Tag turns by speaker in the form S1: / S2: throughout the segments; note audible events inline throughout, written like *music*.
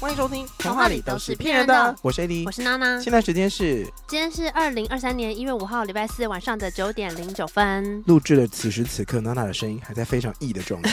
S1: 欢迎收听《
S2: 童话里都是骗人的》，
S1: 我是 AD，
S2: 我是娜娜，
S1: 现在时间是
S2: 今天是二零二三年一月五号礼拜四晚上的九点零九分。
S1: 录制的此时此刻，娜娜的声音还在非常 E 的状
S2: *laughs*
S1: 态。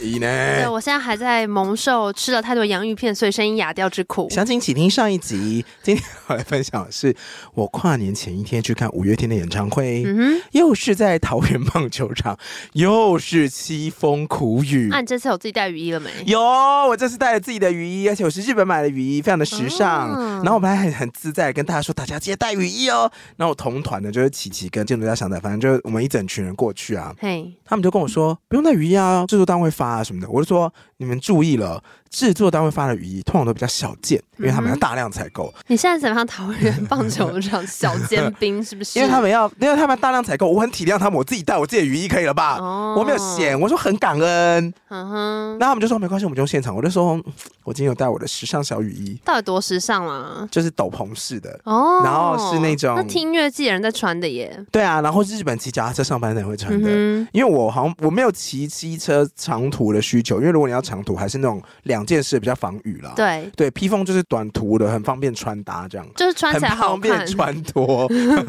S1: E
S2: 对，
S1: 呢？
S2: 我现在还在蒙受吃了太多洋芋片，所以声音哑掉之苦。
S1: 详情请听上一集。今天我来分享的是我跨年前一天去看五月天的演唱会，
S2: 嗯
S1: 又是在桃园棒球场，又是凄风苦雨
S2: 哼，那、。啊你这次有自己带雨衣了没？
S1: *laughs* 有，我这次带了自己的雨衣，而且我是日本买的雨衣，非常的时尚。
S2: 哦
S1: 然后我们还很很自在地跟大家说，大家记得带雨衣哦。然后我同团的就是琪琪跟建筑家祥仔，反正就是我们一整群人过去啊，
S2: 嘿，
S1: 他们就跟我说不用带雨衣啊，制作单位发啊什么的。我就说你们注意了，制作单位发的雨衣通常都比较小件，因为他们要
S2: 嗯哼
S1: 大量采购，
S2: 你现在怎么样？桃园棒球场小尖兵是不是？
S1: 因为他们
S2: 嗯
S1: 要，因为他们要大量采购，我很体谅他们，我自己带我自己的雨衣可以了吧？
S2: 哦
S1: 我没有嫌，我说很感恩。
S2: 嗯哼，
S1: 那他们就说没关系，我们就用现场。我就说嗯我今天有带我的时尚小雨衣，
S2: 到底多时尚啦、
S1: 就是斗篷式的。
S2: 哦，
S1: 然后是那种
S2: 那听音乐季的人在穿的耶。
S1: 对啊，然后日本骑脚踏车上班的人会穿
S2: 嗯
S1: 的。
S2: 哼，
S1: 因为我好像我没有骑机车长途的需求，因为如果你要长途，还是那种两件式比较防雨啦。
S2: 对，
S1: 对，披风就是短途的，很方便穿搭，这样
S2: 就是穿
S1: 很
S2: 起来好
S1: 方便
S2: 看。 *laughs*
S1: 穿脱。 *laughs*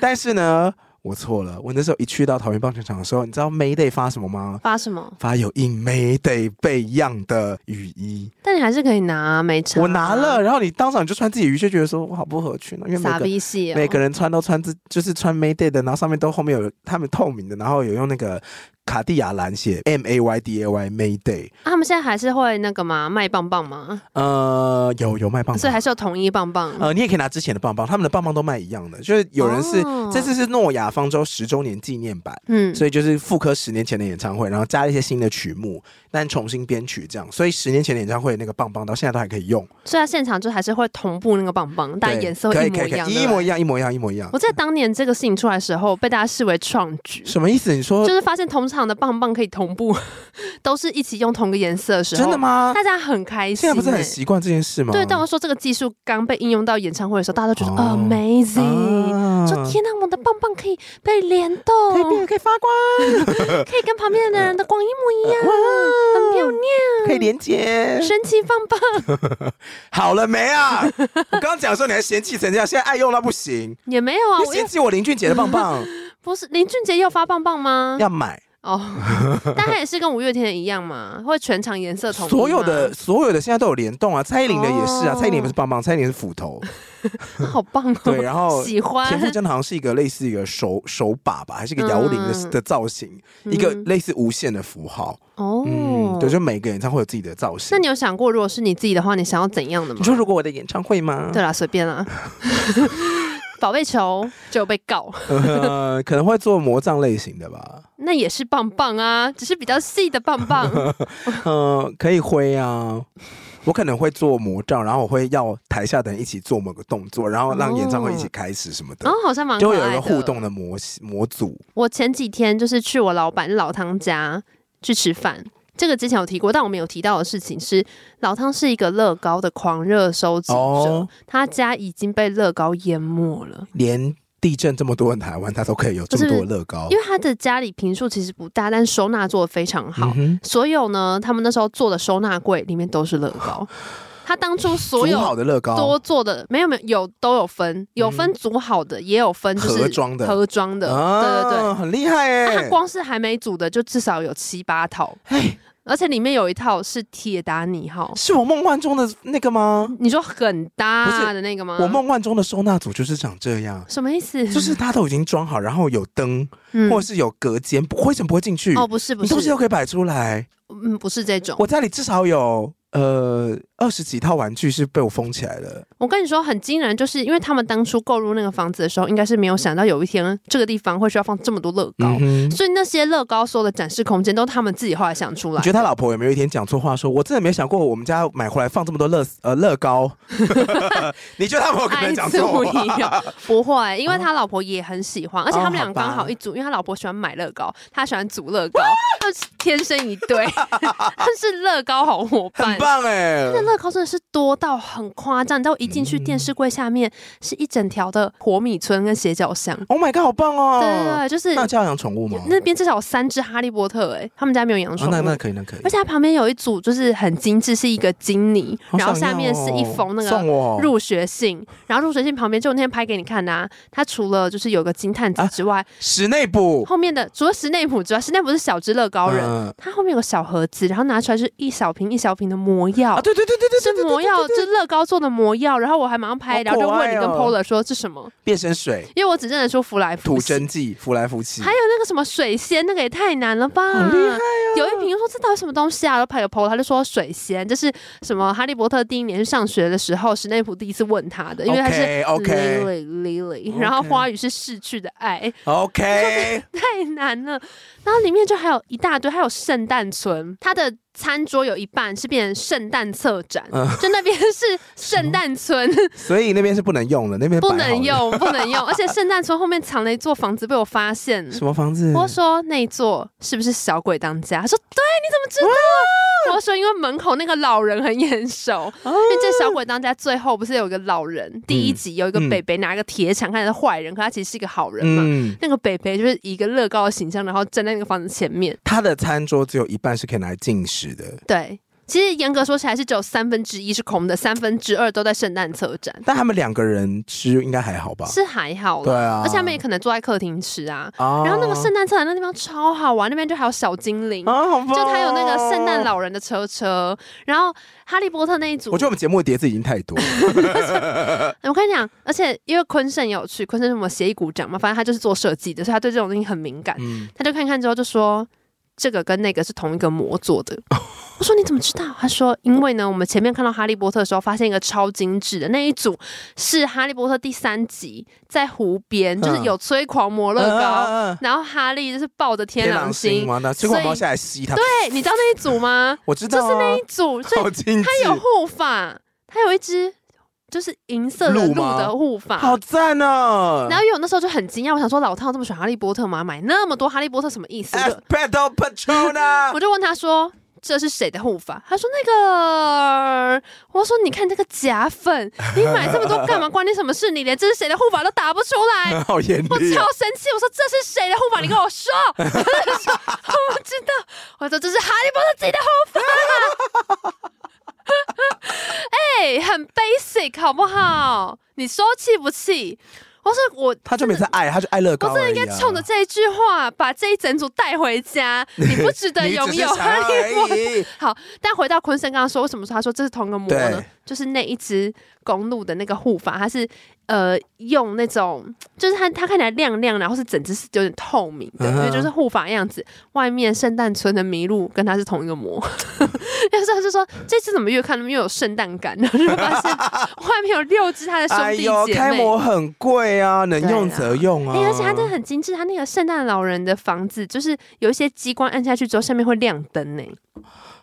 S1: 但是呢，我错了，我那时候一去到桃园棒球场的时候，你知道 Mayday 发什么吗？
S2: 发什么？
S1: 发有印 Mayday 背样的雨衣，
S2: 但你还是可以拿，没差。
S1: 我拿了，，然后你当场就穿自己的雨衣，就觉得说我好不合群啊，因为每
S2: 傻
S1: 个
S2: 逼戏、哦。
S1: 每个人穿都穿自就是穿 Mayday 的，然后上面都后面有他们透明的，然后有用那个卡地亚蓝写 M A Y D A Y Mayday，
S2: 啊他们现在还是会那个吗？卖棒棒吗？
S1: 呃，有有卖棒
S2: 所以还
S1: 棒，
S2: 是有统一棒棒。
S1: 呃，你也可以拿之前的棒棒，他们的棒棒都卖一样的，就是有人是、
S2: 哦
S1: 这次是诺亚方舟十周年纪念版。
S2: 嗯，
S1: 所以就是复刻十年前的演唱会，然后加了一些新的曲目，但重新编曲这样。所以十年前的演唱会那个棒棒到现在都还可以用，
S2: 所以他现场就还是会同步那个棒棒，但
S1: 对
S2: 颜色
S1: 可以
S2: 一
S1: 可
S2: 模
S1: 以
S2: 一
S1: 可
S2: 样。
S1: 以
S2: 对
S1: 一
S2: 不对
S1: 模一样，一模一样，一模一样
S2: 我。在当年这个事情出来的时候，被大家视为创举，
S1: 什么意思？你说
S2: 就是发现同场的棒棒可以同步， *laughs* 都是一起用同个颜色的时候，
S1: 真的？吗？
S2: 大家很开心、欸。
S1: 现在不是很习惯这件事吗？
S2: 对，但我说这个技术刚被应用到演唱会的时候，大家都觉得、啊
S1: 哦
S2: amazing，、
S1: 啊
S2: 说天哪，我的棒棒可以被联动，
S1: 可以变，可以发光，
S2: 可以跟旁边的人的光一模一样，很漂亮，
S1: 可以连接。
S2: 神奇棒棒。
S1: 好了没啊？我刚刚讲说你还嫌弃成这样，现在爱用到不行，
S2: 也没有啊，
S1: 你
S2: 我又
S1: 嫌弃我林俊杰的棒棒
S2: 不是林俊杰又发棒棒吗？
S1: 要买，
S2: 哦， *laughs* 但他也是跟五月天的一样嘛，会全场颜色统一嘛
S1: 所有的所有的现在都有联动啊，蔡依林的也是啊，
S2: 嗯哦
S1: 蔡依林不是棒棒，蔡依林是斧头，
S2: 好棒哦。
S1: *laughs* 对，然后
S2: 喜欢
S1: 田馥甄好像是一个类似一个手手把吧，还是一个摇铃的
S2: 嗯
S1: 的造型，一个类似无限的符号，
S2: 哦，
S1: 嗯，对，就每个演唱会有自己的造型
S2: 那。你有想过，如果是你自己的话，你想要怎样的吗
S1: 你？说如果我的演唱会吗？
S2: 对啦，随便啦。 *laughs* 宝贝球就被告，
S1: *laughs* 呃，可能会做魔杖类型的吧。
S2: 那也是棒棒啊，只是比较细的棒
S1: *laughs*
S2: 哦棒。
S1: 呃，可以挥啊。我可能会做魔杖，然后我会要台下的人一起做某个动作，然后让演唱会一起开始什么的，
S2: 然后好像哦蛮
S1: 就
S2: 可
S1: 会
S2: 爱
S1: 有
S2: 的。
S1: 一个互动的模型模组。
S2: 我前几天就是去我老板老汤家去吃饭，这个之前有提过，但我们有提到的事情是，老汤是一个乐高的狂热收集者，
S1: 哦
S2: 他家已经被乐高淹没了。
S1: 连地震这么多的台湾，它都可以有这么多的乐高
S2: 因。为他的家里平数其实不大，但收纳做的非常好。
S1: 嗯哼，
S2: 所有呢，他们那时候做的收纳柜里面都是乐
S1: *laughs*
S2: 高。他当初所
S1: 组好
S2: 有
S1: 的乐高嗯
S2: 多做的，没有没有有都有分，有分组好的，也有分就是
S1: 盒装的
S2: 盒装的，对对对。
S1: 啊，很厉害
S2: 那
S1: 哎、
S2: 他光是还没组的就至少有七八套，
S1: 哎，
S2: 而且里面有一套是铁达尼号，
S1: 是我梦幻中的那个吗？
S2: 你说很
S1: 不
S2: 搭
S1: 是
S2: 的那个吗？
S1: 我梦幻中的收纳组就是长这样，
S2: 什么意思？
S1: 就是它都已经装好，然后有灯，
S2: 嗯
S1: 或者是有隔间，不灰尘不会进去，
S2: 哦，不是不
S1: 你东西
S2: 是
S1: 都，可以摆出来。
S2: 嗯，不是这种。
S1: 我家里至少有呃二十几套玩具是被我封起来了。
S2: 我跟你说很惊人，就是因为他们当初购入那个房子的时候，应该是没有想到有一天这个地方会需要放这么多乐高，
S1: 嗯哼
S2: 所以那些乐高所有的展示空间都是他们自己后来想出
S1: 你
S2: 来
S1: 觉。得他老婆有没有一天讲错话说我真的没想过我们家买回来放这么多乐呃乐
S2: *laughs*
S1: 高？你觉得他们有可
S2: 爱
S1: 能讲
S2: 之
S1: 错哦
S2: 不
S1: 话？
S2: 一样，啊不会，因为他老婆也很喜欢，而且他们俩刚好一组，因为他老婆喜欢买乐高，他喜欢组乐高，他们是天生一对， *laughs* 他是乐高好伙伴
S1: 很。棒哎、
S2: 那乐高真的是多到很夸张，你知道我一进去电
S1: 嗯
S2: 视柜下面是一整条的火米村跟斜角巷，
S1: o h my god，好棒
S2: 对
S1: 哦！
S2: 啊对对，就是
S1: 那家有养宠物吗？
S2: 那边至少有三只哈利波特哎、他们家没有养宠
S1: 哦
S2: 物，
S1: 那那可以，那可以。
S2: 而且它旁边有一组就是很精致，是一个金泥，
S1: 好
S2: 然后
S1: 想
S2: 下面是一
S1: 要哦
S2: 封那
S1: 送
S2: 个
S1: 我
S2: 入学信，然后入学信旁边就我那天拍给你看的、啊，它除了就是有个金探子
S1: 啊
S2: 之外，
S1: 室内部
S2: 后面的除了史内普之外，史内普是小只乐高人，
S1: 嗯
S2: 它后面有个小盒子，然后拿出来是一小瓶一小瓶的魔药。
S1: 啊，对对对对对，对
S2: 是魔药，就是乐高做的魔药，然后我还马上拍，
S1: 好
S2: 然后就
S1: 可
S2: 问你
S1: 爱
S2: 跟
S1: 哦
S2: Polar 说这什么，
S1: 变身水、
S2: 因为我只认得出福来福
S1: 吐
S2: 去
S1: 真剂、扶来扶去
S2: 还，有那个什么水仙，那个也太难了吧！
S1: 好厉害
S2: 有一瓶就说这到底什么东西啊？然后拍个 PO，他就说水仙，这是什么？哈利波特第一年上学的时候，史内普第一次问他的，因为他是
S1: OK，OK
S2: Lily Lily，
S1: OK
S2: 然后花语是逝去的爱，
S1: OK，
S2: 太难了。然后里面就还有一大堆，还有圣诞村，它的。餐桌有一半是变成圣诞策展，
S1: 嗯
S2: 就那边是圣诞村，
S1: 所以那边是不能用的，那边摆
S2: 不
S1: 好了
S2: 能。用，
S1: *laughs*
S2: 不能用。而且圣诞村后面藏了一座房子，被我发现了。
S1: 什么房子？
S2: 我说那一座是不是小鬼当家？他说对，你怎么知道？我说因为门口那个老人很眼熟，
S1: 哦
S2: 因为这小鬼当家最后不是有一个老人，第一集有一个
S1: 嗯
S2: 北北拿一个铁铲，看起来是坏人，可他其实是一个好人嘛。
S1: 嗯，
S2: 那个北北就是一个乐高的形象，然后站在那个房子前面。
S1: 他的餐桌只有一半是可以拿来进食的，
S2: 对，其实严格说起来是只有三分之一是空的，三分之二都在圣诞策展，
S1: 但他们两个人吃应该还好吧？
S2: 是还好
S1: 对
S2: 了。
S1: 啊，
S2: 而且他们也可能坐在客厅吃啊。
S1: 啊
S2: 然后那个圣诞策展那地方超好玩，那边就还有小精灵。
S1: 啊，好棒哦
S2: 就他有那个圣诞。老人的车车，然后哈利波特那一组，
S1: 我觉得我们节目的碟子已经太
S2: *laughs*
S1: 多了，
S2: 我跟你讲，而且因为昆盛也有去，昆盛是我们协议股长嘛，反正他就是做设计的，所以他对这种东西很敏感。
S1: 嗯，
S2: 他就看看之后就说。这个跟那个是同一个模做的，
S1: 哦
S2: 我说你怎么知道？他说因为呢，我们前面看到哈利波特的时候，发现一个超精致的那一组是哈利波特第三集在湖边，就是
S1: 嗯
S2: 有催狂魔乐高，
S1: 高，
S2: 然后哈利就是抱着天狼星，
S1: 完了，结果
S2: 所以
S1: 猫下来吸它，
S2: 对，哎你知道那一组吗？
S1: 我知
S2: 就
S1: 道
S2: 是那
S1: 啊
S2: 一，组，所以
S1: 好精致，
S2: 它有护法，它有一只就是银色的
S1: 鹿
S2: 鹿
S1: 吗
S2: 的护法
S1: 好。赞哦。
S2: 然后因为我那时候就很惊讶，我想说老汤这么喜欢哈利波特吗？买那么多哈利波特什么意思？我
S1: F
S2: 就
S1: Pedal Patrona，。
S2: *laughs* 我就问他说这是谁的护法？他说那个，我说你看这个假粉，你买这么多干嘛？关你什么事？你连这是谁的护法都打不出
S1: *laughs*
S2: 来
S1: 好严
S2: 我
S1: 厉
S2: 超
S1: 哦，
S2: 生气，我说这是谁的护法？你跟我说， *laughs* 我就说我不知道。我说这是哈利波特自己的护法。 *laughs* 哎、很 basic 好不好？你说气不气？我说我
S1: 他就每次爱，他就爱乐
S2: 我
S1: 高
S2: 真
S1: 而
S2: 的
S1: 已啊，
S2: 应该冲着这一句话把这一整组带回家。你不值得
S1: *laughs* 你
S2: 拥
S1: 只是
S2: 有哈
S1: 想
S2: *laughs*
S1: 要哎
S2: 利波特
S1: 而。已
S2: 好，但回到昆森刚刚说，为什么说他说这是同一个魔呢
S1: 对？
S2: 就是那一只公鹿的那个护法，它是呃用那种，就是它它看起来亮亮，然后是整只是有点透明的，因为就
S1: 嗯
S2: 是护法样子。外面圣诞村的麋鹿跟它是同一个 *laughs* 魔，但是他就说这只怎么越看越有圣诞感，然后 *laughs* 就发现外面有六只它的兄
S1: 哎
S2: 弟
S1: 呦，
S2: 姐
S1: 开
S2: 妹。
S1: 模很贵啊，能
S2: 对
S1: 用
S2: 啦
S1: 则用啊。
S2: 哎、而且它真的很精致，它那个圣诞老人的房子，就是有一些机关按下去之后，下面会亮灯呢、欸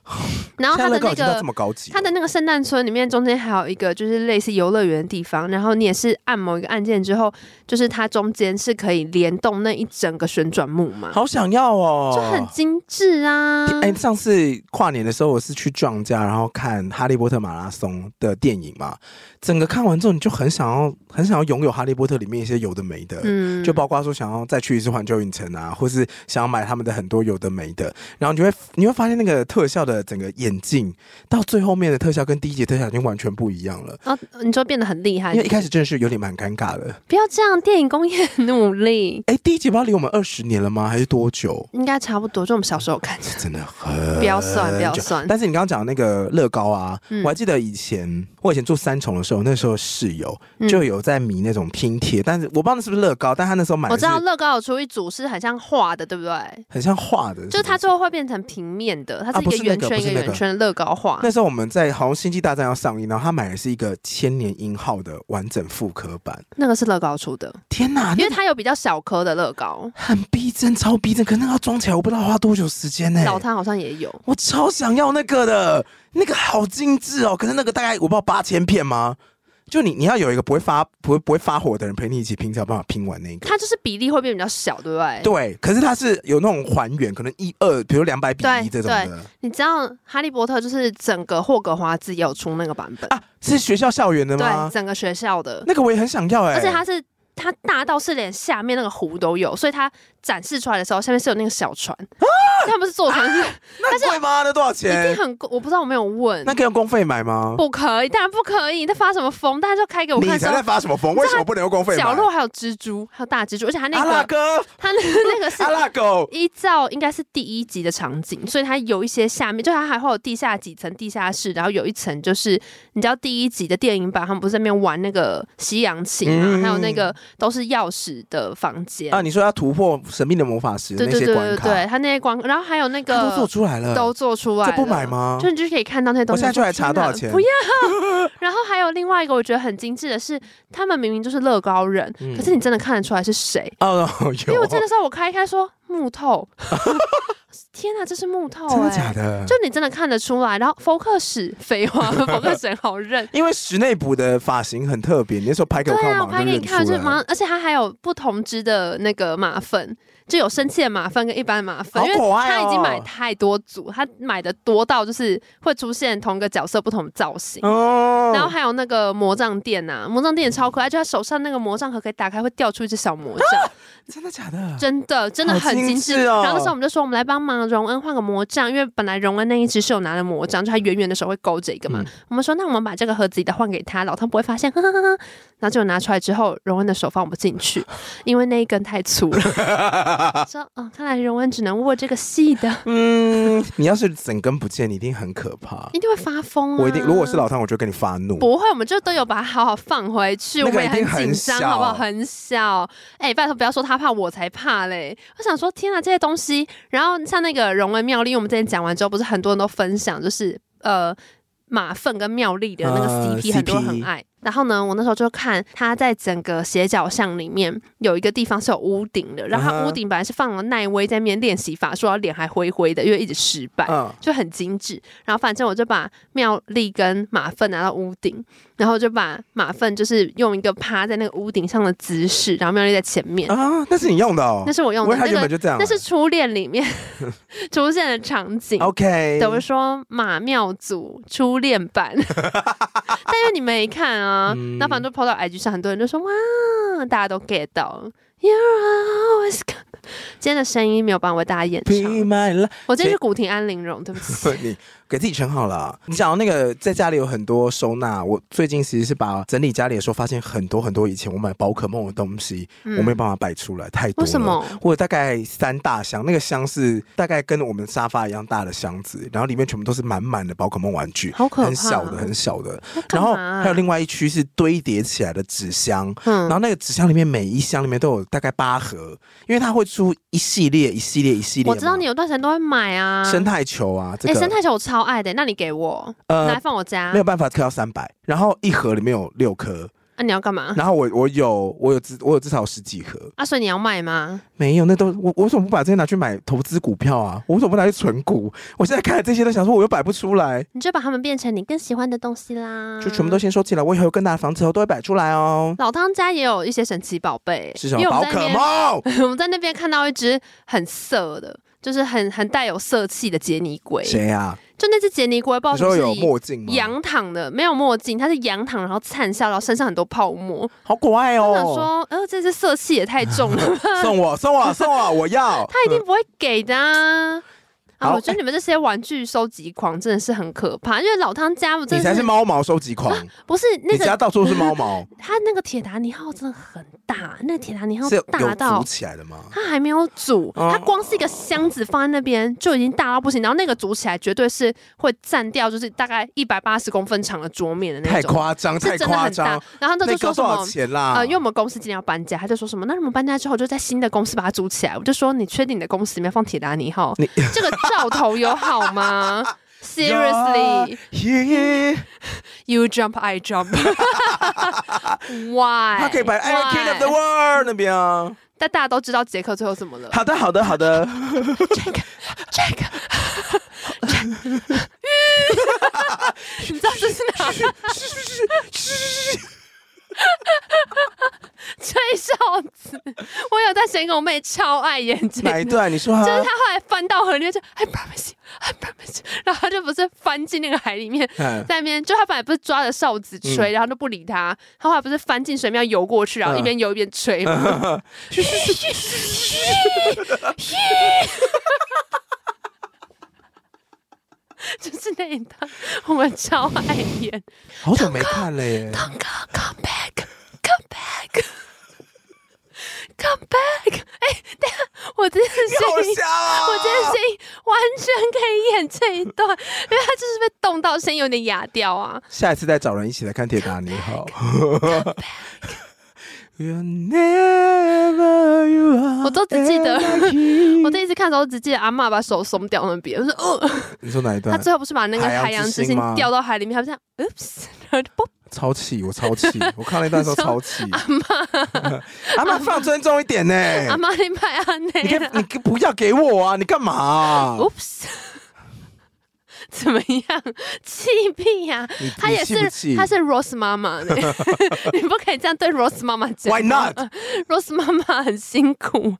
S1: *laughs*
S2: 然后它
S1: 现在乐
S2: 的
S1: 高
S2: 那
S1: 已经到
S2: 个
S1: 这么高级哦了，
S2: 它的那个圣诞村里面中间还有一个就是类似游乐园的地方，然后你也是按某一个按键之后，就是它中间是可以联动那一整个旋转木马，
S1: 好想要哦，
S2: 就很精致啊。
S1: 哎、上次跨年的时候，我是去壮家，然后看《哈利波特马拉松》的电影嘛。整个看完之后，你就很想要，很想要拥有《哈利波特》里面一些有的没的，
S2: 嗯
S1: 就包括说想要再去一次环球影城啊，或是想要买他们的很多有的没的。然后你会你会发现那个特效的的整个眼镜到最后面的特效跟第一集特效已经完全不一样了。
S2: 然后哦啊你就变得很厉害
S1: 因为。一开始真的是有点蛮尴尬的。
S2: 不要这样，电影工业很努力，
S1: 哎，第一集不知道离我们二十年了吗？还是多
S2: *laughs*
S1: 久？
S2: 应该差不多。就我们小时候看，
S1: 真的很
S2: 不要算，不要
S1: 久
S2: 算。
S1: 呃但是你刚刚讲的那个乐高啊，
S2: 嗯
S1: 我还记得以前我以前住三重的时候，那时候室友
S2: 嗯
S1: 就有在迷那种拼贴，但是我不知道那是不是乐高，但他那时候买
S2: 我
S1: 的
S2: 知
S1: 是
S2: 道乐高有出一组是很像画的，对不对？
S1: 很像画的，
S2: 就是它最后会变成平面的，它
S1: 啊
S2: 是一
S1: 不
S2: 个
S1: 是那
S2: 圆
S1: 个
S2: 圈
S1: 不
S2: 一
S1: 是那个
S2: 圆圈的乐高画。
S1: 那时候我们在好像《星际大战》要上映，然后他买的是一个千年英号的完整复刻版。
S2: 那个是乐高出的，
S1: 天哪，
S2: 因
S1: 啊那
S2: 为它有比较小颗的乐高，
S1: 很逼真，超逼真。可那个要装起来，我不知道花多久时间呢、
S2: 老汤好像也有。
S1: 我超想要那个的，那个好精致哦。可是那个大概我不知道八千片吗？就你你要有一个不会发不会不会发火的人陪你一起拼，才有办法拼完那个。
S2: 它就是比例会变比较小，对不对？
S1: 对，可是它是有那种还原，可能一二，比如两百比
S2: 对
S1: 一这种的
S2: 你知道《哈利波特》就是整个霍格华兹也有出那个版本，
S1: 啊，是学校校园的
S2: 对，
S1: 吗？
S2: 整个学校的，
S1: 那个我也很想要哎、
S2: 而且它是它大到是连下面那个湖都有，所以它展示出来的时候，下面是有那个小船，
S1: 啊
S2: 它不是坐船，是
S1: 那很贵吗？那多少
S2: 一
S1: 钱
S2: 定？很贵，我不知道我没有问
S1: 那。可以用公费买吗？
S2: 不可以，当然不可以！你在发什么疯？大家就开给我
S1: 你
S2: 看，
S1: 才在
S2: 说
S1: 发什么疯？为什么不能用公费买？
S2: 角落还有蜘蛛，还有大蜘蛛，而且它那
S1: 阿拉
S2: 个
S1: 哥，
S2: 它那个那个是
S1: 阿拉狗，
S2: 依照应该是第一集的场景，所以它有一些下面，就它还会有地下几层地下室，然后有一层就是你知道第一集的电影版，他们不是在那边玩那个西洋琴啊，
S1: 嗯
S2: 还有那个都是钥匙的房间，
S1: 啊！你说要突破神秘的魔法石
S2: 对
S1: 那
S2: 对
S1: 些
S2: 对对
S1: 关卡，
S2: 对，它那些关，然后还有那
S1: 它
S2: 个
S1: 都做出来了，
S2: 都做出来
S1: 这
S2: 了，
S1: 不买吗
S2: 就？你就可以看到那些东
S1: 我
S2: 西。
S1: 现在就
S2: 说
S1: 来查多少
S2: 天
S1: 钱
S2: 哪不要。然后还有另外一个我觉得很精致的是，他们明明就是乐高人，
S1: 嗯
S2: 可是你真的看得出来是谁， *laughs*
S1: 哦，有，
S2: 因为我真的时候我开一开说木
S1: *laughs*
S2: 头，天哪，这是木头、欸，
S1: 真的假？的。
S2: 就？你真的看得出来，然后福克史废话，福克史很好认
S1: 因为石内补的发型很特别，你那时候拍给
S2: 对
S1: 我看，
S2: 啊，我
S1: 我马
S2: 拍
S1: 上
S2: 给
S1: 就
S2: 你
S1: 认
S2: 看，就是
S1: 出
S2: 马
S1: 来。
S2: 上，而且它还有不同支的那个马粪，就有生气的马粪跟一般的马粪，
S1: 好
S2: 因为
S1: 可爱
S2: 他
S1: 哦
S2: 已经买太多组，他买的多到就是会出现同个角色不同的造型。
S1: 哦
S2: 然后还有那个魔杖垫呐、魔杖垫也超可爱，就他手上那个魔杖盒可以打开，会掉出一只小
S1: *laughs*
S2: 魔杖，
S1: 真的假的？
S2: 真的真的
S1: 好
S2: 很
S1: 精
S2: 精
S1: 致哦
S2: 然后那时候我们就说，我们来帮忙荣恩换个魔杖，因为本来荣恩那一只是有拿着魔杖，就他圆圆的手会勾着一个嘛。
S1: 嗯
S2: 我们说，那我们把这个盒子里的换给他，老汤不会发现，呵呵呵呵。然后就拿出来之后，荣恩的手放不进
S1: *laughs*
S2: 去，因为那一根太粗了。说，哦，看来荣恩只能握这个
S1: *laughs*
S2: 细的，
S1: 嗯，你要是整根不见，你一定很可怕。
S2: 一定会发疯、啊。
S1: 我一定，如果是老汤，我就跟你发怒。
S2: 不会，我们就都有把它好好放回去，
S1: 那
S2: 我
S1: 个
S2: 们也
S1: 一定很
S2: 紧张，
S1: 小
S2: 好不好？很小，哎、拜托不要说他怕，我才怕嘞。我想说，天啊，这些东西，然后像那个荣恩妙丽，我们之前讲完之后，不是很多人都分享，就是呃。马粪跟妙丽的那个
S1: 呃
S2: CP 很多人
S1: CP
S2: 很爱，然后呢，我那时候就看他在整个斜角巷里面有一个地方是有屋顶的，然
S1: 嗯
S2: 后他
S1: 哼
S2: 屋顶本来是放了奈威在那边练习法术，然后脸还灰灰的，因为一直失败。
S1: 嗯，
S2: 就很精致。然后反正我就把妙丽跟马粪拿到屋顶，然后就把马粪就是用一个趴在那个屋顶上的姿势，然后妙丽在前面。
S1: 啊，那是你用的哦
S2: 那。是我用
S1: 我以
S2: 的
S1: 为他
S2: 那
S1: 原本就
S2: 个，
S1: 这样啊。
S2: 那是初恋
S1: *laughs*
S2: 里面出现的场景。
S1: OK。
S2: 对，我说马妙祖初恋
S1: *laughs*
S2: 版，但因为你没看啊，
S1: 嗯
S2: 那、反正就抛到 IG 上，很多人就说哇，大家都 get 到，You're always good。今天的声音没有帮为大家演
S1: Be
S2: 唱，
S1: my love
S2: 我今天是古亭安陵容，对不起。
S1: *laughs* 你给自己存好了啊。你讲到那个在家里有很多收纳，我最近其实是把整理家里的时候，发现很多很多以前我买宝可梦的东西，
S2: 嗯
S1: 我没有办法摆出来，太多
S2: 为
S1: 了。
S2: 什？么？
S1: 我有大概三大箱，那个箱是大概跟我们沙发一样大的箱子，然后里面全部都是满满的宝可梦玩具，
S2: 好可怕
S1: 很小的，很小的。
S2: 那干
S1: 然后
S2: 嘛啊
S1: 还有另外一区是堆叠起来的纸箱，
S2: 嗯
S1: 然后那个纸箱里面每一箱里面都有大概八盒，因为它会出一系列、一系列、一系列嘛。
S2: 我知道你有段时间都会买啊。
S1: 生态球啊，这
S2: 哎、
S1: 个、
S2: 生态球我超爱的，那你给我，拿来
S1: 呃
S2: 放我家。
S1: 没有办法刻到三百，然后一盒里面有六颗，
S2: 啊，你要干嘛？
S1: 然后我我有我有至我有至少十几盒，
S2: 啊，所以你要卖吗？
S1: 没有那都我我为什么不把这些拿去买投资股票啊？我为什么不拿去存股？我现在看了这些都想说我又摆不出来，
S2: 你就把它们变成你更喜欢的东西啦。
S1: 就全部都先收起来，我以后有更大的房子后都会摆出来哦。
S2: 老汤家也有一些神奇宝贝，
S1: 是什么
S2: 因为我
S1: 宝
S2: 们在
S1: 可
S2: 那边
S1: 梦？
S2: *laughs* 我们在那边看到一只很色的，就是很很带有色气的杰尼龟。
S1: 谁啊？
S2: 就那只杰尼龟，不
S1: 你
S2: 知道
S1: 说
S2: 是
S1: 有
S2: 哦不是以
S1: 墨镜吗？
S2: 仰躺的，没有墨镜，它是仰躺，然后灿笑，然后身上很多泡沫。
S1: 好可爱
S2: 我想
S1: 哦！
S2: 说，呃，这只
S1: *laughs*
S2: 色气也太重了吧， *laughs*
S1: 送我送我送我，我要！
S2: 他一定不会给的、啊。啊，
S1: 好
S2: 我觉得你们这些玩具收集狂真的是很可怕，因为老汤家我真
S1: 你
S2: 的
S1: 才
S2: 是
S1: 是猫毛收集狂，
S2: 不是那
S1: 你家
S2: 个
S1: 到处都是猫毛，
S2: 他那个铁达尼号真的很大， *laughs* 那个铁达尼号
S1: 是
S2: 大
S1: 有
S2: 到
S1: 组起来的吗？
S2: 它还没有煮，
S1: 哦
S2: 它光是一个箱子放在那边就已经大到不行，然后那个煮起来绝对是会占掉，就是大概一百八十公分长的桌面的那
S1: 太
S2: 种，
S1: 夸张，太
S2: 是真的
S1: 夸
S2: 很大
S1: 张，。
S2: 然后他
S1: 那
S2: 就
S1: 个
S2: 说什
S1: 多少
S2: 么？
S1: 钱啦？
S2: 呃，因为我们公司今天要搬家，他就说什么？那你们搬家之后就在新的公司把它租起来。我就说你确定你的公司里面放铁达尼号
S1: 你？
S2: 这个兆头有好
S1: *laughs*
S2: 吗？Seriously,
S1: Yeah，
S2: you jump, I jump. *laughs* Why?
S1: 他可以摆 I'm king of the
S2: Why？
S1: world 那边啊。
S2: 但大家都知道杰克最后怎么了。
S1: 好的，好的，好
S2: *laughs*
S1: 的。
S2: Jack，你知道这是哪 *laughs* 吗？吹哨子，我有在神狗妹超爱演这
S1: 哪一段？你说
S2: 就是
S1: 啊
S2: 他后来翻到河里面就哎 I promise you, I promise you，然后他就不是翻进那个海里面，
S1: *laughs* 嗯
S2: 在那边就他本来不是抓着哨子吹，然后就不理他，他后来不是翻进水面游过去，然
S1: 嗯
S2: 后一边游一边吹吗？ *laughs* 就是那一段，我们超爱演。
S1: 好久没看了耶。
S2: Come come back, come back, come back！哎、等一下，我真的
S1: 好
S2: 是。
S1: 笑啊！
S2: 我真的声音完全可以演这一段，因为他就是被冻到声音有点哑掉啊。
S1: 下一次再找人一起来看《铁达尼号》。You're never you are
S2: 我都只记得
S1: ever
S2: *laughs*
S1: king
S2: 我第一次看的时候，只记得阿嬷把手松掉那边，我说
S1: *laughs*
S2: 哦，
S1: 你说哪一
S2: 他
S1: 段？
S2: 最后不是把那个
S1: 海洋
S2: 海洋
S1: 之
S2: 之
S1: 心
S2: 心
S1: 吗
S2: 掉到海里面，他就这样，oops，然后就啵
S1: 超气，我超气，我看了一段的时候超气。 *laughs* 阿妈，放尊重一点呢。
S2: 阿妈你拍阿
S1: 你可
S2: 内
S1: 以，你可以不要给我啊！你干嘛啊？
S2: ，oops，怎么样？气屁呀、
S1: 你
S2: 他
S1: 你
S2: 也
S1: 气不气
S2: 是，他是 Rose 妈妈呢， *laughs* 你不可以这样对 Rose 妈妈讲。
S1: Why
S2: *laughs*
S1: not？
S2: Rose 妈妈很辛苦。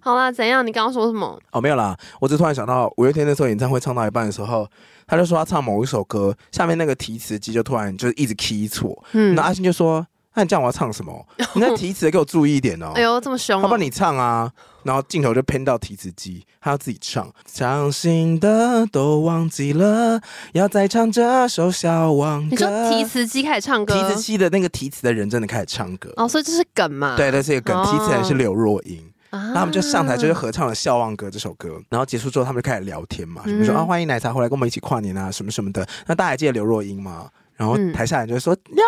S2: 好啦，怎样？你刚刚说什么？
S1: 哦，没有啦，我只突然想到五月天那时候演唱会唱到一半的时候，他就说他唱某一首歌，下面那个提词机就突然就是一直 key 错，
S2: 嗯
S1: 那，阿信就说：“那你这样我要唱什么？你那提词给我注意一点哦。
S2: *laughs* 哎呦，这么凶、
S1: 要不
S2: 哦
S1: 然！你唱啊。”然后镜头就偏到提词机，他要自己唱。伤心的都忘记了，要再唱这首小王
S2: 你
S1: 歌。
S2: 说提词机开始唱歌，
S1: 提词机的那个提词的人真的开始唱歌。
S2: 哦，所以这是梗嘛？
S1: 对，那是一个梗。提词人是
S2: 哦
S1: 刘若英。
S2: 啊，
S1: 然
S2: 然
S1: 后他们就上台就是合唱了《笑忘歌》这首歌，然后结束之后他们就开始聊天嘛，什么说
S2: 嗯
S1: 啊欢迎奶茶回来跟我们一起跨年啊什么什么的。那大家还记得刘若英吗？然后
S2: 嗯
S1: 台下人就说、有奶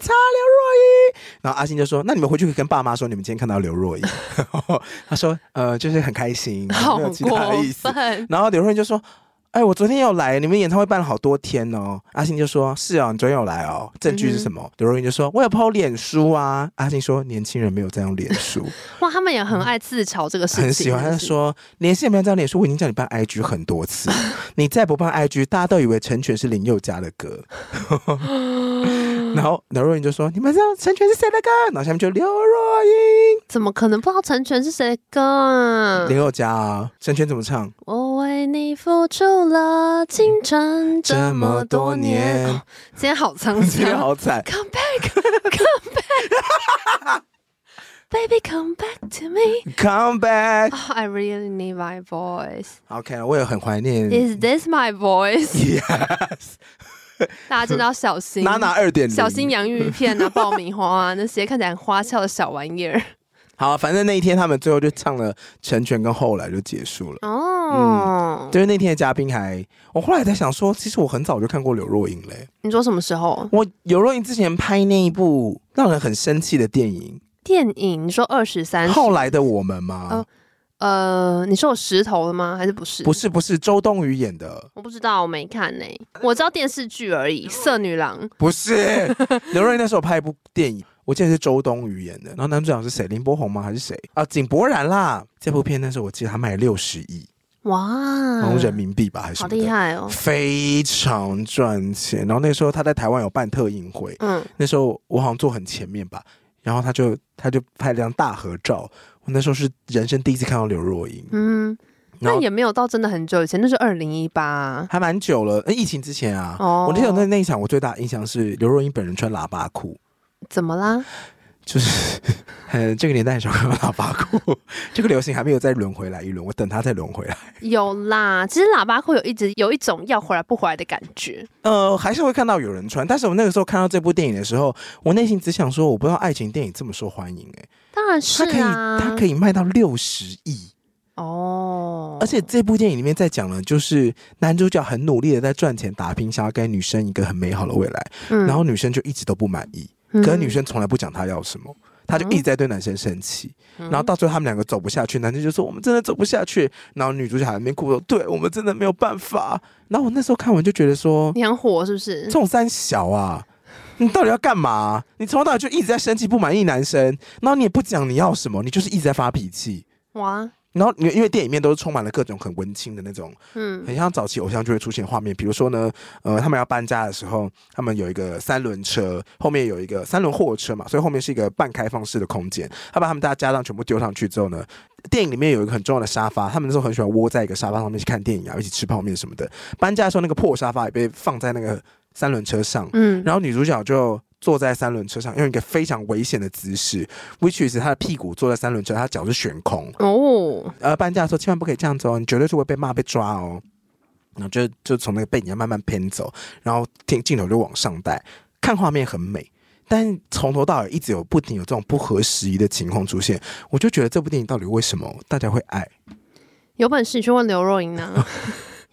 S1: 茶刘若英，然后阿信就说那你们回去可以跟爸妈说你们今天看到刘若英， *laughs* 他说呃就是很开心，
S2: *laughs* 好
S1: 没有其他的
S2: 过
S1: 意思。
S2: 分， *laughs*
S1: 然后刘若英就说。哎，我昨天有来，你们演唱会办了好多天
S2: *laughs*
S1: 哦。阿信就说：“是哦，你昨天有来哦。”证据是什
S2: 嗯
S1: 么？刘若英就说：“我有 PO 脸书啊。”阿信说：“年轻人没有在用脸书。”
S2: 哇，他们也很爱自嘲这个事情，
S1: 很喜欢。他
S2: 是不是，
S1: 说：“连线不要这样脸书，我已经叫你办 IG 很多次，
S2: *laughs*
S1: 你再不办 IG，大家都以为成全是林宥嘉的
S2: *laughs*
S1: 歌。”然后刘若英就说：“你们知道成全是谁的歌？”然后下面就刘若英、
S2: 怎么可能不知道成全是谁的歌啊？
S1: 林宥嘉啊，成全怎么
S2: *laughs*
S1: 唱？
S2: 我为你付出了青春这么
S1: 这么
S2: 多年，
S1: 多年
S2: 哦今天好沧
S1: 今天
S2: 桑。
S1: *laughs* 好惨，
S2: Come back, come back,
S1: *laughs*
S2: baby, come back to me. *laughs*
S1: 《Come Back
S2: Oh, I really need my
S1: *laughs*
S2: voice.》。
S1: OK，我也很怀念。
S2: Is this
S1: *laughs*
S2: my voice？
S1: Yes，
S2: 大家真的要小
S1: *laughs*
S2: 心。
S1: 娜娜二点零，
S2: 小心洋芋片啊、爆米花啊那些看起来很花俏的小玩意儿。
S1: 好，反正那一天他们最后就唱了《成全》跟《后来》就结束了。
S2: 哦、
S1: 就是那天的嘉宾还，我后来才想说，其实我很早就看过刘若英嘞、
S2: 你说什么时候？
S1: 我刘若英之前拍那一部让人很生气的电影，
S2: 电影？你说二十三？
S1: 后来的我们吗？
S2: 哦呃，你说有石头了吗？还是不是？
S1: 不，是，不是周冬雨演的，
S2: 我不知道，我没看呢、我知道电视剧而已，《色女郎》。
S1: 不是 *laughs* 刘若英那时候拍一部电影，我记得是周冬雨演的，然后男主角是谁？林柏宏吗？还是谁？啊，井柏然啦！这部片那时候我记得他卖六十亿，
S2: 哇
S1: 然，后人民币吧，还是什
S2: 嗯好
S1: 么的
S2: 厉害哦！
S1: 非常赚钱。然后那时候他在台湾有办特映会，
S2: 嗯，
S1: 那时候我好像坐很前面吧，然后他就他就拍了张大合照。我那时候是人生第一次看到刘若英，
S2: 嗯，
S1: 然
S2: 那
S1: 后
S2: 也没有到真的很久以前，那是二零一八。
S1: 还蛮久了，呃疫情之前啊。
S2: 哦
S1: 我记得那那一场，我最大的印象是刘若英本人穿喇叭裤，
S2: 怎么啦？
S1: 就是 *laughs* 嗯，这个年代很少看到喇叭裤， *laughs* 这个流行还没有再轮回来一轮，我等它再轮回来。
S2: 有啦，其实喇叭裤有一直有一种要回来不回来的感觉。
S1: 呃，还是会看到有人穿，但是我那个时候看到这部电影的时候，我内心只想说，我不知道爱情电影这么受欢迎、欸，
S2: 当然是
S1: 它可以
S2: 啊，
S1: 它可以卖到六十亿。
S2: 哦，
S1: 而且这部电影里面在讲了，就是男主角很努力的在赚钱打拼，想要给女生一个很美好的未来，
S2: 嗯
S1: 然后女生就一直都不满意，
S2: 可
S1: 可是女生从来不讲她要什么。她就一直在对男生生气，
S2: 嗯
S1: 然后到最后他们两个走不下去，男生就说我们真的走不下去，然后女主角还在那边哭说对我们真的没有办法。然后我那时候看完就觉得说，
S2: 你很火是不是
S1: 这？种三小啊，你到底要干嘛、你从头到尾就一直在生气不满意男生，然后你也不讲你要什么，你就是一直在发脾气。
S2: 哇，
S1: 然后你因为电影里面都是充满了各种很文青的那种，
S2: 嗯
S1: 很像早期偶像剧会出现的画面。比如说呢，呃，他们要搬家的时候，他们有一个三轮车，后面有一个三轮货车嘛，所以后面是一个半开放式的空间。他把他们大家家当全部丢上去之后呢，电影里面有一个很重要的沙发，他们那时候很喜欢窝在一个沙发上面去看电影啊，一起吃泡面什么的。搬家的时候，那个破沙发也被放在那个三轮车上，
S2: 嗯，
S1: 然后女主角就坐在三轮车上，用一个非常危险的姿势，which is 她的屁股坐在三轮车，她脚是悬空。
S2: 哦，
S1: 呃，搬家的时候千万不可以这样子哦，你绝对是会被骂被抓哦。然后就就从那个背影慢慢偏走，然后镜镜头就往上带，看画面很美，但从头到尾一直有不停有这种不合时宜的情况出现，我就觉得这部电影到底为什么大家会
S2: *laughs*
S1: 爱？
S2: 有本事你去问刘若英
S1: *laughs*
S2: 啊。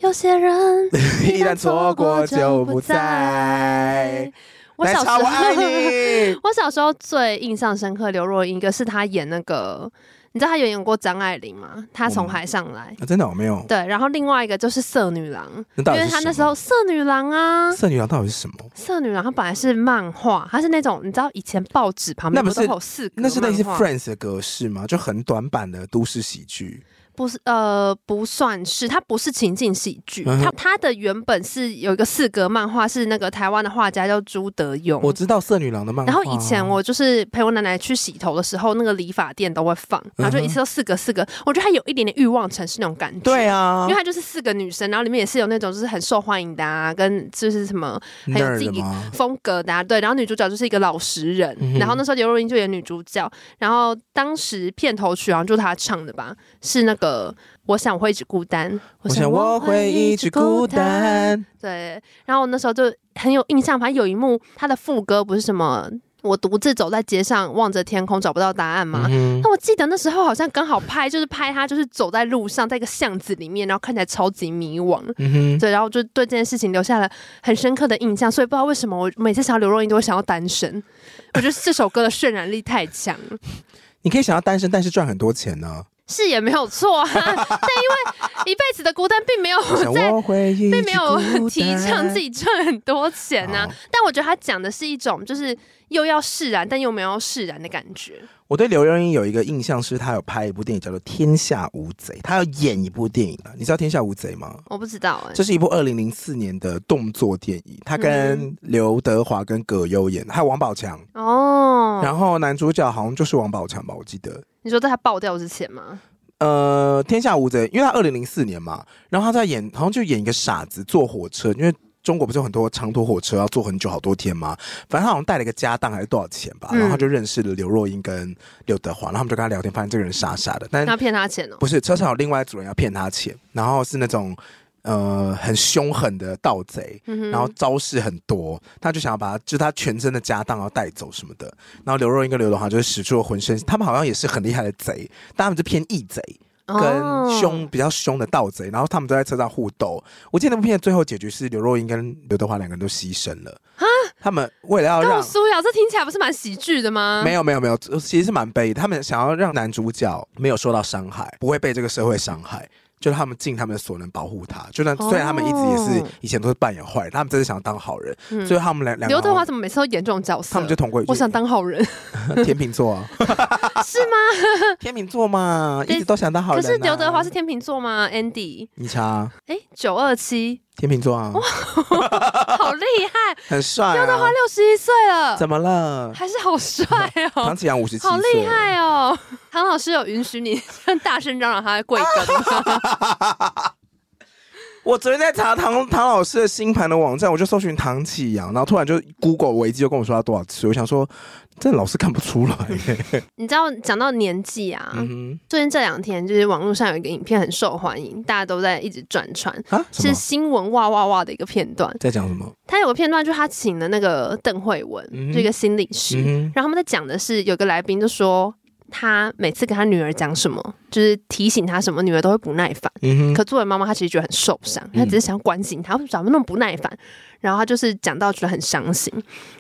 S2: 有些人 *laughs*
S1: 一旦错过就不再。
S2: 我
S1: 奶
S2: 小时
S1: 茶，
S2: 候
S1: 我爱你。
S2: *laughs* 我小时候最印象深刻，刘若英一个是她演那个，你知道她有演过张爱玲吗？她从海上来。
S1: 啊、真的我没有，
S2: 对，然后另外一个就是色女郎，
S1: 那
S2: 因
S1: 到底
S2: 为
S1: 是
S2: 她
S1: 什
S2: 那
S1: 么
S2: 时候色女郎啊，
S1: 色女郎到底是什么？
S2: 色女郎她本来是漫画，她是那种你知道以前报纸旁
S1: 那
S2: 边
S1: 不
S2: 不是
S1: 是
S2: 会有四格
S1: 那是类似
S2: 漫画
S1: Friends 的格式吗？就很短版的都市喜剧。
S2: 不是呃不算是，它不是情境喜剧，
S1: 嗯哼
S2: 它它的原本是有一个四格漫画，是那个台湾的画家叫朱德庸。
S1: 我知道色女郎的漫画
S2: 然
S1: 啊。
S2: 后以前我就是陪我奶奶去洗头的时候，那个理发店都会放，
S1: 嗯
S2: 然后就一次都四个四个，我觉得它有一点点欲望城市那种感觉。
S1: 对啊
S2: 因为，它就是四个女生，然后里面也是有那种就是很受欢迎的啊，跟就是什么很有自
S1: nerd
S2: 己
S1: 吗？
S2: 风格的、啊，对。然后女主角就是一个老实人，
S1: 嗯哼
S2: 然后那时候刘若英就演女主角，然后当时片头曲好像就是她唱的吧，是那个我想我会一直孤单，
S1: 我想我会一直孤。单。
S2: 对，然后我那时候就很有印象，反正有一幕她的副歌不是什么我独自走在街上望着天空找不到答案吗？
S1: 嗯哼
S2: 那我记得那时候好像刚好拍，就是拍她就是走在路上，在一个巷子里面，然后看起来超级迷惘，
S1: 嗯哼，
S2: 对，然后就对这件事情留下了很深刻的印象，所以不知道为什么我每次想到刘若英都会想到单身，我觉得这首歌的渲染力太强了，
S1: 你可以想要单身，但是赚很多钱呢、
S2: *laughs* 是也没有错啊，但因为一辈子的孤单并没有
S1: 我想
S2: 在。
S1: 我会一直
S2: 并没有
S1: 孤
S2: *laughs* 提倡
S1: 单
S2: 自己赚很多钱呐、
S1: 好
S2: 但我觉得他讲的是一种就是又要释然，但又没有要释然的感觉。
S1: 我对刘若英有一个印象是，她有拍一部电影叫做《天下无贼》，她要演一部电影啊。你知道《天下无贼》吗？
S2: 我不知道哎、
S1: 这是一部二零零四年的动作电影，她跟
S2: 嗯
S1: 刘德华跟葛优演，还有王宝强。
S2: 哦，
S1: 然后男主角好像就是王宝强吧，我记得。
S2: 你说在他爆掉之前吗？
S1: 呃，天下无贼，因为他二零零四年嘛，然后他在演，好像就演一个傻子坐火车，因为中国不是有很多长途火车要坐很久好多天吗？反正他好像带了一个家当还是多少钱吧，
S2: 嗯
S1: 然后他就认识了刘若英跟刘德华，然后他们就跟他聊天，发现这个人傻傻的，但
S2: 那骗他钱哦、
S1: 不是车上有另外一组人要骗他钱，然后是那种呃很凶狠的盗贼，
S2: 嗯哼
S1: 然后招式很多，他就想要把他就是他全身的家当要带走什么的。然后刘若英跟刘德华就是使出了浑身，他们好像也是很厉害的贼，但他们是偏义贼跟凶、
S2: 哦
S1: 比较凶的盗贼，然后他们都在车上互斗。我记得那部片的最后结局是刘若英跟刘德华两个人都牺牲了他们为了要
S2: 告
S1: 让。
S2: 苏瑶，这听起来不是蛮喜剧的吗？
S1: 没有没有没有，其实是蛮悲的。他们想要让男主角没有受到伤害，不会被这个社会伤害，就是他们尽他们所能保护他。就算
S2: 哦
S1: 虽然他们一直也是以前都是扮演坏人，他们真的想要当好人，
S2: 嗯
S1: 所以他们两两个
S2: 刘德华
S1: 好
S2: 怎么每次都演这种角色？
S1: 像他们就同归于尽。
S2: 我想当好人，
S1: 天秤座
S2: *laughs*
S1: 啊，
S2: 是吗？
S1: 天秤座嘛，一直都想当好
S2: 可
S1: 人、啊。
S2: 是刘德华是天秤座吗？Andy，
S1: 你查
S2: 哎，九
S1: *laughs*
S2: 二七，
S1: 天秤座啊，
S2: 好厉害！
S1: 很帅、啊。
S2: 刘德华六十一岁了，
S1: 怎么了？
S2: 还是好帅
S1: *laughs* 唐
S2: 哦，
S1: 启阳五十七岁，
S2: 好厉！害哦！唐
S1: *laughs*
S2: 老师有允许你大声嚷嚷他的贵庚吗？
S1: 我昨天在查唐唐老师的星盘的网站，我就搜寻唐启阳，然后突然就 Google 维基就跟我说他多少岁，我想说这老师看不出来、
S2: *laughs* 你知道讲到年纪啊，
S1: 嗯
S2: 最近这两天就是网络上有一个影片很受欢迎，大家都在一直转传，
S1: 哼，啊，什
S2: 是
S1: 么？
S2: 新闻哇哇哇的一个片段。
S1: 在讲什么？
S2: 他有个片段，就是他请了那个邓慧文，
S1: 嗯
S2: 就一个心理师，
S1: 嗯
S2: 然后他们在讲的是有个来宾就说。他每次跟他女儿讲什么，就是提醒他什么，女儿都会不耐烦。
S1: 哼嗯哼，
S2: 可作为妈妈，她其实觉得很受伤，她只是想关心她，为什么那么不耐烦？然后她就是讲到觉得很伤心。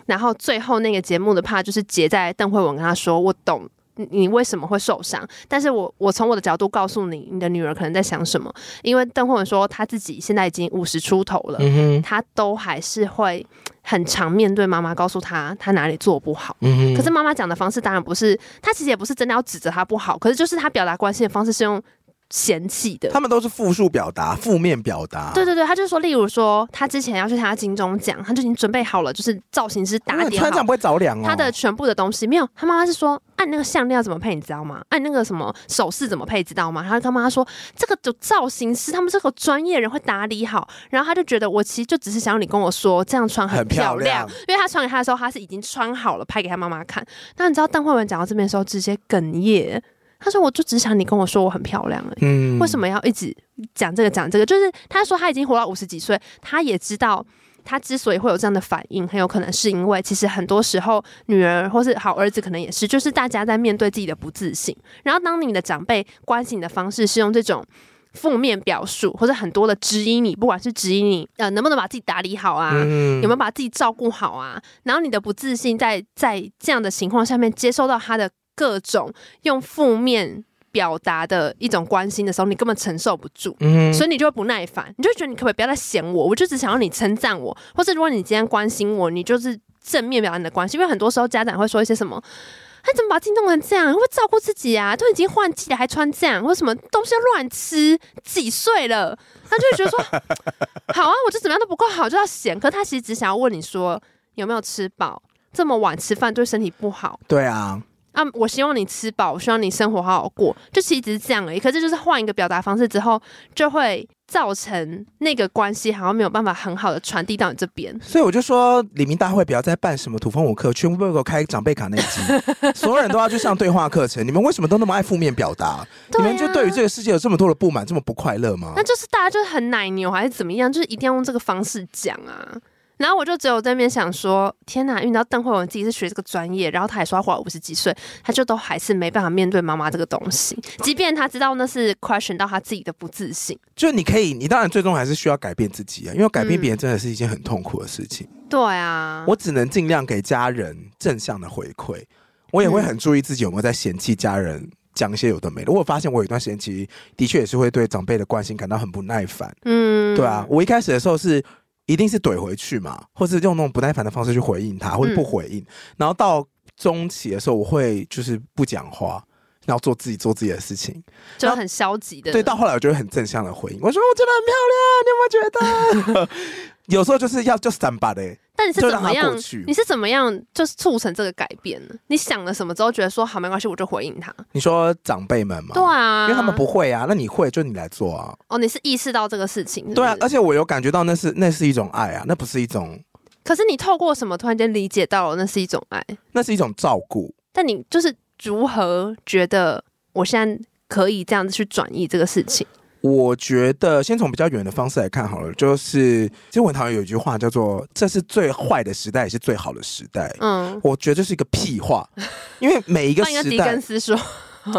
S2: 然后最后那个节目的怕就是结在邓慧文跟她说：“我懂你你为什么会受伤，但是我我从我的角度告诉你，你的女儿可能在想什么。”因为邓慧文说她自己现在已经五十出头了，
S1: 嗯哼，
S2: 她都还是会很常面对妈妈告诉她她哪里做不好。
S1: 嗯哼，
S2: 可是妈妈讲的方式当然不是，她其实也不是真的要指责她不好，可是就是她表达关心的方式是用嫌弃的。
S1: 他们都是复数表达、负面表达，
S2: 对对对，她就说，例如说，她之前要去参加金钟奖，她就已经准备好了，就是造型师打
S1: 啊，
S2: 点
S1: 穿这
S2: 好
S1: 样不会着凉哦。
S2: 她的全部的东西。没有，她妈妈是说，啊按那个项链要怎么配，你知道吗？啊按那个什么首饰怎么配，知道吗？然后她妈妈说，这个有造型师，他们这个专业人会打理好。然后她就觉得，我其实就只是想要你跟我说，这样穿
S1: 很漂
S2: 漂
S1: 亮
S2: 因为她传给她的时候，她是已经穿好了，拍给她妈妈看。那你知道邓慧文讲到这边的时候，直接哽咽。她说：“我就只想你跟我说我很漂亮而已。”
S1: 嗯
S2: 为什？么要一直讲这个讲这个？就是他说他已经活到五十几岁，他也知道。他之所以会有这样的反应，很有可能是因为其实很多时候女儿或是好儿子可能也是，就是大家在面对自己的不自信，然后当你的长辈关心你的方式是用这种负面表述，或者很多的质疑你，不管是质疑你呃能不能把自己打理好啊，
S1: 嗯
S2: 有没有把自己照顾好啊？然后你的不自信在在这样的情况下面接收到他的各种用负面表达的一种关心的时候，你根本承受不住。
S1: 嗯
S2: 所以你就会不耐烦，你就会觉得你可不可以不要再嫌我？我就只想要你称赞我，或是如果你今天关心我，你就是正面表达你的关心。因为很多时候家长会说一些什么。他怎么把自己弄成这样？会照顾自己啊？都已经换季了还穿这样，或什么东西都乱吃？几岁了？他就会觉得说， *laughs* 好啊，我就怎么样都不够好，就要嫌。可他其实只想要问你说有没有吃饱？这么晚吃饭对身体不好。
S1: 对啊，
S2: 啊，我希望你吃饱，我希望你生活好好过，就其实只是这样而已。可是就是换一个表达方式之后，就会造成那个关系好像没有办法很好的传递到你这边。
S1: 所以我就说，李明大会不要再办什么土风舞课，全部给我开长辈卡那一
S2: *laughs*
S1: 集，所有人都要去上对话课程。你们为什么都那么爱负面表达？
S2: 对
S1: 你
S2: 啊
S1: 们就对于这个世界有这么多的不满，这么不快乐吗
S2: 那？就是大家就是很奶牛还是怎么样，就是一定要用这个方式讲啊。然后我就只有在那边想说，天哪！遇到邓慧文自己是学这个专业，然后他也说他活到五十几岁，他就都还是没办法面对妈妈这个东西，即便他知道那是 question 到他自己的不自信。
S1: 就你可以，你当然最终还是需要改变自己啊，因为改变
S2: 嗯
S1: 别人真的是一件很痛苦的事情。
S2: 对啊，
S1: 我只能尽量给家人正向的回馈，我也会很注意自己有没有在嫌弃家人。讲一些有的没的，我有发现我有一段时间其实的确也是会对长辈的关心感到很不耐烦，
S2: 嗯，
S1: 对啊，，我一开始的时候是一定是怼回去嘛，或是用那种不耐烦的方式去回应他，或
S2: 嗯
S1: 者不回应。然后到中期的时候，我会就是不讲话，然后做自己做自己的事情。
S2: 就很消极的，
S1: 对，到后来我就会很正向的回应，我说我真的很漂亮，你有没有觉得？ *laughs* 有时候就是要就散吧的，
S2: 但你是
S1: 就
S2: 怎
S1: 让
S2: 么
S1: 它
S2: 样
S1: 过去？
S2: 你是怎么样就是促成这个改变呢？你想了什么之后觉得说好没关系，我就回应他。
S1: 你说长辈们嘛，
S2: 对
S1: 哦
S2: 啊，
S1: 因为他们不会啊，那你会就你来做啊，
S2: 哦，你是意识到这个事情是不是
S1: 对啊，而且我有感觉到那是那是一种爱啊，那不是一种
S2: 可是你透过什么突然间理解到了那是一种爱，
S1: 那是一种照顾，
S2: 但你就是如何觉得我现在可以这样子去转移这个事情？
S1: 我觉得先从比较远的方式来看好了，就是其实我很讨厌有一句话叫做“这是最坏的时代，也是最好的时代”
S2: 嗯，
S1: 我觉得这是一个屁
S2: *laughs*
S1: 话，因为每一个
S2: 换一个
S1: 时
S2: 狄
S1: 代
S2: 更，斯说，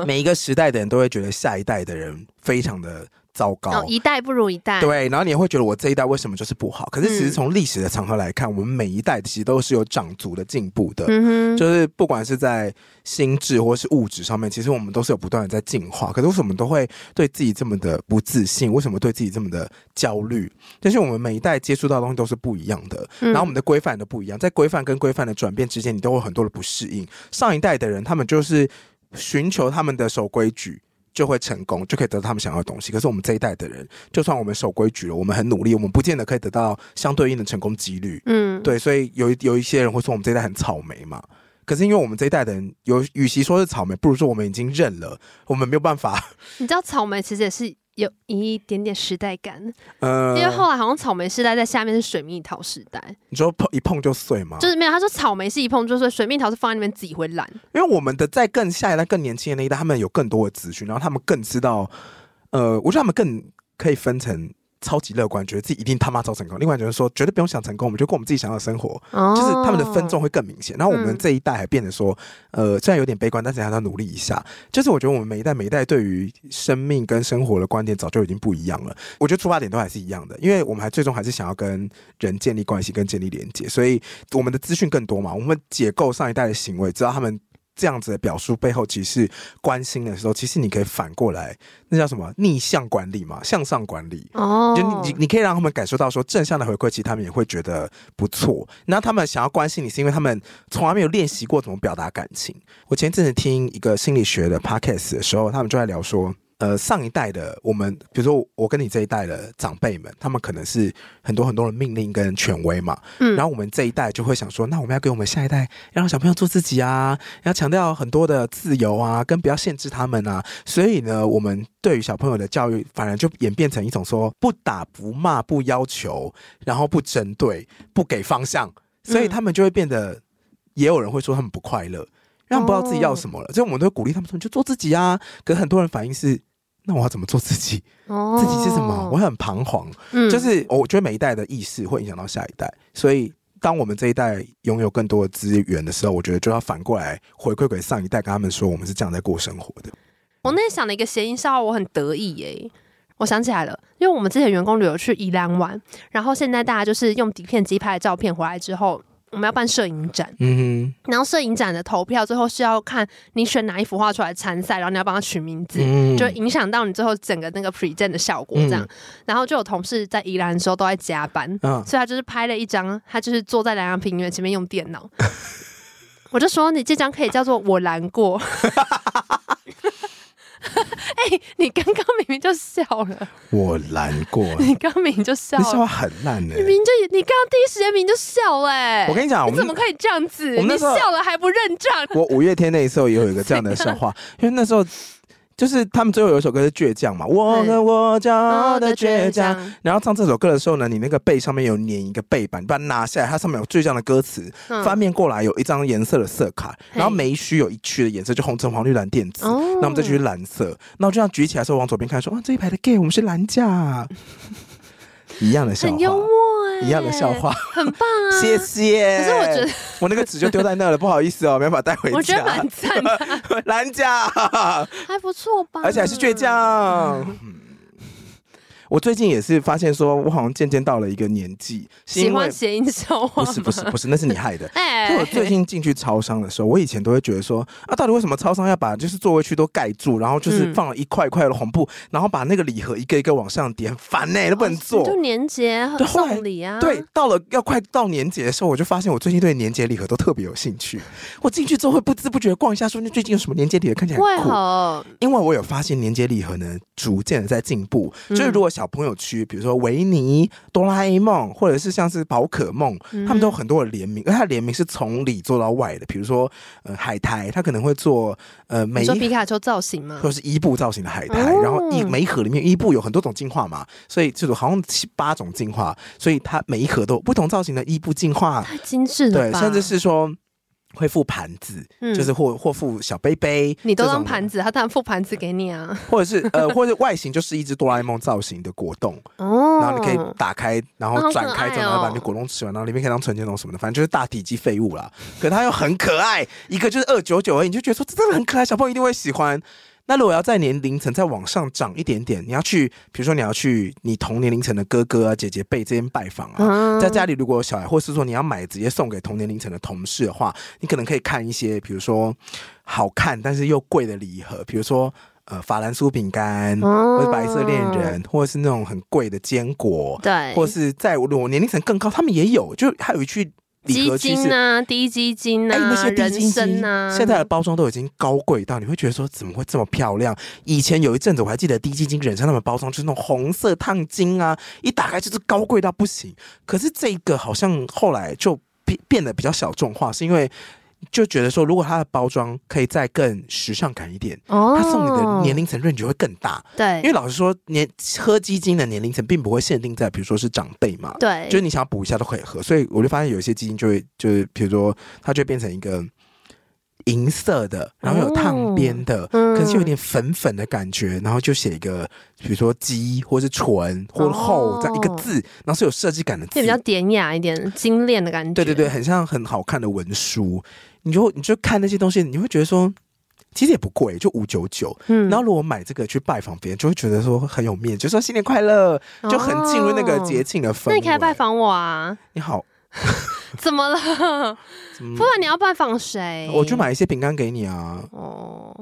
S1: 每一个时代的人都会觉得下一代的人非常的糟糕。
S2: 哦，一代不如一代，
S1: 对，然后你也会觉得我这一代为什么就是不好？可是其实
S2: 嗯
S1: 从历史的长河来看，我们每一代其实都是有长足的进步的。
S2: 嗯哼，
S1: 就是不管是在心智或是物质上面，其实我们都是有不断的在进化。可是为什么都会对自己这么的不自信？为什么对自己这么的焦虑？但是我们每一代接触到的东西都是不一样的，
S2: 嗯
S1: 然后我们的规范都不一样，在规范跟规范的转变之间，你都会有很多的不适应。上一代的人，他们就是寻求他们的守规矩。就会成功，就可以得到他们想要的东西。可是我们这一代的人，就算我们守规矩了，我们很努力，我们不见得可以得到相对应的成功几率。
S2: 嗯，
S1: 对，所以有一有一些人会说我们这一代很草莓嘛。可是因为我们这一代的人，有与其说是草莓，不如说我们已经认了，我们没有办法。
S2: 你知道草莓其实也是有一点点时代感， *laughs* 因为
S1: 呃，
S2: 后来好像草莓时代在下面是水蜜桃时代，
S1: 你说碰一碰就碎吗？
S2: 就是没有他说草莓是一碰就是水蜜桃是放在那边自己会烂，
S1: 因为我们的在更下一代、更年轻的那一代，他们有更多的资讯，然后他们更知道，呃，我觉得他们更可以分成超级乐观，觉得自己一定他妈超成功；，另外就是说，绝对不用想成功，我们就过我们自己想要的生活，
S2: 哦
S1: 就是他们的分众会更明显。然后我们
S2: 嗯
S1: 这一代还变得说，呃，虽然有点悲观，但是还要努力一下。就是我觉得我们每一代、每一代对于生命跟生活的观点早就已经不一样了。我觉得出发点都还是一样的，因为我们还最终还是想要跟人建立关系、跟建立连接，所以我们的资讯更多嘛，我们解构上一代的行为，知道他们。这样子的表述背后，其实是关心的时候，其实你可以反过来，那叫什么逆向管理嘛，向上管理。
S2: 哦，
S1: 就你你你可以让他们感受到说正向的回馈，其实他们也会觉得不错。那他们想要关心你，是因为他们从来没有练习过怎么表达感情。我前一阵子听一个心理学的 podcast 的时候，他们就在聊说。呃，上一代的我们，比如说我跟你这一代的长辈们，他们可能是很多很多的命令跟权威嘛，
S2: 嗯
S1: 然后我们这一代就会想说，那我们要给我们下一代，要让小朋友做自己啊，要强调很多的自由啊，跟不要限制他们啊。所以呢，我们对于小朋友的教育，反而就演变成一种说不打、不骂、不要求，然后不针对、不给方向，
S2: 嗯
S1: 所以他们就会变得，也有人会说他们不快乐，因为他们不知道自己要什么了。所以我们都会鼓励他们说，你就做自己啊。可是很多人反应是。那我要怎么做自己？
S2: 哦
S1: 自己是什么？我会很彷徨。
S2: 嗯
S1: 就是哦我觉得每一代的意识会影响到下一代，所以当我们这一代拥有更多的资源的时候，我觉得就要反过来回馈给上一代，跟他们说我们是这样在过生活的。
S2: 我那天想了一个谐音笑话，我很得意耶、我想起来了，因为我们之前员工旅游去宜兰玩，然后现在大家就是用底片机拍的照片回来之后，我们要办摄影展，
S1: 嗯
S2: 然后摄影展的投票最后是要看你选哪一幅画出来参赛，然后你要帮他取名字。
S1: 嗯
S2: 就影响到你最后整个那个 present 的效果这样，然后就有同事在宜兰的时候都在加班，
S1: 嗯
S2: 所以他就是拍了一张，他就是坐在南洋平原前面用电脑， *laughs* 我就说你这张可以叫做我难过。哎、你刚刚明明就笑了，
S1: 我难过，
S2: *laughs* 你刚刚明明就笑
S1: 那笑
S2: 了，
S1: 话很烂呢、
S2: 你明明就你刚刚第一时间明明就笑了、哎，
S1: 我跟你讲，我
S2: 你
S1: 们
S2: 怎么可以这样子？
S1: 我们
S2: 你
S1: 那时候
S2: 笑了还不认账？
S1: 我五月天那时候也有一个这样的笑
S2: *laughs*
S1: 话，因为那时候就是他们最后有一首歌是倔
S2: *laughs*
S1: 强嘛，
S2: 嗯
S1: 我跟我骄傲的倔强，然后唱这首歌的时候呢，你那个背上面有粘一个背板，你把它拿下来，它上面有倔强的歌词，
S2: 嗯
S1: 翻面过来有一张颜色的色卡，
S2: 嘿
S1: 然后每一区有一区的颜色就红橙黄绿蓝靛紫，
S2: 哦
S1: 那我们这区是蓝色，那我就这样举起来的时候往左边看说，哇，这一排的 gay 我们是蓝
S2: *laughs*
S1: 架，一样的笑
S2: 很幽
S1: 话，
S2: 默
S1: 一
S2: 哎、
S1: 样的笑，话，
S2: 很棒啊！
S1: 谢谢。
S2: 可是我觉得，
S1: 我那个纸就丢在那了，不好意思哦，没办法带回家。
S2: 我觉得蛮赞的，
S1: *laughs*
S2: 啊
S1: 蓝架，
S2: 还不错吧？
S1: 而且还是倔强。嗯我最近也是发现，说我好像渐渐到了一个年纪，是
S2: 喜
S1: 因为
S2: 欢谐音笑话
S1: 不
S2: 吗
S1: 是不是不是，那是你害的。
S2: *laughs* 哎、
S1: 因为我最近进去超商的时候，我以前都会觉得说，啊，到底为什么超商要把就是座位区都盖住，然后就是
S2: 嗯
S1: 放了一块一块的红布，然后把那个礼盒一个一个往上叠，很烦呢、都不能做。
S2: 哦就年节
S1: 对后来
S2: 送礼啊，
S1: 对，，到了要快到年节的时候，我就发现我最近对年节礼盒都特别有兴趣。我进去之后会不知不觉逛一下，说那最近有什么年节礼盒看起来
S2: 为
S1: 很酷。
S2: 何？
S1: 因为我有发现年节礼盒呢，逐渐的在进步。
S2: 嗯
S1: 就是如果小朋友区，比如说维尼、哆啦 A 梦，或者是像是宝可梦，
S2: 嗯
S1: 他们都有很多的联名，而它的联名是从里做到外的。比如说，呃，海苔，它可能会做呃每
S2: 你说皮
S1: 一。
S2: 卡丘造型吗？
S1: 或是伊布造型的海苔，
S2: 哦
S1: 然后一每一盒里面伊布有很多种进化嘛，所以这种好像七八种进化，所以它每一盒都有不同造型的伊布进化，
S2: 太精致了
S1: 对，
S2: 吧？
S1: 甚至是说会附盘子，
S2: 嗯
S1: 就是或或附小杯杯，
S2: 你都
S1: 这种
S2: 当
S1: 的
S2: 盘子，他当然付盘子给你啊。
S1: 或者是呃， *laughs* 或者外形就是一只哆啦 A 梦造型的果冻，
S2: 哦，
S1: 然后你可以打开，然后转开
S2: 好可爱哦
S1: 之后，然后把那果冻吃完，然后里面可以当存钱筒什么的，反正就是大体积废物啦。可它又很可爱，一个就是二九九而已，你就觉得说这真的很可爱，小朋友一定会喜欢。那如果要在年龄层再往上涨一点点，你要去，比如说你要去你同年龄层的哥哥啊、姐姐辈这边拜访啊，
S2: 嗯
S1: 在家里如果有小孩，或是说你要买直接送给同年龄层的同事的话，你可能可以看一些，比如说好看但是又贵的礼盒，比如说呃法兰酥饼干，
S2: 哦
S1: 或是白色恋人，或者是那种很贵的坚果，
S2: 对，
S1: 或是在我我年龄层更高，他们也有，就还有一句礼
S2: 鸡
S1: 盒区是
S2: 精。啊，低鸡精
S1: 哎、那
S2: 啊，
S1: 些低
S2: 人
S1: 筋
S2: 参
S1: 鸡，
S2: 啊，
S1: 现在的包装都已经高贵到你会觉得说怎么会这么漂亮？以前有一阵子我还记得低筋精人参他们包装就是那种红色烫金啊，一打开就是高贵到不行。可是这个好像后来就变变得比较小众化，是因为就觉得说，如果它的包装可以再更时尚感一点，
S2: 哦
S1: 它送你的年龄层 range 会更大。因为
S2: 对
S1: 老实说，年喝鸡精的年龄层并不会限定在，比如说是长辈嘛，
S2: 对，
S1: 就是你想要补一下都可以喝。所以我就发现有一些鸡精就会就是，比如说它就会变成一个银色的，然后有烫边的，
S2: 嗯
S1: 可是有点粉粉的感觉，然后就写一个，比如说鸡或是纯或厚
S2: 哦
S1: 这样一个字，然后是有设计感的字
S2: 就比，较典雅一点、精炼的感觉。
S1: 对对对，，很像很好看的文书。你就你就看那些东西，你会觉得说。其实也不贵，就五九九。
S2: 嗯
S1: 然后如果买这个去拜访别人，就会觉得说很有面，就说新年快乐，就很进入那个节
S2: 哦。
S1: 庆的氛围。
S2: 那你可以来拜，访我啊？
S1: 你好，
S2: 怎
S1: *laughs*
S2: 么了？
S1: 嗯
S2: 不然你要拜访谁？
S1: 我就。买一些饼干给你啊，
S2: 哦，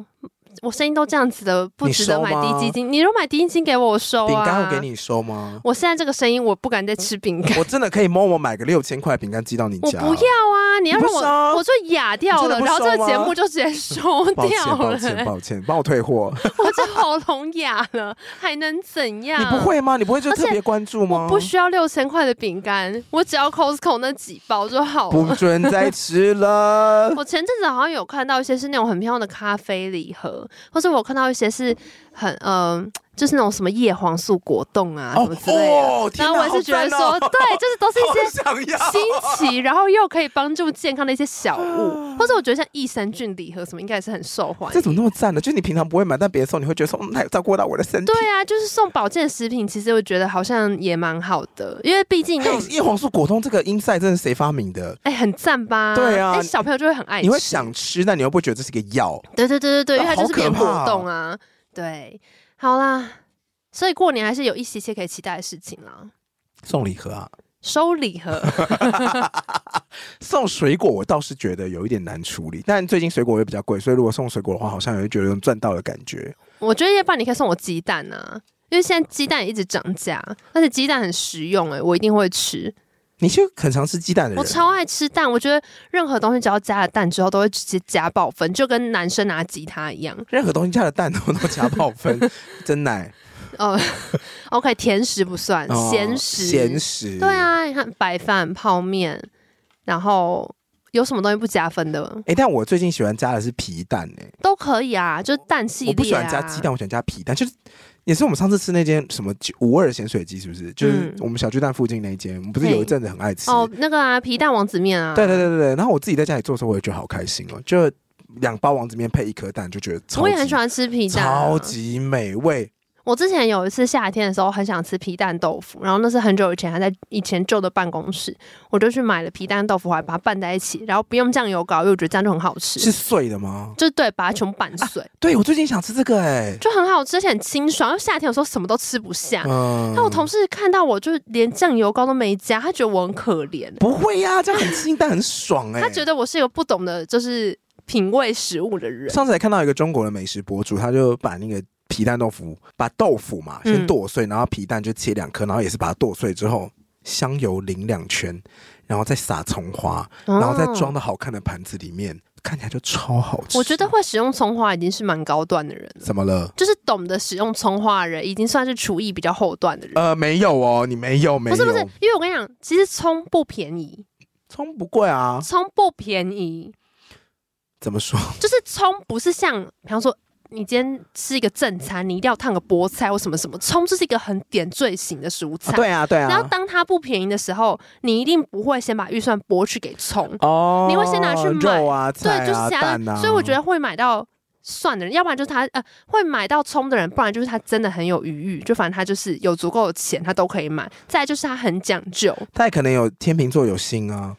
S2: 我声音都这样子的，不
S1: 你
S2: 值得
S1: 收
S2: 买
S1: 吗
S2: 低基金。你如果买低基金给我，我收啊。
S1: 饼干我给。你收吗？
S2: 我现在这个声音，我不敢再吃
S1: *laughs*
S2: 饼干。
S1: 我真的可以摸我买个六千块饼干寄到你
S2: 我
S1: 家，
S2: 不要啊！你要让
S1: 你不收
S2: 我，我就哑掉
S1: 你真
S2: 了，
S1: 的不
S2: 然后
S1: 收吗
S2: 这个节目就直接收
S1: 抱歉，
S2: 掉
S1: 抱
S2: 了。 *laughs*
S1: 歉，抱歉，帮我退货。
S2: 我这喉咙哑了，还能怎样？啊
S1: 你不？会吗？你不会就
S2: 而且
S1: 特别关注吗
S2: 我？不需要六千块的饼干，我只要 Costco 那几包就好了。
S1: 不准再吃了
S2: *laughs* 。我前阵子好像有看到一些是那种很漂亮的咖啡礼盒，或是我看到一些是很嗯、就是那种什么叶黄素果冻啊、
S1: 哦
S2: 什么之类的。
S1: 哦天
S2: 然
S1: 哪
S2: 后我也是觉得
S1: 好
S2: 说，
S1: 赞哦
S2: 对，就是都是一些
S1: 好哦想要
S2: 新奇，然后又可以帮助健康的一些小物，或者我觉得像益生菌礼盒什么，应该也是很受欢
S1: 这怎
S2: 迎。
S1: 么那么赞呢？就是你平常不会买，但别人送你会觉得说，嗯，他有照顾到我的身体。
S2: 对啊，就是送保健食品，其实我觉得好像也蛮好的，因为毕竟那
S1: *laughs* 嘿
S2: 种
S1: 哎叶黄素果冻这个音赛真的是谁发明的？
S2: 哎、很赞吧？
S1: 对啊
S2: 哎、小朋友就会很爱吃。
S1: 你会想吃，但你又不觉得这是个药。
S2: 对对对对对，因为
S1: 啊
S2: 它就是
S1: 好可
S2: 变
S1: 怕
S2: 果冻啊。对，好啦，所以过年还是有一些些可以期待的事情啦。
S1: 送礼盒啊，
S2: 收礼盒，
S1: 送水果我倒是觉得有一点难处理，但最近水果也比较贵，所以如果送水果的话，好像有觉得有种赚到的感觉。
S2: 我觉得要不然你可以送我鸡蛋啊，因为现在鸡蛋也一直涨价，而且鸡蛋很实用哎、我一定会吃。
S1: 你是很常吃鸡蛋的人，
S2: 我超爱吃蛋，我觉得任何东西只要加了蛋之后，都会直接加爆分，就跟男生拿吉他一样。
S1: 任何东西加了蛋都都加爆
S2: *laughs*
S1: 分，真奶、
S2: 哦 *laughs* ，OK，甜食不算，
S1: 哦
S2: 咸食，
S1: 咸食，
S2: 对。啊，你看白饭、泡面，然后有什么东西不加分的
S1: 哎、但我最近喜欢加的是皮蛋、欸，
S2: 都可以啊，就是蛋系列、
S1: 我
S2: 啊。
S1: 不喜欢加鸡蛋，，我喜欢加皮蛋，就是也是我们上次吃那间什么九五二咸水鸡，是不是？就是
S2: 嗯
S1: 我们小巨蛋附近那一间，我们不是
S2: 嘿
S1: 有一阵子很爱吃？
S2: 哦，那个啊，皮蛋王子面啊，
S1: 对对对对对。然后我自己在家里做的时候，我也觉得好开心哦，就两包王子面配一颗蛋，就觉得超级
S2: 我也很喜欢吃皮蛋、啊
S1: 超。级美味。
S2: 我之前有一次夏天的时候，很想吃皮蛋豆腐，然后那是很久以前还在以前旧的办公室，我就去买了皮蛋豆腐，还把它拌在一起，然后不用酱油膏，因为我觉得这样就很好吃。
S1: 是碎的吗？
S2: 就对，把它全部拌
S1: *laughs*
S2: 碎，
S1: 对，我最近想吃这个哎、
S2: 就很好吃，而且很清爽。因为夏天有时候什么都吃不下，
S1: 嗯
S2: 啊那我同事看到我就是连酱油膏都没加，他觉得我很可怜，
S1: 不会呀、这样很清淡，很爽哎、
S2: 他觉得我是一个不懂得就是品味食物的人。
S1: 上次还看到一个中国的美食博主，他就把那个皮蛋豆腐，把豆腐嘛
S2: 嗯
S1: 先剁碎，然后皮蛋就切两颗，然后也是把它剁碎之后，香油淋两圈，然后再撒葱花，然后再装
S2: 哦。
S1: 到好看的盘子里面，看起来就超好吃。
S2: 我觉得会使用葱花已经是蛮高端的人了，
S1: 怎么了？
S2: 就是懂得使用葱花的人，已经算是厨艺比较后段的人。
S1: 呃，没有哦，你没有，没
S2: 不
S1: 有，
S2: 是不是，因为我跟你讲，其实葱不便宜，
S1: 葱不贵啊？
S2: 葱不便宜，
S1: 怎么说？
S2: 就是葱不是像，比方说。你今天吃一个正餐，你一定要烫个菠菜或什么什么，葱就是一个很点缀型的蔬菜。
S1: 对啊，对 *laughs*
S2: 然后
S1: 啊。
S2: 当它不便宜的时候，你一定不会先把预算拨去给葱，
S1: 哦，
S2: 你会先拿去买
S1: 肉啊，菜
S2: 对，就是
S1: 啊，
S2: 其他
S1: 蛋
S2: 的。
S1: 啊。
S2: 所以我觉得会买到蒜的人，要不然就是他呃会买到葱的人，不然就是他真的很有余裕，就反正他就是有足够的钱，他都可以买。再来就是他很讲究，
S1: 他也可能有天秤座有心啊，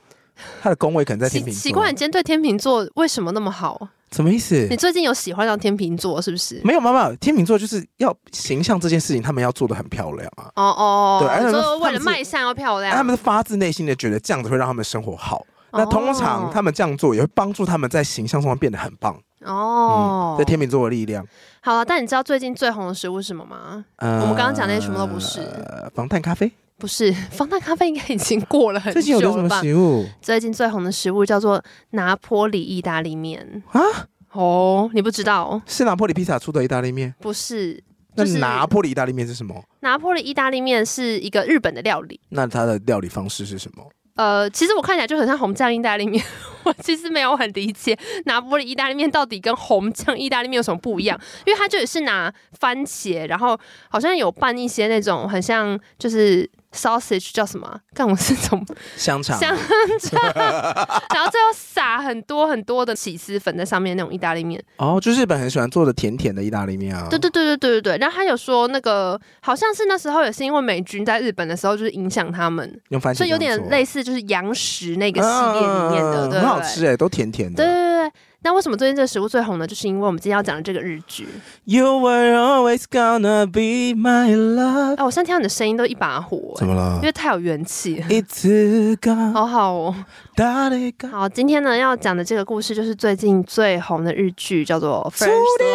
S1: 他的宫位可能在
S2: *laughs* 奇
S1: 天秤座。
S2: 奇怪，你今天对天秤座为什么那么好？
S1: 什么意思
S2: 你？最近有喜欢上天秤座是不是？
S1: 没有，妈妈，天秤座就是要形象这件事情，他们要做的很漂亮啊。
S2: 哦哦，
S1: 对而且他
S2: 你
S1: 们
S2: 说为
S1: 他
S2: 了
S1: 们是哎
S2: 卖相要漂亮，
S1: 他们是发自内心的觉得这样子会让他们生活好。
S2: 啊哦
S1: 那通常他们这样做也会帮助他们在形象上变得很棒。
S2: 哦，
S1: 这天秤座的力量。
S2: 好了，但你知道最近最红的食物是什么吗？
S1: 呃
S2: 我们刚刚讲那些全部都不是
S1: 呃，防弹咖
S2: *laughs*
S1: 啡。
S2: 不是防弹咖啡，应该已经过了很
S1: 最近有
S2: 久
S1: 流什
S2: 了
S1: 么
S2: 吧？
S1: 食物
S2: 最近最红的食物叫做拿坡里意大利面
S1: 啊？
S2: 哦，你不知道？
S1: 是拿破里披萨出的意大利面。
S2: 不是，
S1: 那
S2: 就是
S1: 拿破里意大利面是什么？
S2: 拿坡里意大利面是一个日本的料理，
S1: 那它的料理方式是什么？
S2: 呃，其实我看起来就很像红酱意大利面， *laughs* 我其实没有很理解拿玻璃意大利面到底跟红酱意大利面有什么不一样，因为它就也是拿番茄，然后好像有拌一些那种很像就是 sausage 叫什么啊？干我是从
S1: 香肠
S2: 香肠， *laughs* 然后最后撒很多很多的起司粉在上面那种意大利面。
S1: 哦，就日本很喜欢做的甜甜的意大利面啊。
S2: 对对对对对对对。然后他有说那个好像是那时候也是因为美军在日本的时候就是影响他们，
S1: 用番茄
S2: 所以有点类
S1: 似
S2: 似就是洋食那个系列里面的，对
S1: 啊很好
S2: 对
S1: 吃哎、都甜甜
S2: 对对
S1: 的。
S2: 对对。那为什么最近这个食物最红呢？就是因为我们今天要讲的这个日
S1: *laughs*
S2: 剧。
S1: You were always gonna be my love。
S2: 哎、我现在听到你的声音都一把火、
S1: 怎么了
S2: 因？为太有元气了。
S1: 一次が
S2: 好好哦，
S1: 誰か
S2: 好，今天呢要讲的这个故事就是最近最红的日剧，叫做《First
S1: 初
S2: Love》
S1: 恋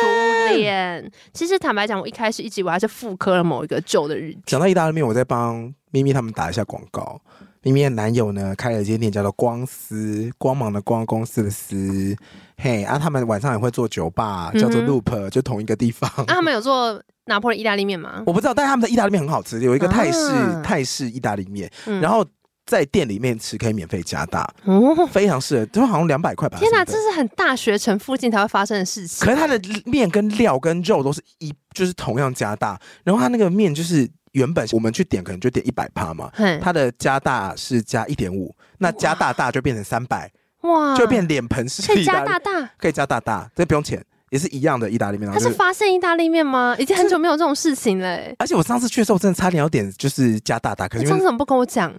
S2: 初恋。其实坦白讲，我一开始一直以为它是复刻了某一个旧的日剧。
S1: 讲到意大利面，我再帮咪咪他们打一下广告。咪咪的男友呢，开了一间店叫做光思，光芒的光，公司的司。嘿，啊，他们晚上也会做酒吧，叫做
S2: 嗯哼
S1: Loop，、就同一个地方。
S2: 那、啊他们有做拿破仑意大利面吗？
S1: 我不知道，但是他们的意大利面很好吃，有一个泰式、
S2: 啊
S1: 泰式意大利面，
S2: 嗯
S1: 然后在店里面吃可以免费加大，
S2: 哦，
S1: 非常适合，就好像两百块吧。
S2: 天哪，
S1: 哪，
S2: 这是很大学城附近才会发生的事情。
S1: 可是它的面跟料跟肉都是一，就是同样加大，然后它那个面就是原本我们去点可能就点一百帕嘛，
S2: 嘿，
S1: 它的加大是加一点五，那加大大就变成三百，
S2: 哇，
S1: 就变脸盆式
S2: 可以
S1: 意大
S2: 加
S1: 利
S2: 大，大。
S1: 可以加大大，这不用钱，也是一样的意大利面。然
S2: 它
S1: 后
S2: 是
S1: 就是
S2: 发现意大利面吗？已经很久没有这种事情了、欸。
S1: 而且我上次去的时候，我真的差点要点就是加大大，可
S2: 你
S1: 是因
S2: 上次
S1: 为啊
S2: 怎么不跟我讲？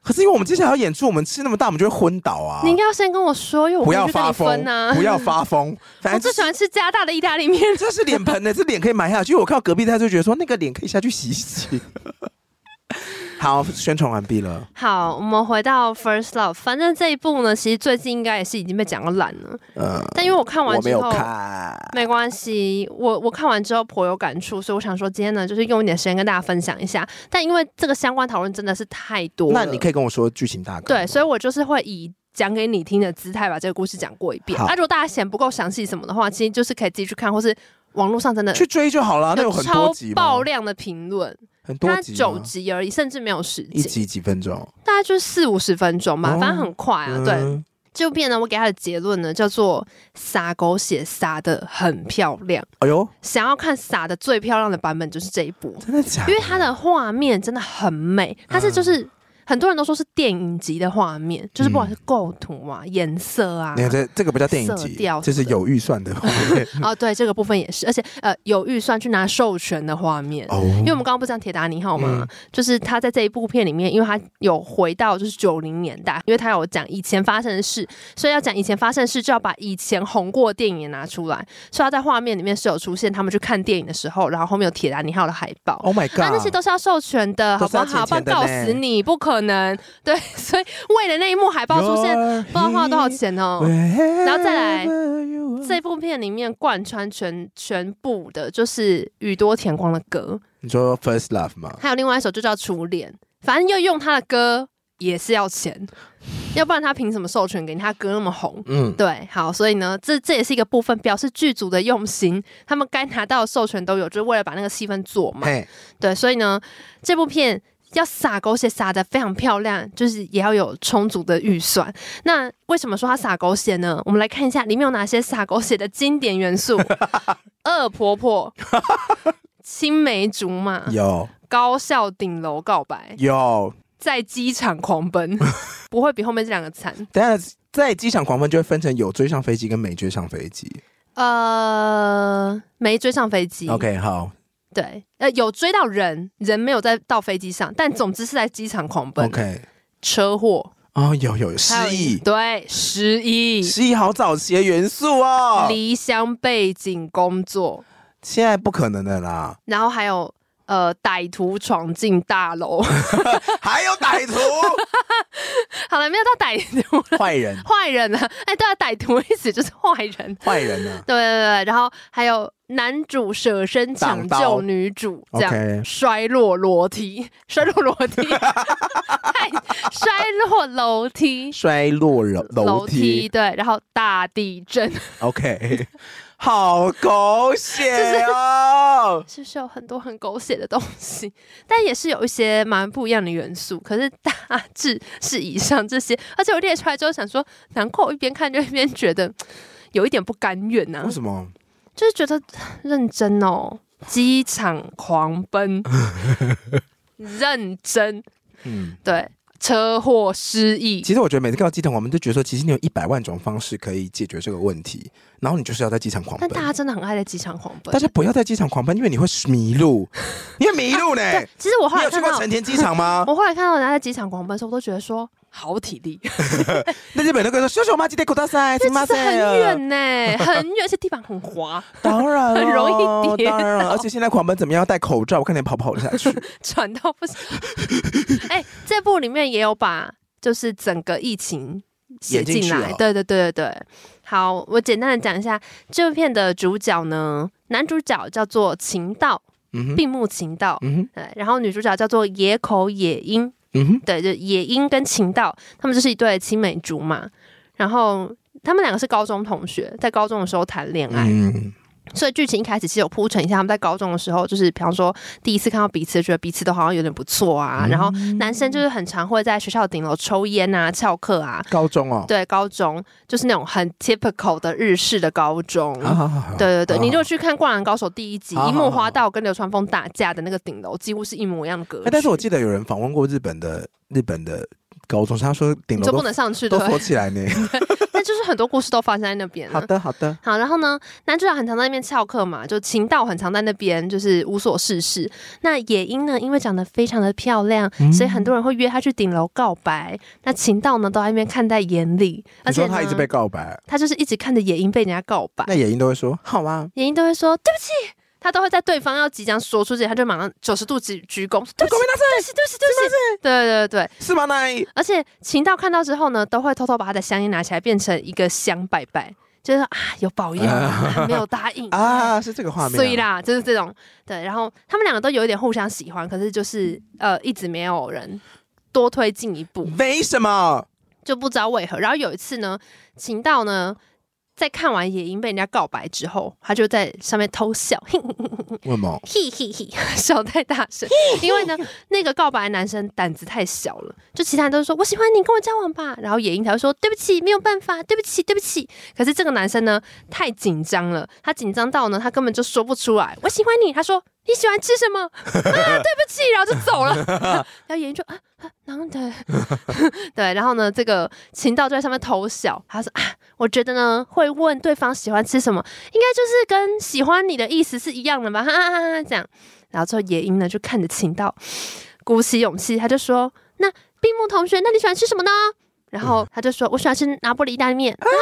S1: 可是因为我们接下来要演出，我们吃那么大，我们就会昏倒啊！
S2: 你应该要先跟我说，因为我
S1: 不
S2: 回
S1: 要
S2: 去跟
S1: 发
S2: 你
S1: 疯
S2: 分啊，。
S1: 不要发
S2: *laughs*
S1: 疯，反
S2: 我
S1: 正
S2: 最
S1: 这
S2: 喜欢吃加大的意大利面。 *laughs*
S1: 这是脸盆的，这脸可以埋下去。我看到隔壁他就觉得说那个脸可以下去洗一洗。好，宣传完毕了。
S2: 好，我们回到 First Love，反正这一部呢，其实最近应该也是已经被讲到烂了。
S1: 呃，
S2: 但因为我看完
S1: 我没
S2: 之
S1: 有
S2: 后，
S1: 看。
S2: 没关系，我我看完之后颇有感触，所以我想说今天呢，就是用一点时间跟大家分享一下。但因为这个相关讨论真的是太多了，
S1: 那你可以跟我说剧情大纲。
S2: 对，所以我就是会以讲给你听的姿态把这个故事讲过一遍。
S1: 好
S2: 那、如果大家嫌不够详细什么的话，其实就是可以自己去看，或是网络上真的
S1: 去追就好了。那有很
S2: 超
S1: 多集吗
S2: 爆量的评论，
S1: 很多
S2: 它
S1: 集吗，
S2: 九集而已，甚至没有十
S1: 一
S2: 集，
S1: 集几分钟
S2: 大概就是四五十分钟吧，
S1: 哦
S2: 反正很快啊。对，
S1: 嗯
S2: 这部片呢，我给它的结论呢叫做撒狗血撒的很漂亮，
S1: 哎呦，
S2: 想要看撒的最漂亮的版本就是这一部，
S1: 真的假的？
S2: 因为它的画面真的很美，
S1: 嗯
S2: 它是就是。很多人都说是电影级的画面，就是不管是构图啊、颜色啊，
S1: 嗯你看这这个不叫电影
S2: 色
S1: 集
S2: 调，
S1: 这是有预算
S2: *laughs*
S1: 的
S2: 哦，对，这个部分也是，而且呃，有预算去拿授权的画面，
S1: 哦。
S2: 因为我们刚刚不是讲铁达尼号嘛，
S1: 嗯
S2: 就是他在这一部片里面，因为他有回到就是九零年代，因为他有讲以前发生的事，所以要讲以前发生的事，就要把以前红过的电影也拿出来，所以他在画面里面是有出现他们去看电影的时候，然后后面有铁达尼号的海报。
S1: Oh my
S2: 那、
S1: god，
S2: 啊那些都是要授权的，
S1: 都
S2: 好
S1: 是
S2: 不
S1: 要
S2: 好？
S1: 钱
S2: 不
S1: 钱
S2: 然
S1: 的
S2: 告
S1: 呢
S2: 死你，不可能。 *laughs* 对，所以为了那一幕海报出现，不知道花了多少。钱哦。
S1: 然
S2: 后再来这部片里面贯穿全全部的就是宇多田光的歌，
S1: 你说 First Love 吗？
S2: 还有另外一首就叫《初恋》，反正要用他的歌也是
S1: *laughs*
S2: 要钱，要不然他凭什么授权给你？他歌那么红。
S1: 嗯，
S2: 对，好，所以呢，这这也是一个部分，表示剧组的用心，他们该拿到的授权都有，就是为了把那个戏份做嘛。
S1: 嘿，
S2: 对，所以呢，这部片要撒狗血撒的非常漂亮，就是也要有充足的预算。那为什么说它撒狗血呢？我们来看一下里面有哪些撒狗血的经典元素： *laughs* 恶婆婆、青梅竹马、
S1: 有
S2: 高校顶楼告白、
S1: 有，
S2: 在机场狂奔， *laughs* 不会比后面这两个惨。
S1: 等下在机场狂奔就会分成有追上飞机跟没追上飞机。
S2: 呃，没追上飞机
S1: OK，好
S2: 对，呃，有追到人，人没有在到飞机上，但总之是在机场狂奔
S1: ，OK，
S2: 车祸。
S1: 哦，有有失
S2: 还有一
S1: 忆，
S2: 对，失忆，
S1: 失忆好早期的元素哦，
S2: 离乡背景工作，
S1: 现在不可能的啦。
S2: 然后还有呃，歹徒闯进大楼， *laughs*
S1: 还有歹徒，
S2: 好了，没有到歹徒，
S1: 坏人，
S2: 坏人啊，哎，对啊，歹徒的意思就是坏人，
S1: 坏人呢、
S2: 对对对，然后还有男主舍身抢
S1: 挡刀
S2: 救女主，这样
S1: OK
S2: 摔落楼梯，摔落楼
S1: *laughs*
S2: 梯，太摔落楼梯，
S1: 摔落楼楼梯。
S2: 对，然后大地震，
S1: OK，好狗血
S2: *laughs*
S1: 哦！
S2: 就是有很多很狗血的东西， *laughs* 但也是有一些蛮不一样的元素。可是大致是以上这些，而且我列出来之后想说，难怪我一边看就一边觉得有一点不甘愿呐、
S1: 为什么？
S2: 就是觉得嗯认真哦，机场狂奔，认真
S1: 嗯，
S2: 对，车祸失忆，
S1: 其实我觉得每次看到鸡桶，我们都觉得说，其实你有一百万种方式可以解决这个问题，然后你就是要在机场狂
S2: 但
S1: 奔。
S2: 大家真的很爱在机场狂奔。
S1: 大家不要在机场狂奔，因为你会迷路，你会迷路呢。
S2: *laughs* 对，其实我后
S1: 你
S2: 来
S1: 有去
S2: 看
S1: 过
S2: 到
S1: 成，田机场
S2: *laughs*
S1: 吗？
S2: 我后来看到人家在机场狂奔的时候，我都觉得说好体力，
S1: 那日本那个说，休息我妈记得口大塞，
S2: 这
S1: 请
S2: 其
S1: 妈啊
S2: 实
S1: 塞。
S2: 很远呢、很远，而且地板很滑，
S1: 当然咯，
S2: 很容易跌
S1: 当然了，而且现在狂奔怎么样？戴口罩，我看你跑不跑得下
S2: *laughs*
S1: 去。
S2: 喘到不行。哎、这部里面也有把就是整个疫情写进
S1: 演进
S2: 来
S1: 去哦，
S2: 对对对对对。好，我简单的讲一下这部片的主角呢，男主角叫做秦道，
S1: 嗯哼，
S2: 病木秦道。
S1: 嗯哼，
S2: 对，然后女主角叫做野口野樱，
S1: 嗯
S2: *laughs*
S1: 哼，
S2: 对，就野樱跟秦道，他们就是一对青梅竹马。然后他们两个是高中同学，在高中的时候谈恋爱，
S1: 嗯，
S2: 所以剧情一开始是有铺陈一下，他们在高中的时候，就是比方说第一次看到彼此，觉得彼此都好像有点不错啊。
S1: 嗯
S2: 然后男生就是很常会在学校顶楼抽烟啊、翘课啊。
S1: 高中哦，
S2: 对，高中就是那种很 typical 的日式的高中。
S1: 啊，好好好
S2: 对对对，
S1: 好
S2: 你如果去看《灌篮高手》第一集，
S1: 好好
S2: 樱木花道跟流川枫打架的那个顶楼，几乎是一模一样的格
S1: 哎、
S2: 局。
S1: 但是我记得有人访问过日本的日本的高中生，他说顶
S2: 你
S1: 楼
S2: 就不
S1: 都
S2: 能上去，对
S1: 都
S2: 不对
S1: 锁？起来呢。
S2: 但就是很多故事都发生在那边啊。
S1: 好的，好的，
S2: *laughs* 好，然后呢，男主角很常在那边翘课嘛，就秦道很常在那边就是无所事事。那野樱呢，因为长得非常的漂亮，所以很多人会约她去顶楼告白。那秦道呢，都在那边看在眼里，而
S1: 你
S2: 且
S1: 说
S2: 呢
S1: 他一直被告白，
S2: 他就是一直看着野樱被人家告白
S1: 那，野樱都会说好啊，
S2: 野樱都会说对不起。他都会在对方要即将说出之前，他就马上九十度鞠鞠躬，对不起，对
S1: ごめんな
S2: 不起，对不起，对不起，对对对。
S1: 是吗？奈
S2: 而且秦道看到之后呢，都会偷偷把他的香烟拿起来，变成一个香拜拜，就是啊有保佑啊，没有答
S1: *laughs*
S2: 应
S1: 啊，是这个画面、啊。
S2: 所以啦，就是这种对。然后他们两个都有一点互相喜欢，可是就是呃，一直没有人多推进一步，
S1: 为什么？
S2: 就不知道为何。然后有一次呢，秦道呢。在看完野樱被人家告白之后，他就在上面偷笑，嘿
S1: 为什么？
S2: 嘿嘿嘿， *laughs* 笑太大声。因为呢，那个告白的男生胆子太小了，就其他人都说“我喜欢你，跟我交往吧”，然后野樱才会说“对不起，没有办法，对不起，对不起”。可是这个男生呢，太紧张了，他紧张到呢，他根本就说不出来“我喜欢你”，他说“你喜欢吃什么？”啊，对不起，然后就走了。然后野樱就啊，啊然后对 *laughs* 对，然后呢，这个秦道就在上面偷笑，他说啊，我觉得呢，会问对方喜欢吃什么，应该就是跟喜欢你的意思是一样的吧， *laughs* 哈哈哈哈，这样。然后之后野樱呢就看着秦道，鼓起勇气，他就说：“那闭木同学，那你喜欢吃什么呢？”然
S1: 嗯
S2: 后他就说：“我喜欢吃拿破里意大利
S1: 啊
S2: 面。哈哈哈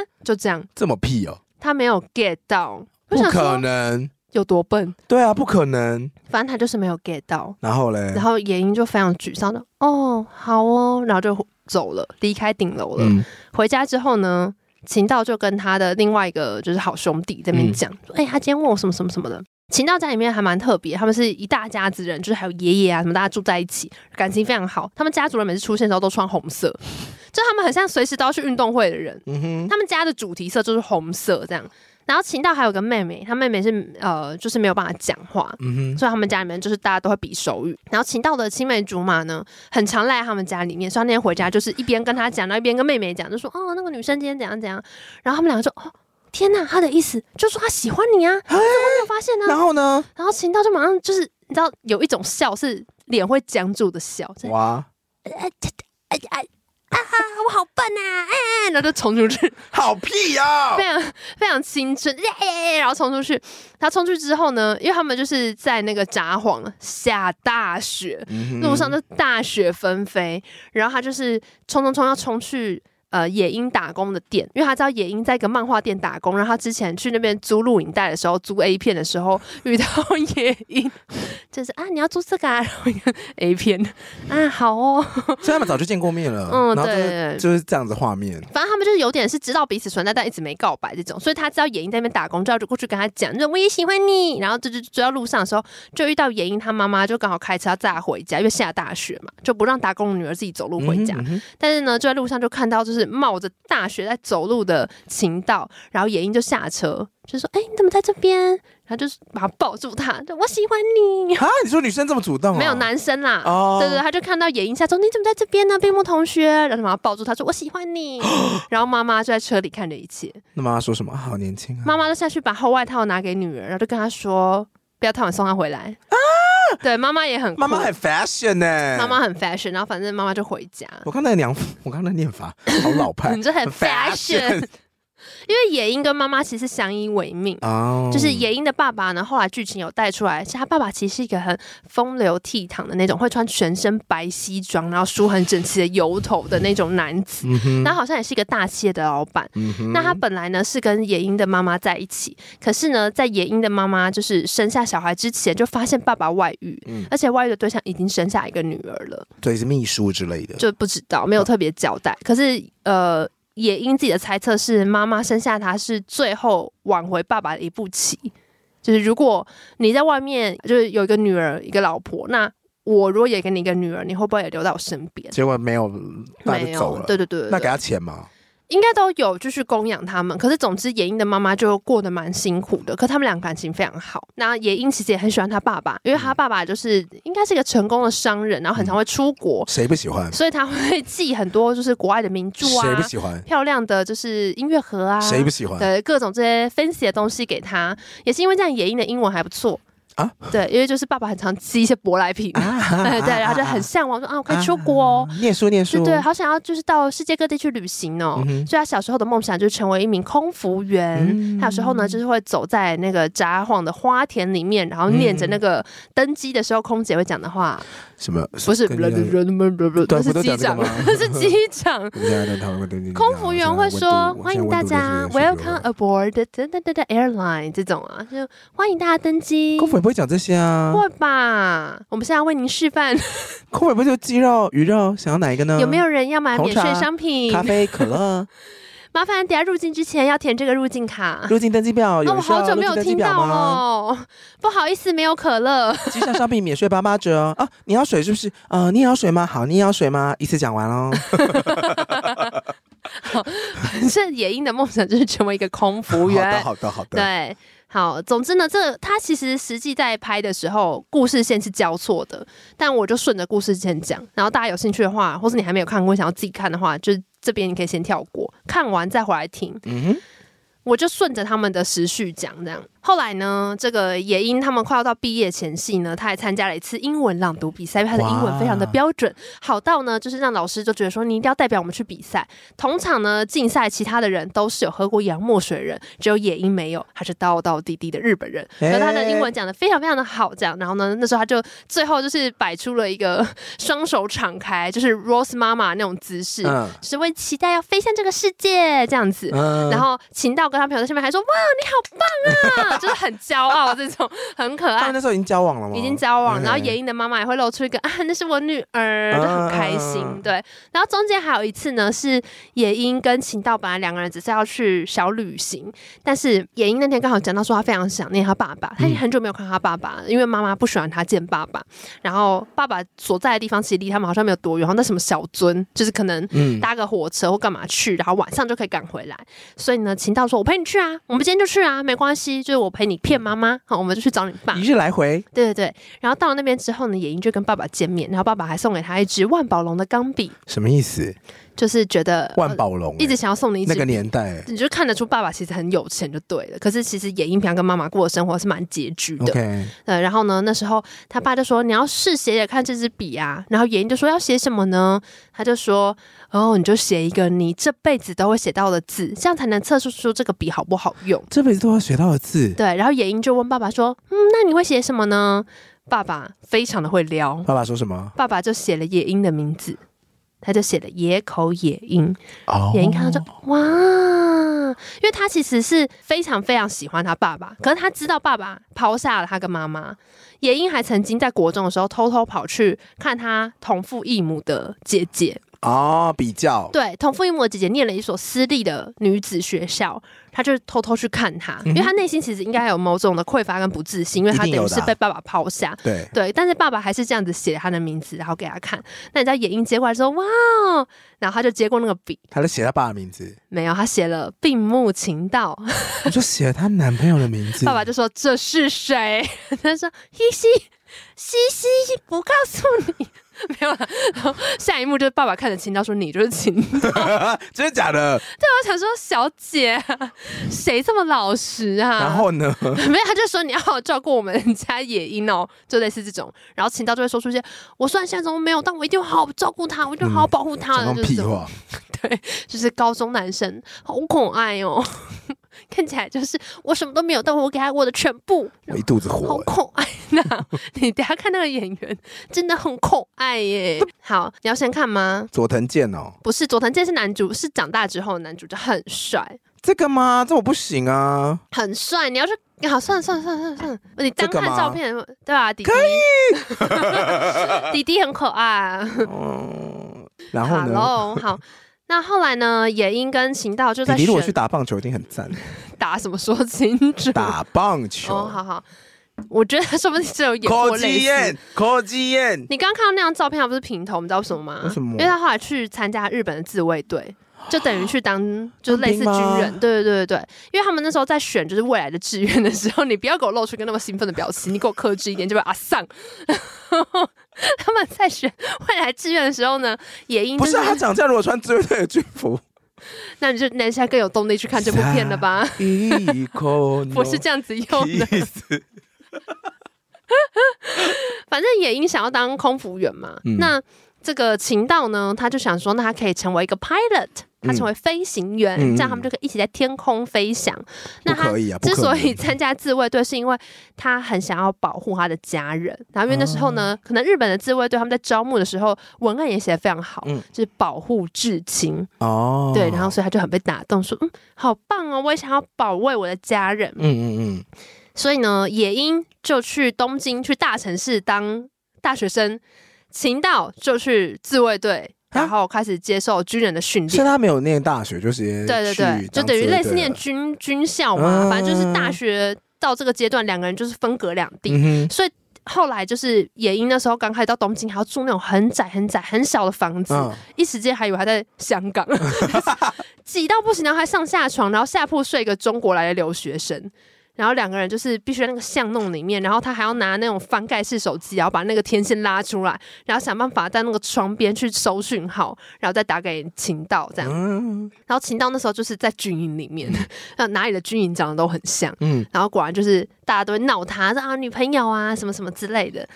S2: 哈哈 *laughs* 就这样，
S1: 这么屁哦？
S2: 他没有 get 到，我
S1: 不
S2: 想
S1: 可
S2: 说
S1: 能。
S2: 有多笨，
S1: 对啊，不可能。
S2: 反正他就是没有 get 到。
S1: 然后嘞，
S2: 然后野樱就非常沮丧的：“哦，好哦。”然后就走了，离开顶楼了。
S1: 嗯，
S2: 回家之后呢，秦道就跟他的另外一个就是好兄弟在那边讲，哎、他今天问我什么什么什么的。秦道家里面还蛮特别，他们是一大家子人，就是还有爷爷啊什么，大家住在一起，感情非常好。他们家族人每次出现的时候都穿红色，就他们很像随时都要去运动会的人。
S1: 嗯哼，
S2: 他们家的主题色就是红色这样。然后秦道还有个妹妹，她妹妹是呃，就是没有办法讲话，
S1: 嗯哼，
S2: 所以他们家里面就是大家都会比手语。然后秦道的青梅竹马呢，很常赖在他们家里面，所以他那天回家就是一边跟他讲，然后一边跟妹妹讲，就说哦那个女生今天怎样怎样。然后他们两个就哦天呐，他的意思就说他喜欢你啊，你怎么没有发现呢、
S1: 然后呢？
S2: 然后秦道就马上就是你知道有一种笑是脸会僵住的笑，就是
S1: 哇，
S2: 哎哎啊我好笨啊，哎、哎然后就冲出去。
S1: 好屁哦
S2: 非！常非常青春，哎耶然后冲出去。他冲出去之后呢，因为他们就是在那个札幌下大雪，
S1: 嗯哼
S2: 路上就大雪纷飞，然后他就是冲冲冲要冲去。呃野鹰打工的店，因为他知道野鹰在一个漫画店打工，然后他之前去那边租录影带的时候，租 A 片的时候遇
S1: *laughs*
S2: 到野鹰，就是啊你要租这个啊，然后一个 A 片啊好哦，
S1: 所以他们早就见过面了，
S2: 嗯
S1: 然后就是
S2: 对
S1: 就是这样子画面，
S2: 反正他们就是有点是知道彼此存在，但一直没告白这种，所以他知道野英在那边打工，就要过去跟他讲，就我也喜欢你。然后就就追到路上的时候，就遇到野英他妈妈，就刚好开车要载他回家，因为下大雪嘛，就不让打工的女儿自己走路回家。
S1: 嗯哼嗯哼
S2: 但是呢，就在路上就看到就是冒着大雪在走路的秦道，然后野英就下车，就说：“哎、你怎么在这边？”然后就是把他抱住他，就我喜欢你。
S1: 啊，你说女生这么主 *laughs* 动、哦？
S2: 没有男生啦，
S1: 哦，
S2: 对对，他就看到野樱下说：“你怎么在这边呢，冰木同学？”然后他马上抱住他说：“我喜欢
S1: *gasps*
S2: 你。”然后妈妈就在车里看着一切，
S1: 那妈妈说什么？啊好年轻啊！
S2: 妈妈就下去把厚外套拿给女儿，然后就跟她说：“不要太晚送她回来。”对，妈妈也很酷
S1: 啊妈妈很 fashion 呢、
S2: 妈妈很 fashion，然后反正妈妈就回家。
S1: 我刚才娘， *laughs* 我刚才念法好老派
S2: *laughs* 你这很 fashion，
S1: fashion
S2: 因为野樱跟妈妈其实相依为命。
S1: 哦，
S2: 就是野樱的爸爸呢，后来剧情有带出来，是他爸爸其实是一个很风流倜傥的那种，会穿全身白西装，然后梳很整齐的油头的那种男子。
S1: 嗯哼，
S2: 那好像也是一个大企业的老板。
S1: 嗯哼
S2: 那他本来呢是跟野英的妈妈在一起，可是呢，在野英的妈妈就是生下小孩之前，就发现爸爸外遇，
S1: 嗯
S2: 而且外遇的对象已经生下一个女儿了，
S1: 对是秘书之类的，
S2: 就不知道没有特别交代。嗯可是呃，野英自己的猜测是，妈妈生下他是最后挽回爸爸的一步棋，就是如果你在外面就是有一个女儿一个老婆，那我如果也给你一个女儿，你会不会也留在我身边？
S1: 结果没有，那
S2: 没
S1: 就
S2: 有，
S1: 走了。
S2: 对对对对
S1: 那给他钱吗？
S2: 应该都有就是供养他们，可是总之野英的妈妈就过得蛮辛苦的，可他们俩感情非常好。那野英其实也很喜欢他爸爸，因为他爸爸就是应该是一个成功的商人，然后很常会出国，
S1: 谁不喜欢？
S2: 所以他会寄很多就是国外的名著
S1: 谁
S2: 啊
S1: 不，喜欢？
S2: 漂亮的就是音乐盒啊，
S1: 谁不喜欢？
S2: 对各种这些 fancy 的东西给他。也是因为这样，野英的英文还不错
S1: 啊，
S2: 对，因为就是爸爸很常寄一些舶来品， *laughs* 对对，然后就很向往说啊，我可以出国哦。
S1: 念书念
S2: 对
S1: 书，
S2: 对，好想要就是到世界各地去旅行哦。
S1: 啊嗯哼嗯
S2: 所以他小时候的梦想就是成为一名空服员。他有时候呢，就是会走在那个札幌的花田里面，然后念
S1: 嗯
S2: 着那个登机的时候空姐会讲的话，
S1: 什么？
S2: 不是，
S1: 跟那个
S2: 那
S1: 对啊
S2: 是
S1: 不都讲这个
S2: 机长
S1: 吗，
S2: 那是
S1: *laughs*
S2: 机长。 *laughs* 空服员会
S1: 啊
S2: 说：“欢迎大家，Welcome 呃 aboard the the the the airline。”这种啊，就欢迎大家登机。
S1: 空服员不会讲这些啊，
S2: 会吧？我们现在为您示范，
S1: 啊空服员不就鸡肉、鱼肉，想要哪一个呢？
S2: 有没有人要啊买
S1: 红
S2: 免税
S1: 茶
S2: 商品？
S1: 啊咖啡、可
S2: *laughs*
S1: 乐？
S2: 麻烦等下入境之前要填这个入境卡。
S1: 入境登记表
S2: 啊，
S1: 有
S2: 我
S1: 需要
S2: 好久
S1: 入
S2: 没
S1: 境
S2: 有
S1: 登记
S2: 听
S1: 表
S2: 到
S1: 吗？
S2: 了，不好意思，没有可乐。
S1: 机上商品免税八八折啊！你要水是不是？呃，你也要水吗？好，你也要水吗？一次讲完
S2: *laughs*
S1: 喽。
S2: 反正野樱的梦想就是成为一个空服员。
S1: 的，好的
S2: 对，好，总之呢，这他其实实际在拍的时候，故事线是交错的，但我就顺着故事线讲。然后大家有兴趣的话，或是你还没有看过，想要自己看的话，就是这边你可以先跳过，看完再回来听。
S1: 嗯哼，
S2: 我就顺着他们的时序讲，这样。后来呢，这个也因他们快要到毕业前夕呢，他还参加了一次英文朗读比赛，因为他的英文非常的标准，好到呢，就是让老师就觉得说你一定要代表我们去比赛。同场呢，竞赛其他的人都是有喝过洋墨水的人，只有野樱没有，他是道道地地的日本人，
S1: 哎
S2: 然后他的英文讲的非常非常的好，这样。然后呢，那时候他就最后就是摆出了一个 *laughs* 双手敞开，就是 Rose 妈妈那种姿势，
S1: 嗯
S2: 是为期待要飞向这个世界这样子。
S1: 嗯
S2: 然后秦道跟他朋友在下面还说：“哇，你好棒啊！”就是很骄傲，这种很可
S1: 他
S2: 爱
S1: 们那。时候已经交往了吗？嗯
S2: 已经交往，然后
S1: OK
S2: 野英的妈妈也会露出一个啊，那是我女儿，就很开心。
S1: 嗯嗯嗯
S2: 对，然后中间还有一次呢，是野英跟秦道本来两个人只是要去小旅行，但是野英那天刚好讲到说她非常想念她爸爸，她已经很久没有看她爸爸了，因为妈妈不喜欢她见爸爸。然后爸爸所在的地方其实离他们好像没有多远，好像在什么小樽，就是可能
S1: 嗯，
S2: 搭个火车或干嘛去，然后晚上就可以赶回来。所以呢，秦道说：“我陪你去
S1: 嗯
S2: 啊，我们今天就去啊，没关系，就是我陪你骗妈妈，好，我们就去找你爸。”
S1: 一日来回，
S2: 对对对，然后到了那边之后呢，野英就跟爸爸见面，然后爸爸还送给他一支万宝龙的钢笔，
S1: 什么意思？
S2: 就是觉得
S1: 万、
S2: 呃
S1: 宝龙
S2: 一直
S1: 欸
S2: 想要送你一支
S1: 那个年代欸
S2: 你就看得出爸爸其实很有钱就对了，可是其实野英平常跟妈妈过的生活是蛮拮据的。
S1: ，OK，
S2: 呃，然后呢，那时候他爸就说你要试写写看这支笔啊，然后野英就说要写什么呢？他就说哦，你就写一个你这辈子都会写到的字，这样才能测试出这个笔好不好用。
S1: 这辈子都要学到的字。
S2: 对，然后野英就问爸爸说，嗯，那你会写什么呢？爸爸非常的会撩，
S1: 爸爸说什么？
S2: 爸爸就写了野樱的名字，他就写了野口野樱，
S1: 哦
S2: 野樱看到就哇，因为他其实是非常非常喜欢他爸爸，可是他知道爸爸抛下了他跟妈妈。野樱还曾经在国中的时候偷偷跑去看他同父异母的姐姐，
S1: 哦，比较，
S2: 对，同父异母的姐姐念了一所私立的女子学校，她就是偷偷去看她，因为她内心其实应该有某种的匮乏跟不自信，因为她
S1: 一定
S2: 等于
S1: 有的
S2: 是
S1: 啊
S2: 被爸爸抛下。
S1: 对，
S2: 对，但是爸爸还是这样子写她的名字，然后给她看。那你知道野樱接过来说：“哇哦！”然后她就接过那个笔，
S1: 他就写他爸的名字，
S2: 没有，她写了“病木情
S1: *laughs*
S2: 道
S1: 我就写了她男朋友的名”。字。
S2: 爸爸就说：“这是谁？” *laughs* 他说：“嘻嘻，嘻嘻，不告诉你。” *laughs* 没有了。然后下一幕就是爸爸看着情道说：“你就是情道 *laughs*
S1: *laughs* 真的假的？
S2: 我想说，小姐，谁这么老实啊？
S1: 然后呢？
S2: *laughs* 没有，他就说你要好好照顾我们家野樱哦，就类似这种。然后秦道就会说出一些，我虽然现在中没有，但我一定会好好照顾他，我一定会好好保护他
S1: 嗯讲那种
S2: 的，就是
S1: 屁
S2: 这种
S1: 话，
S2: 就是高中男生，好可爱哦， *laughs* 看起来就是我什么都没有，但我给他我的全部，
S1: 我一肚子
S2: 好
S1: 火。欸
S2: 可爱呐、 *laughs* 你等一下看那个演员，真的很可爱耶。好，你要先看吗？
S1: 佐藤健哦，
S2: 不是佐藤健是男主，是长大之后的男主角，很帅。
S1: 这个吗？这我不行啊。
S2: 很帅，你要去好算了算了算了算了算了，你单
S1: 这
S2: 看
S1: 个吗
S2: 照片对啊，弟弟 *laughs* 弟弟很可爱、啊。
S1: 嗯， *laughs* 然后呢？
S2: Hello，好，那后来呢？野樱跟秦道就
S1: 弟
S2: 在
S1: 弟
S2: 选
S1: 如果去打棒球，一定很
S2: *laughs*
S1: 赞。
S2: 打什么说清楚？
S1: 打棒
S2: 哦，
S1: 球，
S2: 好好，我觉得他说不定是有演过
S1: 柯
S2: 类
S1: 基
S2: 似
S1: 燕。，柯基燕，
S2: 你刚刚看到那张照片，他不是平头，你知道为什么吗？
S1: 为什么
S2: 因为他后来去参加日本的自卫队，就等于
S1: *gasps*
S2: 去当就是类似
S1: 当兵吗
S2: 军人。对对对对对，因为他们那时候在选就是未来的志愿的时候，你不要给我露出一个那么兴奋的表情，你给我克制一点，就不要啊丧。 *laughs* 他们在选未来志愿的时候呢，也因
S1: 不
S2: 就是
S1: 啊他长这样，如果穿自卫队的军服，
S2: 那你就那你现在更有动力去看这部片
S1: *laughs*
S2: 了吧？
S1: 一口
S2: 我是这样子用的，
S1: 思。
S2: 反正野英想要当空服员嘛，
S1: 嗯
S2: 那这个秦道呢，他就想说，那他可以成为一个 pilot，他成为飞行员，
S1: 嗯
S2: 这样他们就可以一起在天空飞翔。那
S1: 不
S2: 他
S1: 可以啊不
S2: 之
S1: 可
S2: 所
S1: 能
S2: 以参加自卫队，是因为他很想要保护他的家人。然后因为那时候
S1: 哦
S2: 呢，可能日本的自卫队他们在招募的时候，文案也写的非常好，
S1: 嗯
S2: 就是保护至亲，
S1: 哦，
S2: 对，然后所以他就很被打动，说嗯，好棒哦，我也想要保卫我的家人。
S1: 嗯嗯
S2: 所以呢，野樱就去东京去大城市当大学生，秦道就去自卫队，
S1: 啊
S2: 然后开始接受军人的训
S1: 嗯，所以
S2: 练。
S1: 他没有念大学，就直接
S2: 对对
S1: 去
S2: 对，就
S1: 当
S2: 等于
S1: 自卫
S2: 类似
S1: 队
S2: 念
S1: 了
S2: 军军校嘛，
S1: 嗯
S2: 反正就是大学到这个阶段，两个人就是分隔两地。
S1: 嗯
S2: 所以后来就是野樱那时候刚开始到东京，还要住那种很窄很窄很小的房子，
S1: 哼，
S2: 一时间还以为他在香港， *laughs* 挤到不行，然后还上下床，然后下铺睡一个中国来的留学生。然后两个人就是必须在那个巷弄里面，然后他还要拿那种翻盖式手机，然后把那个天线拉出来，然后想办法在那个窗边去搜讯号，然后再打给秦道这样。
S1: 嗯
S2: 然后秦道那时候就是在军营里面， *laughs* 那哪里的军营长得都很像。
S1: 嗯
S2: 然后果然就是大家都会闹他，说啊女朋友啊什么什么之类的。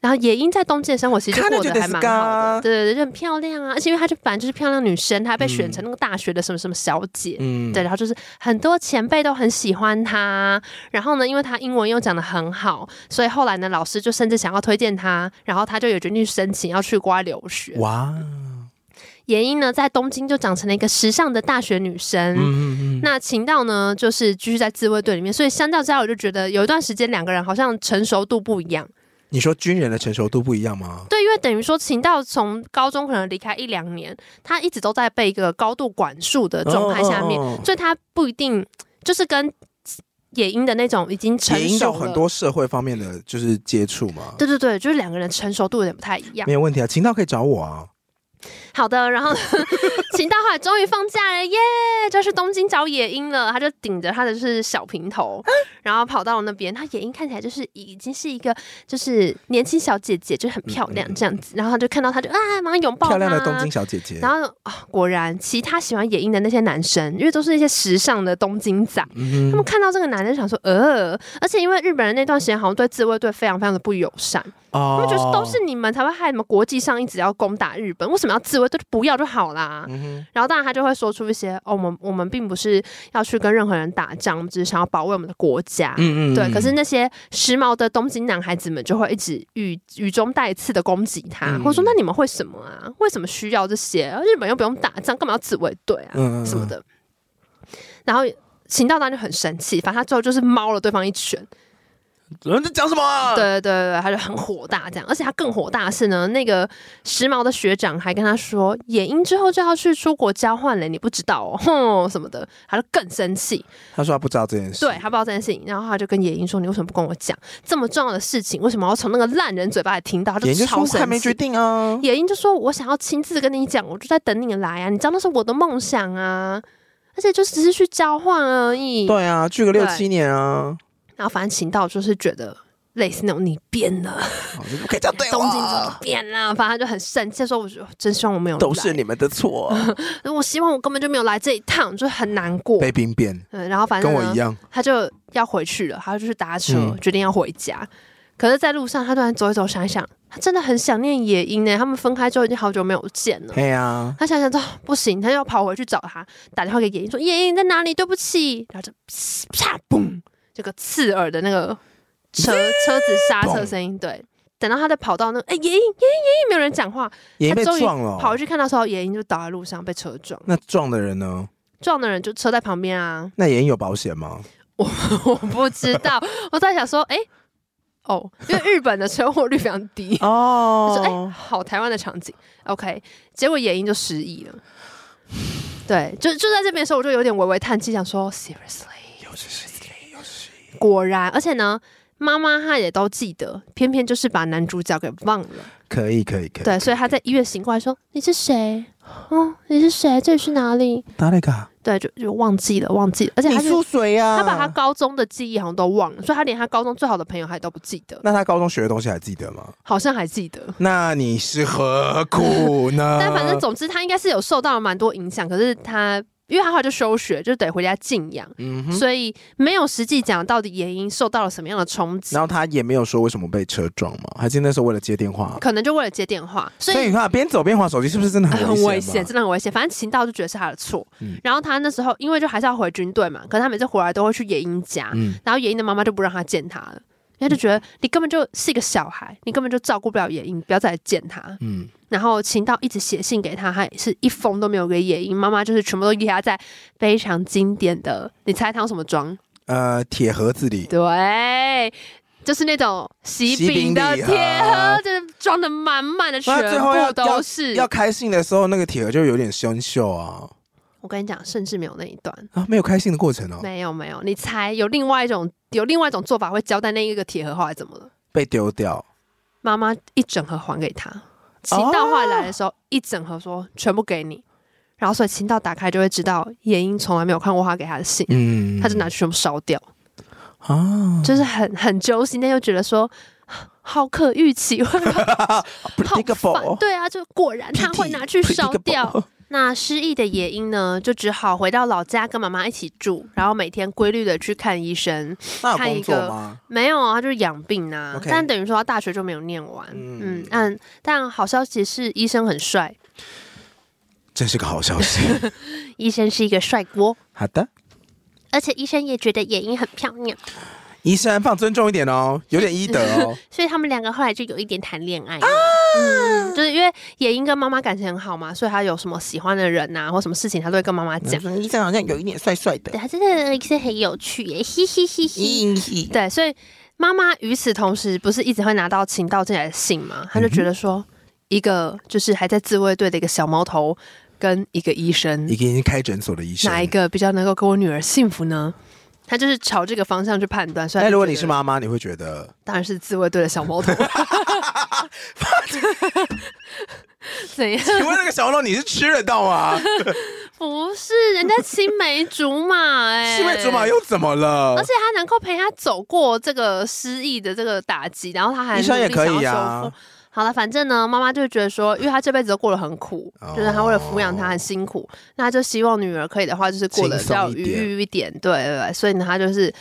S2: 然后野樱在东京的生活其实就
S1: 看着
S2: 过得
S1: 就啊
S2: 还
S1: 是
S2: 蛮好
S1: 噶
S2: 的，对对对，就很漂亮
S1: 嗯
S2: 啊。而且因为她就反正就是漂亮女生，她还被选成那个大学的什么什么小姐，
S1: 嗯，
S2: 对，然后就是很多前辈都很喜欢她。然后呢，因为她英文又讲得很好，所以后来呢，老师就甚至想要推荐她，然后她就有决定申请要去国外留学。
S1: 哇，
S2: 野樱呢，在东京就长成了一个时尚的大学女生。
S1: 嗯嗯嗯，
S2: 那秦道呢，就是继续在自卫队里面，所以相较之下，我就觉得有一段时间两个人好像成熟度不一样。
S1: 你说军人的成熟度不一样吗？
S2: 对，因为等于说秦道从高中可能离开一两年，他一直都在被一个高度管束的状态下面，
S1: 哦哦哦
S2: 所以他不一定就是跟野樱的那种已经成
S1: 也应有
S2: 熟了
S1: 很多社会方面的就是接触嘛，
S2: 对对对，就是两个人成熟度有点不太一样
S1: 没。有问题啊，秦道可以找我啊。
S2: 好的，然后呢 *laughs* 秦道后来终于放假了，耶！就去东京找野樱了。他就顶着他的就是小平头，然后跑到了那边。他野樱看起来就是已经是一个就是年轻小姐姐，就很漂亮这样子。然后他就看到她就啊，马上拥抱她。
S1: 嗯漂亮的东京小姐姐
S2: 然。后啊、果然其他喜欢野樱的那些男生，因为都是一些时尚的东京仔，
S1: 嗯
S2: 他们看到这个男的就想说，呃，而且因为日本人那段时间好像对自卫队非常非常的不友善，
S1: 哦
S2: 他们就是都是你们才会害什么国际上一直要攻打日本，为什么要自慰？对，就不要就好啦。
S1: 嗯哼，
S2: 然后当然他就会说出一些哦，我们我们并不是要去跟任何人打仗，我们只是想要保卫我们的国家。
S1: 嗯
S2: 对，可是那些时髦的东京男孩子们就会一直语语中带刺的攻击他，
S1: 嗯
S2: 或者说那你们会什么啊？为什么需要这些？日本又不用打仗，干嘛要自卫队啊？
S1: 嗯嗯嗯
S2: 什么的。然后秦道当然就很生气，反正他最后就是猫了对方一拳。
S1: 人在讲什么啊？
S2: 对对对对，他就很火大这样，而且他更火大的是呢，那个时髦的学长还跟他说，野樱之后就要去出国交换了，你不知道哦， *laughs* 哼什么的，他就更生气，
S1: 他说他不知道这件事，
S2: 对他不知道这件事情，然后他就跟野樱说，你为什么不跟我讲这么重要的事情？为什么要从那个烂人嘴巴里听到？他
S1: 研究
S2: 超
S1: 说还
S2: 生
S1: 没决
S2: 气。
S1: 定啊。
S2: 野樱就说：“我想要亲自跟你讲，我就在等你来啊！你知道那是我的梦想啊，而且就只是去交换而已。”
S1: 对啊，去个六
S2: 对
S1: 七年啊，
S2: 然后反正秦道就是觉得类似那种你变了，
S1: 哦你不可以这样对
S2: 东京怎么
S1: 我，
S2: 变了？反正他就很生气，说我就真希望我没有来
S1: 都是，你们的错，
S2: 我希望我根本就没有来这一趟，就很难过。
S1: 被兵变，
S2: 嗯，然后反正
S1: 跟我
S2: 呢
S1: 一样。
S2: 他就要回去了，他就去搭车，
S1: 嗯
S2: 决定要回家。可是，在路上，他突然走一走，想一想，他真的很想念野樱欸呢。他们分开之后已经好久没有见了。
S1: 哎呀，
S2: 他想想到不行，他就要跑回去找他，打电话给野樱说：“野樱你在哪里？对不起。”然后就啪嘣，这个刺耳的那个车车子刹车声音。对，等到他再跑到那个，哎、野樱野樱野樱，没有人讲话，
S1: 也
S2: 他
S1: 被
S2: 终于
S1: 撞了
S2: 跑回
S1: 哦。
S2: 去看到时候，野樱就倒在路上被车撞，
S1: 那撞的人呢？
S2: 撞的人就车在旁边啊。 *laughs*
S1: 那也有保险吗？。
S2: 我不知道， *laughs* 我在想说，哎、哦，因为日本的车祸率非常低我说哎、
S1: 哦，
S2: 好，台湾的场景，OK。结果野樱就失忆了。对，就就在这边的时候，我就有点微微叹气，想说，seriously，
S1: 又是谁？又是谁？
S2: 果然，而且呢，妈妈她也都记得，偏偏就是把男主角给忘了。
S1: 可以可以可以。
S2: 对，所以她在医院醒过来说：“你是谁？哦，你是谁？这里是哪里
S1: 达雷卡，？”
S2: 对，就就忘记了，忘记了，而且
S1: 你啊
S2: 她是
S1: 出水呀、
S2: 她把她高中的记忆好像都忘了，所以她连她高中最好的朋友还都不记得，
S1: 那他高中学的东西还记得吗？
S2: 好像还记得。
S1: 那你是何苦呢？
S2: *laughs* 但反正总之，她应该是有受到了蛮多影响，可是她因为她后来就休学，就得回家静养，
S1: 嗯哼，
S2: 所以没有实际讲到底原因受到了什么样的冲击
S1: 然，后他也没有说为什么被车撞嘛，还是那时候为了接电话。
S2: 可能就为了接电话，所
S1: 所
S2: 以
S1: 以你看，边走边划手机，是不是真的
S2: 很
S1: 很
S2: 危
S1: 危
S2: 险，
S1: 险嘛？
S2: 真的很危险。反正秦道就觉得是他的错，
S1: 嗯
S2: 然后他那时候因为就还是要回军队嘛，可是他每次回来都会去野英家，
S1: 嗯，
S2: 然后野英的妈妈就不让他见他了，因为他就觉得你根本就是一个小孩，你根本就照顾不了野英，不要再来见他。
S1: 嗯，
S2: 然后秦道一直写信给他，他也是一封都没有给野英，妈妈就是全部都压在非常经典的，你猜他用什么装？
S1: 呃，铁盒子里，
S2: 对。就是那种喜
S1: 喜
S2: 饼
S1: 饼
S2: 的
S1: 礼盒
S2: 铁盒，就是装的满满的，全
S1: 那最后要
S2: 部都是。
S1: 要开信的时候，那个铁盒就有点生锈啊
S2: 我跟你讲，甚至没有那一段。
S1: 啊，没有开信的过程哦，
S2: 没有没有，你猜有另外一种有另外一种做法会交代那一个铁盒后来怎么了？
S1: 被丢掉，
S2: 妈妈一整盒还给他，秦道后来来的时候、一整盒说全部给你，然后所以秦道打开就会知道野英从来没有看过他给他的信，
S1: 嗯，
S2: 他就拿去全部烧掉，
S1: 啊，
S2: 就是很很揪心，但又觉得说。好可预期，会
S1: *laughs*
S2: 好烦
S1: predictable，，
S2: 对啊，就果然他会拿去烧掉。
S1: predictable
S2: 那失忆的野樱呢，就只好回到老家跟妈妈一起住，然后每天规律的去看医生。
S1: *laughs* 那有
S2: 看一
S1: 工作
S2: 个
S1: 吗？
S2: 没有啊，他就是养病啊。
S1: OK
S2: 但等于说他大学就没有念完。嗯
S1: 嗯
S2: 但但好消息是医生很帅，
S1: 真是个好消息。 *laughs*
S2: 医生是一个帅锅，
S1: 好的，
S2: 而且医生也觉得野樱很漂亮，
S1: 医生放尊重一点哦，有点医德哦。
S2: *laughs* 所以他们两个后来就有一点谈恋爱。嗯，就是因为野樱跟妈妈感情很好嘛，所以他有什么喜欢的人呐、或什么事情，他都会跟妈妈讲。
S1: 医生好像有一点帅帅的
S2: 对，他真的医生很有趣耶， *laughs* 嘻嘻嘻嘻。
S1: 咦，
S2: 对，所以妈妈与此同时不是一直会拿到情道进来的信吗？她
S1: 嗯
S2: 就觉得说，一个就是还在自卫队的一个小毛头，跟一个医生
S1: 一，个已经开诊所的医生。
S2: 哪一？个比较能够给我女儿幸福呢？她就是朝这个方向去判断。所以她
S1: 那
S2: 就
S1: 哎如果你
S2: 觉
S1: 是
S2: 得，
S1: 妈妈，你会觉得
S2: 当然是自卫队的
S1: *laughs*
S2: 小毛头。怎样？ *laughs*
S1: 请问那个小肉你是吃得到吗？
S2: 不是，人家青梅竹马哎、
S1: *laughs* 青梅竹马又怎么了
S2: 而？且他能够陪他走过这个失忆的这个打击，然后他还
S1: 医生也可
S2: 努
S1: 以
S2: 力想
S1: 啊
S2: 要修复。好了，反正呢，妈妈就觉得说，因为她这辈子都过得很苦，
S1: 哦
S2: 就是她为了抚养她很辛苦，那她就希望女儿可以的话，就是过得比
S1: 轻松
S2: 较
S1: 一
S2: 愉
S1: 点
S2: 悦一点，对对对，所以呢，她就是，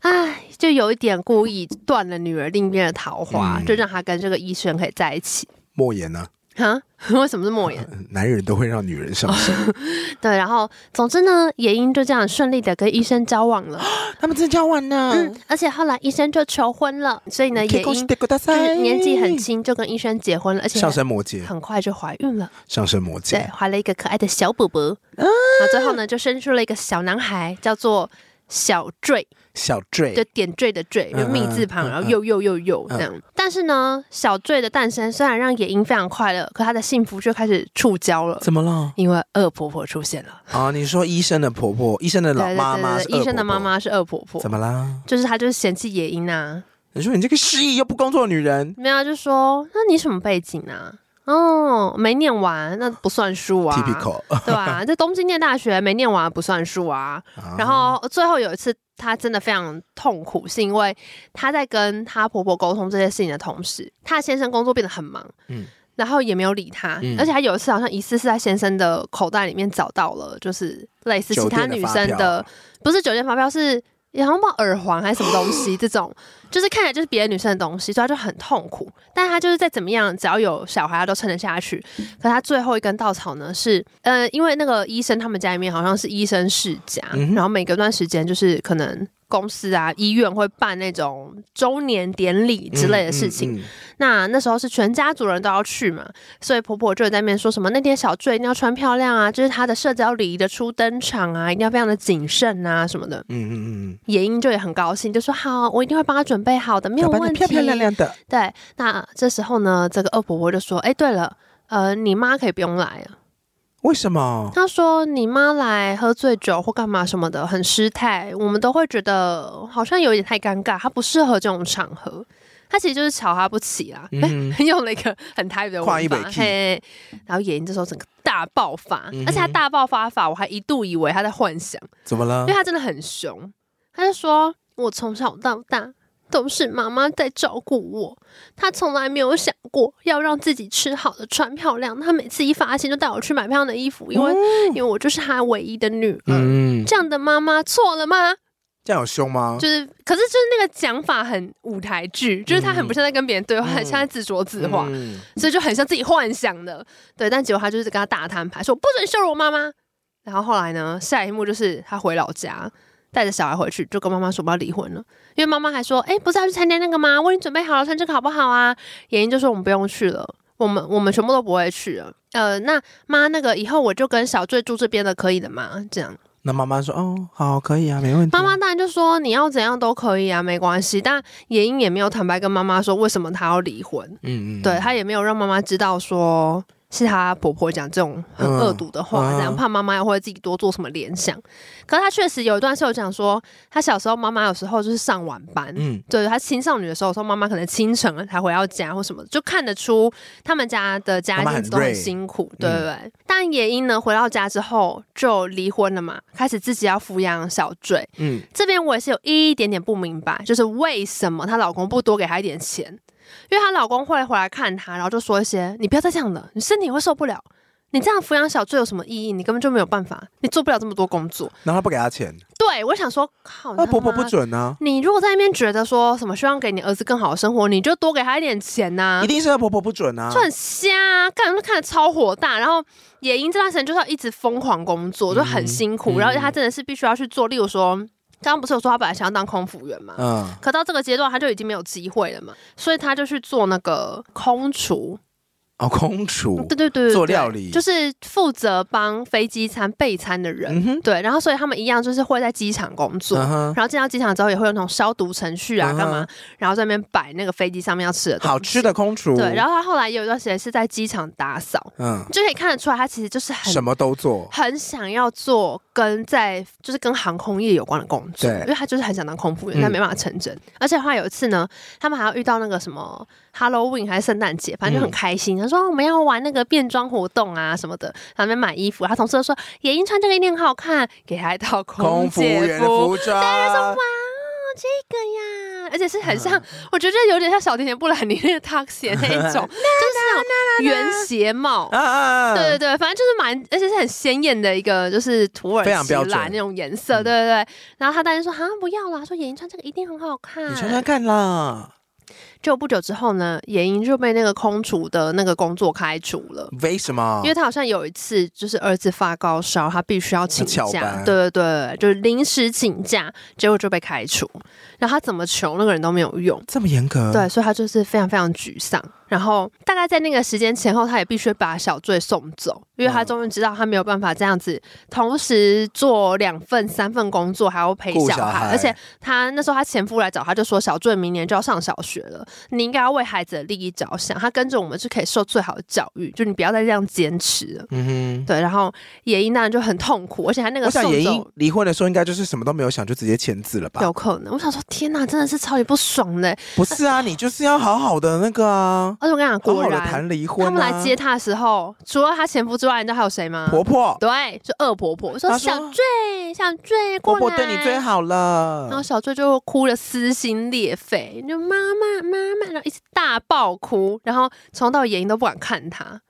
S2: 唉，就有一点故意断了女儿另一边的桃花，
S1: 嗯
S2: 就让她跟这个医生可以在一起。
S1: 莫言呢？
S2: 哈，为什么是莫言？
S1: 男人都会让女人上身，
S2: 哦对，然后总之呢，野樱就这样顺利的跟医生交往了。
S1: *laughs* 他们真的交往呢。
S2: 嗯，而且后来医生就求婚了，所以呢，野
S1: 结婚
S2: 樱
S1: してくだ
S2: 就
S1: さ
S2: 是
S1: い
S2: 年纪很轻就跟医生结婚了，而且
S1: 上升摩羯，
S2: 很快就怀孕了，
S1: 上升摩
S2: 对，
S1: 羯，
S2: 怀了一个可爱的小宝宝。那最后呢，就生出了一个小男孩，叫做小坠，
S1: 小坠
S2: 就点缀的缀，
S1: 嗯
S2: 就密字旁，
S1: 嗯
S2: 然
S1: 嗯
S2: 后又又又又
S1: 嗯
S2: 这样。但是呢，小坠的诞生虽然让野樱非常快乐，可她的幸福就开始触礁了，
S1: 怎么了？
S2: 因为恶婆婆出现了。
S1: 啊，你说医生的婆婆，医生的老
S2: 对对
S1: 妈
S2: 对
S1: 妈
S2: 对
S1: 是
S2: 对，
S1: 恶
S2: 医生的
S1: 婆
S2: 妈
S1: 婆
S2: 妈是恶婆婆
S1: 怎。么啦？
S2: 就是她就是嫌弃野樱啊，
S1: 你说你这个失忆又不工作的女人，
S2: 没有啊就说那你什么背景啊？哦，没念完，那不算数啊。
S1: typical *laughs*
S2: 对啊，在东京念大学没念完不算数啊。
S1: 啊
S2: 然后最后有一次，她真的非常痛苦，是因为她在跟她婆婆沟通这些事情的同时，她的先生工作变得很忙，
S1: 嗯
S2: 然后也没有理她，
S1: 嗯
S2: 而且她有一次好像疑似是在先生的口袋里面找到了，就是类似其他女
S1: 酒
S2: 生
S1: 店
S2: 的，
S1: 的
S2: 不是酒店发票是。然后把耳环还是什么
S1: *laughs*
S2: 东西，这种就是看起来就是别的女生的东西，所以她就很痛苦。但是她就是再怎么样，只要有小孩，她都撑得下去。可她最后一根稻草呢是，呃，因为那个医生他们家里面好像是医生世家，
S1: 嗯哼
S2: 然后每隔段时间就是可能公司啊、医院会办那种周年典礼之类的事
S1: 嗯
S2: 情。
S1: 嗯嗯
S2: 那那时候是全家族人都要去嘛，所以婆婆就有在那边说什么那天小坠一定要穿漂亮啊，就是她的社交礼仪的初登场啊，一定要非常的谨慎啊什么的。
S1: 嗯嗯嗯
S2: 野樱就也很高兴，就说好，我一定会帮她准备好的，没
S1: 嗯，
S2: 有
S1: 打扮
S2: 问
S1: 的
S2: 题。
S1: 漂漂亮亮的，
S2: 对，那这时候呢，这个恶婆婆就说：“哎，对了，呃，你妈可以不用来啊。”
S1: 为什么？
S2: 她说：“你妈来喝醉酒或干嘛什么的，很失态，我们都会觉得好像有点太尴尬，她不适合这种场合。”她其实就是瞧她不起啦，
S1: 嗯
S2: *laughs* 用了一个很台语的
S1: 跨一
S2: 文
S1: 尾
S2: 法，
S1: 气
S2: 嘿，然后野樱这时候整个大爆发，
S1: 嗯哼
S2: 而且她大爆发法，我还一度以为她在幻想。
S1: 怎么了
S2: 因为？他真的很凶，他就说我从小到大都是妈妈在照顾我，她从来没有想过要让自己吃好的、穿漂亮。她每次一发现就带我去买漂亮的衣服，因为、因为我就是她唯一的女儿。
S1: 嗯，
S2: 这样的妈妈错了吗？
S1: 这样有凶吗？
S2: 就是，可是就是那个讲法很舞台剧，就是她很不像在跟别人对话，很像在自说自话，
S1: 嗯
S2: 所以就很像自己幻想的。对，但结果她就是跟她大摊牌，说我不准羞辱我妈妈。然后后来呢，下一幕就是她回老家，带着小孩回去，就跟妈妈说我要离婚了，因为妈妈还说，哎，不是要去参加那个吗？我已经准备好了，穿这个好不好啊？妍妍就说我们不用去了，我们我们全部都不会去了。呃，那妈那个以后我就跟小坠住这边的，可以的嘛？这样。
S1: 那妈妈说哦，好，可以啊，没问题啊。
S2: 妈妈当然就说你要怎样都可以啊，没关系。但野英也没有坦白跟妈妈说为什么她要离婚，
S1: 嗯，嗯嗯，
S2: 对她也没有让妈妈知道说是她婆婆讲这种很恶毒的话，
S1: 嗯嗯
S2: 这样怕妈妈又会自己多做什么联想。可是她确实有一段是有讲说，她小时候妈妈有时候就是上晚班。
S1: 嗯
S2: 对她青少年的时候，说妈妈可能清晨了才回到家或什么的，就看得出他们家的家
S1: 妈妈
S2: 境
S1: 很
S2: 都很
S1: 累嗯
S2: 辛苦，对不对？但野英呢，回到家之后就离婚了嘛，开始自己要抚养小坠。
S1: 嗯，
S2: 这边我也是有一点点不明白，就是为什么她老公不多给她一点钱？因为她老公会回来看她，然后就说一些“你不要再这样了，你身体会受不了，你这样抚养小罪有什么意义？你根本就没有办法，你做不了这么多工作。
S1: 然后她不给她钱，
S2: 对”我想说，靠，
S1: 那婆婆 *laughs* 不
S2: 准。
S1: 准啊，
S2: 你如果在那边觉得说什么希望给你儿子更好的生活，你就多给他一点钱呐、
S1: 一定是她婆婆不准啊
S2: 就。很瞎、啊，看看得超火大。然后野樱这段时间就是要一直疯狂工作，就很辛苦。
S1: 嗯
S2: 然后他真的是必须要去做，例如说，刚刚不是有说他本来想要当空服员嘛，
S1: 嗯，
S2: 可到这个阶段他就已经没有机会了嘛，所以他就去做那个空厨，
S1: 哦，空厨
S2: 嗯对，对对对对
S1: 做料理
S2: 就是负责帮飞机餐备餐的人。
S1: 嗯哼，
S2: 对，然后所以他们一样就是会在机场工作。
S1: 嗯哼，
S2: 然后进到机场之后，也会有那种消毒程序啊，
S1: 嗯哼
S2: 干嘛？然后在那边摆那个飞机上面要吃的东西
S1: 好吃的空厨，
S2: 对，然后他后来也有一段时间是在机场打扫，
S1: 嗯，
S2: 就可以看得出来，他其实就是很
S1: 什么都做，
S2: 很想要做跟在就是跟航空业有关的工作，
S1: 对
S2: 因为他就是很想当空服员，
S1: 嗯
S2: 但没办法成真。而且后来有一次呢，他们还要遇到那个什么 Halloween 还是圣诞节，反
S1: 嗯
S2: 正就很开心。他说哦我们要玩那个变装活动啊什么的，然后在那边买衣服。他同事就说野英穿这个一定很好看，给他一套
S1: 空服
S2: 姐
S1: 员的服装，
S2: 这个呀，而且是很
S1: 嗯
S2: 像，我觉得有点像小甜甜布兰妮那个 taxi 的
S1: *laughs*
S2: 那一种，就是那种圆鞋帽。
S1: 啊啊，啊
S2: 对对，对，反正就是蛮，而且是很鲜艳的一个，就是土耳
S1: 非常
S2: 其
S1: 标
S2: 蓝
S1: 准嗯
S2: 那种颜色，对对对。然后他当时说：“啊，不要啦，说眼睛穿这个一定很好看。”
S1: 你穿穿看啦，
S2: 就不久之后呢，野营就被那个空厨的那个工作开除了。
S1: 为什么？
S2: 因为他好像有一次就是儿子发高烧，他必须要请
S1: 翘
S2: 假，
S1: 班
S2: 对对对，就是临时请假，结果就被开除。然后他怎么求那个人都没有用，
S1: 这么严格，
S2: 对，，所以他就是非常非常沮丧。然后大概在那个时间前后，他也必须把小醉送走，因为他
S1: 嗯
S2: 终于知道他没有办法这样子同时做两份、三份工作，还要陪
S1: 顾
S2: 小
S1: 小
S2: 孩。
S1: 孩
S2: 而且他那时候他前夫来找他，就说小醉明年就要上小学了，你应该要为孩子的利益着想，他跟着我们是可以受最好的教育，就你不要再这样坚持了。
S1: 嗯
S2: 对，然后野英当然就很痛苦，而且他
S1: 哼，
S2: 那个
S1: 我想
S2: 送
S1: 野
S2: 走
S1: 英离婚的时候应该就是什么都没有想就直接签字了吧？
S2: 有可能，我想说天哪，真的是超级不爽嘞！
S1: 不是啊，你就是要好好的那个啊，
S2: 而且我跟你讲，
S1: 好
S2: 果
S1: 好的
S2: 然
S1: 谈离婚、啊。
S2: 他们来接她的时候，除了她前夫之外，你知道还有谁吗？
S1: 婆婆，
S2: 啊对，就恶婆婆说
S1: 她说
S2: 小坠，小坠过
S1: 婆
S2: 来，
S1: 婆对你最。好
S2: 然后
S1: 了。
S2: 小坠就哭了撕心裂肺，就妈妈妈妈，然后一直大爆哭，然后从头到尾眼睛都不敢看她。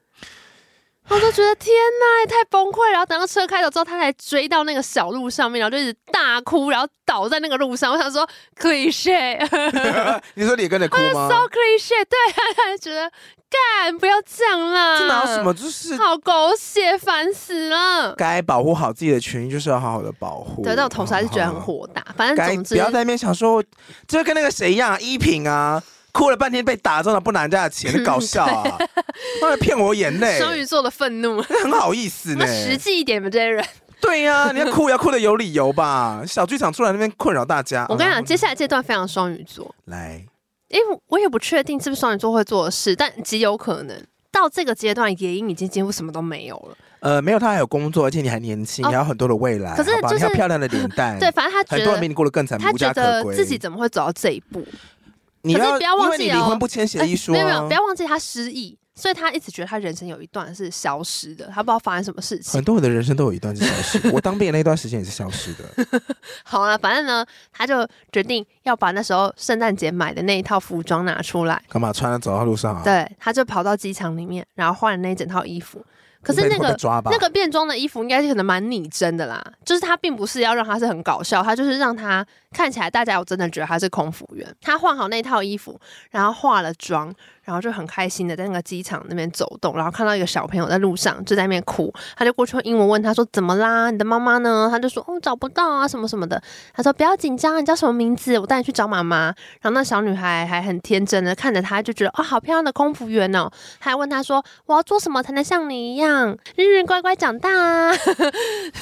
S2: 我就觉得天呐，也太崩溃了。然后等到车开走之后，她才追到那个小路上面，然后就一直大哭，然后倒在那个路上。我想说，cliche， *laughs*
S1: 你说你跟着哭吗？
S2: so cliche，对， *laughs* 她就觉得干不要这样啦，
S1: 这哪有什么？就是
S2: 好狗血，烦死了。
S1: 该保护好自己的权益，就是要好好的保护。
S2: 对，但我同事还是觉得很
S1: 好
S2: 火大。反
S1: 不好。
S2: 正
S1: 该
S2: 总
S1: 不
S2: 之，
S1: 要在那边想说，这跟那个谁一样，依萍啊，哭了半天被打中了，不拿人家的钱，搞笑
S2: *laughs*
S1: 啊！妈的骗我眼泪，
S2: 双鱼座的愤怒，
S1: 那很好意思呢
S2: 那。 *laughs* 实际一点，你们这些人。
S1: 对呀、你要哭要哭的有理由吧？小剧场出来那边困扰大家。
S2: 我跟你
S1: 好
S2: 讲，
S1: 啦
S2: 接下来这段非常双鱼座，
S1: 来，
S2: 因为我也不确定是不是双鱼座会做的事，但极有可能。到这个阶段，野樱已经几乎什么都没有了。
S1: 呃，没有他还有工作，而且你还年轻，
S2: 哦
S1: 你还有很多的未来，
S2: 可是
S1: 好吧
S2: 就
S1: 你还有
S2: 是
S1: 漂亮的脸蛋，
S2: *laughs* 对，，反正他
S1: 嗯很
S2: 觉
S1: 多人比
S2: 得
S1: 你过得更惨，
S2: 他
S1: 无
S2: 觉
S1: 家可
S2: 得
S1: 归。
S2: 自己怎么会走到这一步？
S1: 你
S2: 可是
S1: 要
S2: 不要忘
S1: 因为
S2: 记
S1: 你离
S2: 哦
S1: 婚不签协
S2: 哎
S1: 议书、啊
S2: 没有没有，不要忘记他失忆，所以他一直觉得他人生有一段是消失的，他不知道发生什么事情。
S1: 很多我的人生都有一段是消失的，我当兵的那段时间也是消失的。
S2: 好了，反正呢，他就决定要把那时候圣诞节买的那一套服装拿出来。
S1: 干
S2: *laughs*
S1: 嘛穿走到路上啊？，
S2: 对，他就跑到机场里面，然后换了那一整套衣服。可是那
S1: 会
S2: 个
S1: 被抓吧？
S2: 那个变装的衣服应该是可能蛮拟真的啦，就是他并不是要让他是很搞笑，他就是让他看起来大家有真的觉得他是空服员。他换好那套衣服，然后化了妆，然后就很开心的在那个机场那边走动，然后看到一个小朋友在路上就在那边哭，他就过去用英文问他说怎么啦？你的妈妈呢？他就说哦找不到啊什么什么的。他说不要紧张，你叫什么名字？我带你去找妈妈。然后那小女孩还很天真的看着他，就觉得哦好漂亮的空服员哦，还问他说：“我要做什么才能像你一样，日日乖乖长大啊？” *laughs*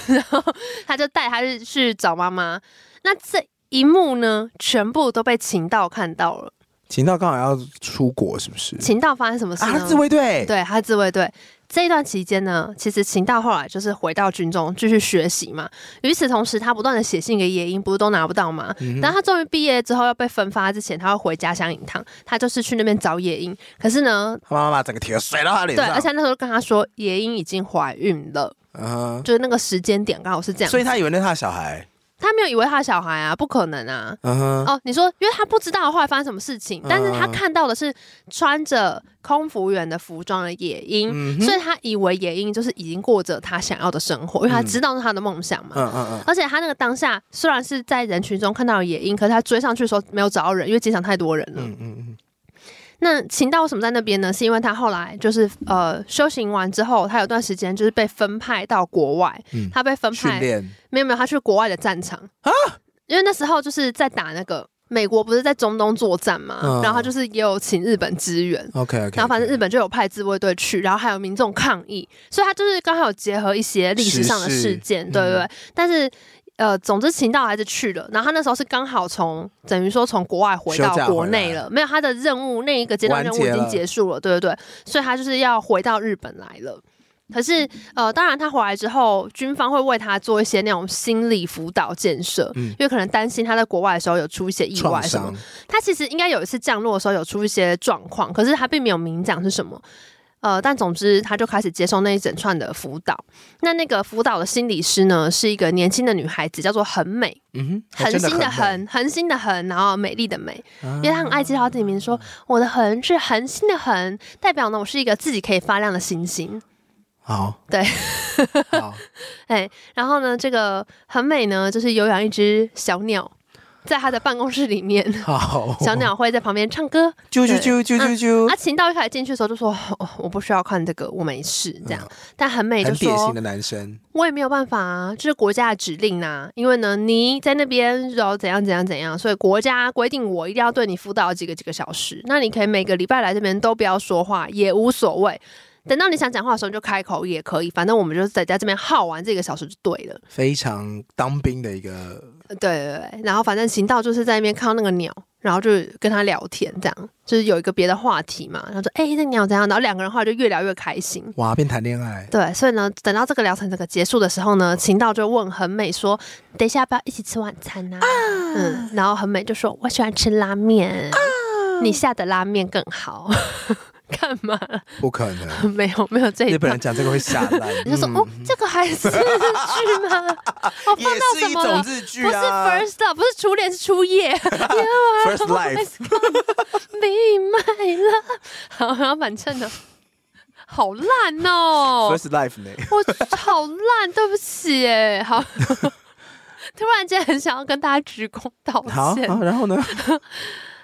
S2: 然后他就带他去找妈妈。那这一幕呢，全部都被秦道看到了。
S1: 秦道刚好要出国，是不是？
S2: 秦道发生什么事
S1: 啊，
S2: 呢？
S1: 他自卫队，
S2: 对，他自卫队。这一段期间呢，其实秦道后来就是回到军中继续学习嘛。与此同时，他不断的写信给野英，不是都拿不到吗？
S1: 嗯
S2: 然
S1: 哼，
S2: 后他终于毕业之后要被分发之前，他要回家乡饮汤，他就是去那边找野英。可是呢，
S1: 他妈妈把整个铁甩到他脸
S2: 对，
S1: 上，
S2: 而且那时候跟他说野英已经怀孕了，
S1: 嗯
S2: 就是那个时间点刚好是这
S1: 哼，
S2: 样。
S1: 所以他以为那是他的小孩，
S2: 他没有以为他的小孩啊，不可能啊。
S1: 嗯哼，
S2: 哦，你说，因为他不知道后来发生什么事情，但是他
S1: 嗯
S2: 看到的是穿着空服员的服装的野英，
S1: 嗯
S2: 所
S1: 哼，
S2: 以他以为野樱就是已经过着他想要的生活，因为他
S1: 嗯
S2: 知道是他的梦想嘛。
S1: 嗯嗯嗯，
S2: 而且他那个当下虽然是在人群中看到了野樱，可是他追上去的时候没有找到人，因为机场太多人了。
S1: 嗯嗯嗯，
S2: 那秦道为什么在那边呢？是因为他后来就是呃修行完之后，他有段时间就是被分派到国外，
S1: 嗯
S2: 他被分
S1: 训
S2: 派
S1: 练
S2: 没有没有，他去国外的战场啊，因为那时候就是在打那个美国不是在中东作战嘛，
S1: 嗯
S2: 然后他就是也有请日本支援。
S1: ，OK OK，
S2: 然后反正日本就有派自卫队去，然后还有民众抗议，所以他就是刚好有结合一些历史上的
S1: 时事
S2: 事件，
S1: 嗯
S2: 对对对。但是呃，总之秦道还是去了，然后他那时候是刚好从等于说从国外回到
S1: 休假回来
S2: 国内了，没有他的任务那一个阶段任务
S1: 完结
S2: 已
S1: 了
S2: 经结束
S1: 嗯
S2: 了，对对对，所以他就是要回到日本来了。可是，呃，当然，他回来之后，军方会为他做一些那种心理辅导建设，
S1: 嗯
S2: 因为可能担心他在国外的时候有出一些意外
S1: 创
S2: 什么
S1: 伤，
S2: 他其实应该有一次降落的时候有出一些状况，可是他并没有明讲是什么。呃，但总之他就开始接受那一整串的辅导。那那个辅导的心理师呢，是一个年轻的女孩子，叫做恒美，
S1: 嗯哼，
S2: 恒心哦的
S1: 很美，
S2: 恒，啊恒心的恒，然后美丽的美。
S1: 因
S2: 因为他很爱介绍自己名字说，我的恒是恒心的恒，代表呢我是一个自己可以发亮的星星。
S1: 好，
S2: 对，
S1: 好，
S2: 哎，然后呢，这个恒美呢，就是有养一只小鸟，在他的办公室里面，
S1: 好，
S2: 小鸟会在旁边唱歌。
S1: 啾啾啾啾啾啾，
S2: 啊，秦道一开始进去的时候就说：“哦，我不需要看这个，我没事。”这样，但很美
S1: 嗯
S2: 就
S1: 很典型
S2: 说
S1: 的男生，：“
S2: 我也没有办法啊，这是国家的指令呐、因为呢，你在那边然后怎样怎样怎样，所以国家规定我一定要对你辅导几个几个小时。那你可以每个礼拜来这边都不要说话，也无所谓。等到你想讲话的时候你就开口也可以，反正我们就是在家这边耗完这个小时就对了。”
S1: 非常当兵的一个，
S2: 对对对，然后反正行道就是在那边看到那个鸟，然后就跟他聊天，这样就是有一个别的话题嘛，然后说哎、那鸟怎样？然后两个人后来就越聊越开心。
S1: 哇，变谈恋爱，
S2: 对，所以呢，等到这个疗程这个结束的时候呢，秦道就问恒美说：“等一下要不要一起吃晚餐啊？”嗯，然后恒美就说：“我喜欢吃拉面，你下的拉面更好。” *laughs* 干嘛？ *laughs*
S1: 不可能，
S2: 没有没有这
S1: 日
S2: 一
S1: 本
S2: 段
S1: 人。讲这个会吓烂，
S2: *laughs* 你就说、
S1: 嗯
S2: 哦，这个还是日剧吗？ *laughs* 我放
S1: 也
S2: 到什
S1: 是一
S2: 么了
S1: 种？日剧
S2: 不是
S1: 啊
S2: first love，不是初恋，是初夜。
S1: ，first life，
S2: be my love，好，然后反正呢， *laughs* 好烂哦，
S1: First Life 呢？
S2: 我好烂，对不起哎，好， *laughs* 突然间很想要跟大家鞠躬道
S1: 好，
S2: 歉
S1: 好然后呢？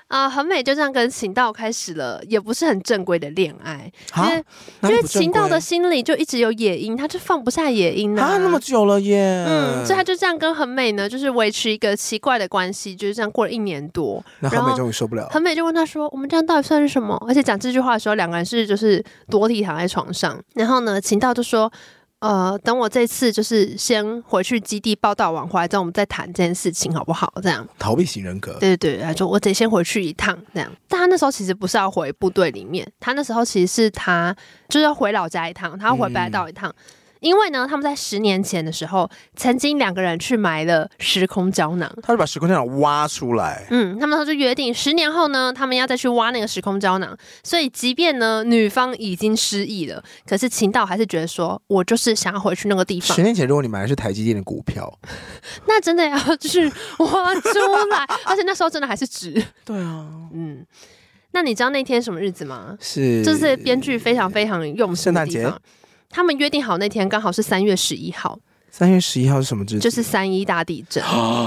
S2: 啊、很美就这样跟秦道开始了，也不是很正规的恋爱，因
S1: 好，
S2: 为因为秦道的心里就一直有野樱，他就放不下野樱啊
S1: 啊，那么久了耶，
S2: 嗯，所以他就这样跟很美呢，就是维持一个奇怪的关系，就是这样过了一年多。
S1: 那
S2: 然
S1: 后
S2: 后
S1: 面终于受不了，
S2: 很美就问他说：“我们这样到底算是什么？”而且讲这句话的时候，两个人是就是裸体躺在床上。然后呢，秦道就说：“呃，等我这次就是先回去基地报道完回来之后，我们再谈这件事情好不好？”这样，
S1: 逃避型人格，
S2: 对对对，他说：“我得先回去一趟。”这样，但他那时候其实不是要回部队里面，他那时候其实是他就是要回老家一趟，他要回北海道一趟。因为呢，他们在十年前的时候，曾经两个人去买了时空胶囊，
S1: 他就把时空电脑挖出来，
S2: 嗯，他们那时候就约定，十年后呢，他们要再去挖那个时空胶囊。所以，即便呢女方已经失忆了，可是秦道还是觉得说，我就是想要回去那个地方
S1: 十，年前，如果你买的是台积电的股票，
S2: 那真的要去挖出来，而且那时候真的还是值。
S1: 对啊，
S2: 嗯，那你知道那天什么日子吗？
S1: 是
S2: 这是编剧非常非常用心的地
S1: 圣诞
S2: 方。他们约定好那天刚好是三月十一号，
S1: 三月十一号是什么日子？
S2: 就是三一大地震。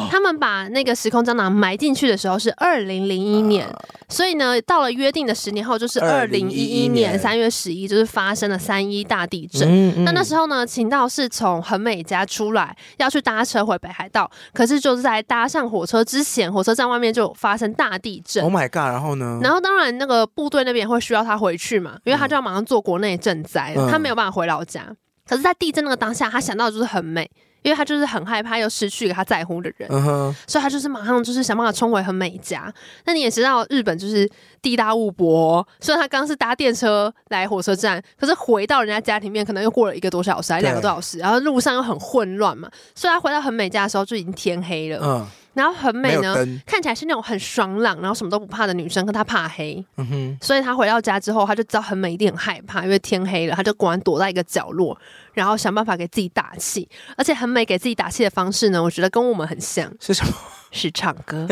S2: 他们把那个时空胶囊埋进去的时候是二零零一年，所以呢，到了约定的十年后，就是啊二零一一
S1: 2011
S2: 年
S1: 年
S2: 三月十一，就是发生了三一大地震。
S1: 嗯嗯
S2: 那那时候呢，秦道是从恒美家出来，要去搭车回北海道，可是就是在搭上火车之前，火车站外面就发生大地震。
S1: ，Oh my god，然后呢？
S2: 然后当然，那个部队那边也会需要他回去嘛，因为他就要马上做国内赈灾了，
S1: 嗯
S2: 他没有办法回老家。可是，在地震那个当下，他想到的就是很美，因为他就是很害怕又失去了他在乎的人，
S1: 嗯哼，
S2: 所以他就是马上就是想办法冲回很美家。那你也知道，日本就是地大物博、虽然他刚是搭电车来火车站，可是回到人家家里面，可能又过了一个多小时，还是两个多小时，然后路上又很混乱嘛，所以他回到很美家的时候就已经天黑了。
S1: 嗯，
S2: 然后很
S1: 没
S2: 美
S1: 有
S2: 呢，
S1: 灯，
S2: 看起来是那种很爽朗，然后什么都不怕的女生，可她怕黑，
S1: 嗯哼，
S2: 所以她回到家之后，她就知道很美一定很害怕，因为天黑了，她就果然躲在一个角落，然后想办法给自己打气。而且很美给自己打气的方式呢，我觉得跟我们很像，哎
S1: 是什么？
S2: 是唱歌。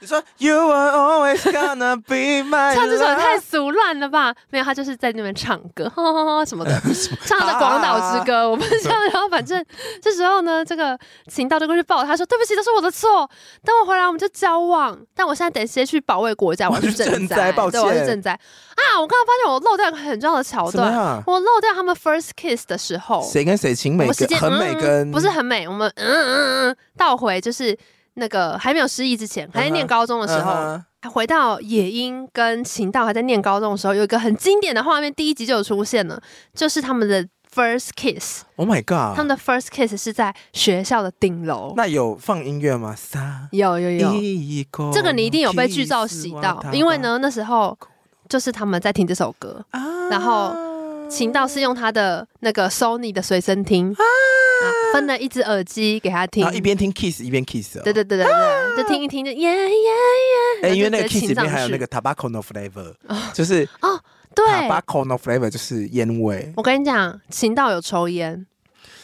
S1: 你说 You are always gonna be my
S2: *laughs* 唱这首也太
S1: love
S2: 俗乱了吧？没有，她就是在那边唱歌，呵呵呵什么的，唱的《广岛之歌》，我不知道。然后反正这时候呢，这个秦道就过去抱她说：“对不起，都是我的错。等我回来我们就交往。但我现在得先去保卫国家，我要去
S1: 我去赈
S2: *laughs* 灾，
S1: 灾抱
S2: 对，我要去
S1: 歉
S2: 赈灾啊！我刚刚发现我漏掉一个很重要的桥
S1: 怎么
S2: 段，
S1: 样
S2: 我漏掉他们 first kiss 的时候，
S1: 谁跟谁情美
S2: 我们时
S1: 跟
S2: 间
S1: 很美
S2: 嗯
S1: 跟
S2: 不是很美，我们嗯嗯嗯倒回就是那个还没有失忆之前，还在念
S1: 嗯哼
S2: 高中的时候。
S1: 嗯哼
S2: 回到野樱跟秦道还在念高中的时候，有一个很经典的画面，第一集就有出现了，就是他们的 first kiss。
S1: Oh my
S2: 他
S1: god，
S2: 们的 first kiss 是在学校的顶楼，
S1: 那哎有放音乐吗？三
S2: 有有有，
S1: 一个
S2: 这个你一定有被剧照洗到，因为呢那时候就是他们在听这首歌，
S1: 啊，
S2: 然后秦道是用他的那个 Sony 的随身听啊，分了一只耳机给他听
S1: 然后，一边听 kiss 一边 kiss，哦
S2: 对对对对对，就听一听就耶耶耶，
S1: 哎，因为那
S2: 然后
S1: 个
S2: 就直接
S1: kiss 里
S2: 亲
S1: 面还有
S2: 上去
S1: 那个 tobacco no flavor，就是
S2: 哦，对，
S1: tobacco no flavor 就是烟味。
S2: 我跟你讲，秦道有抽烟，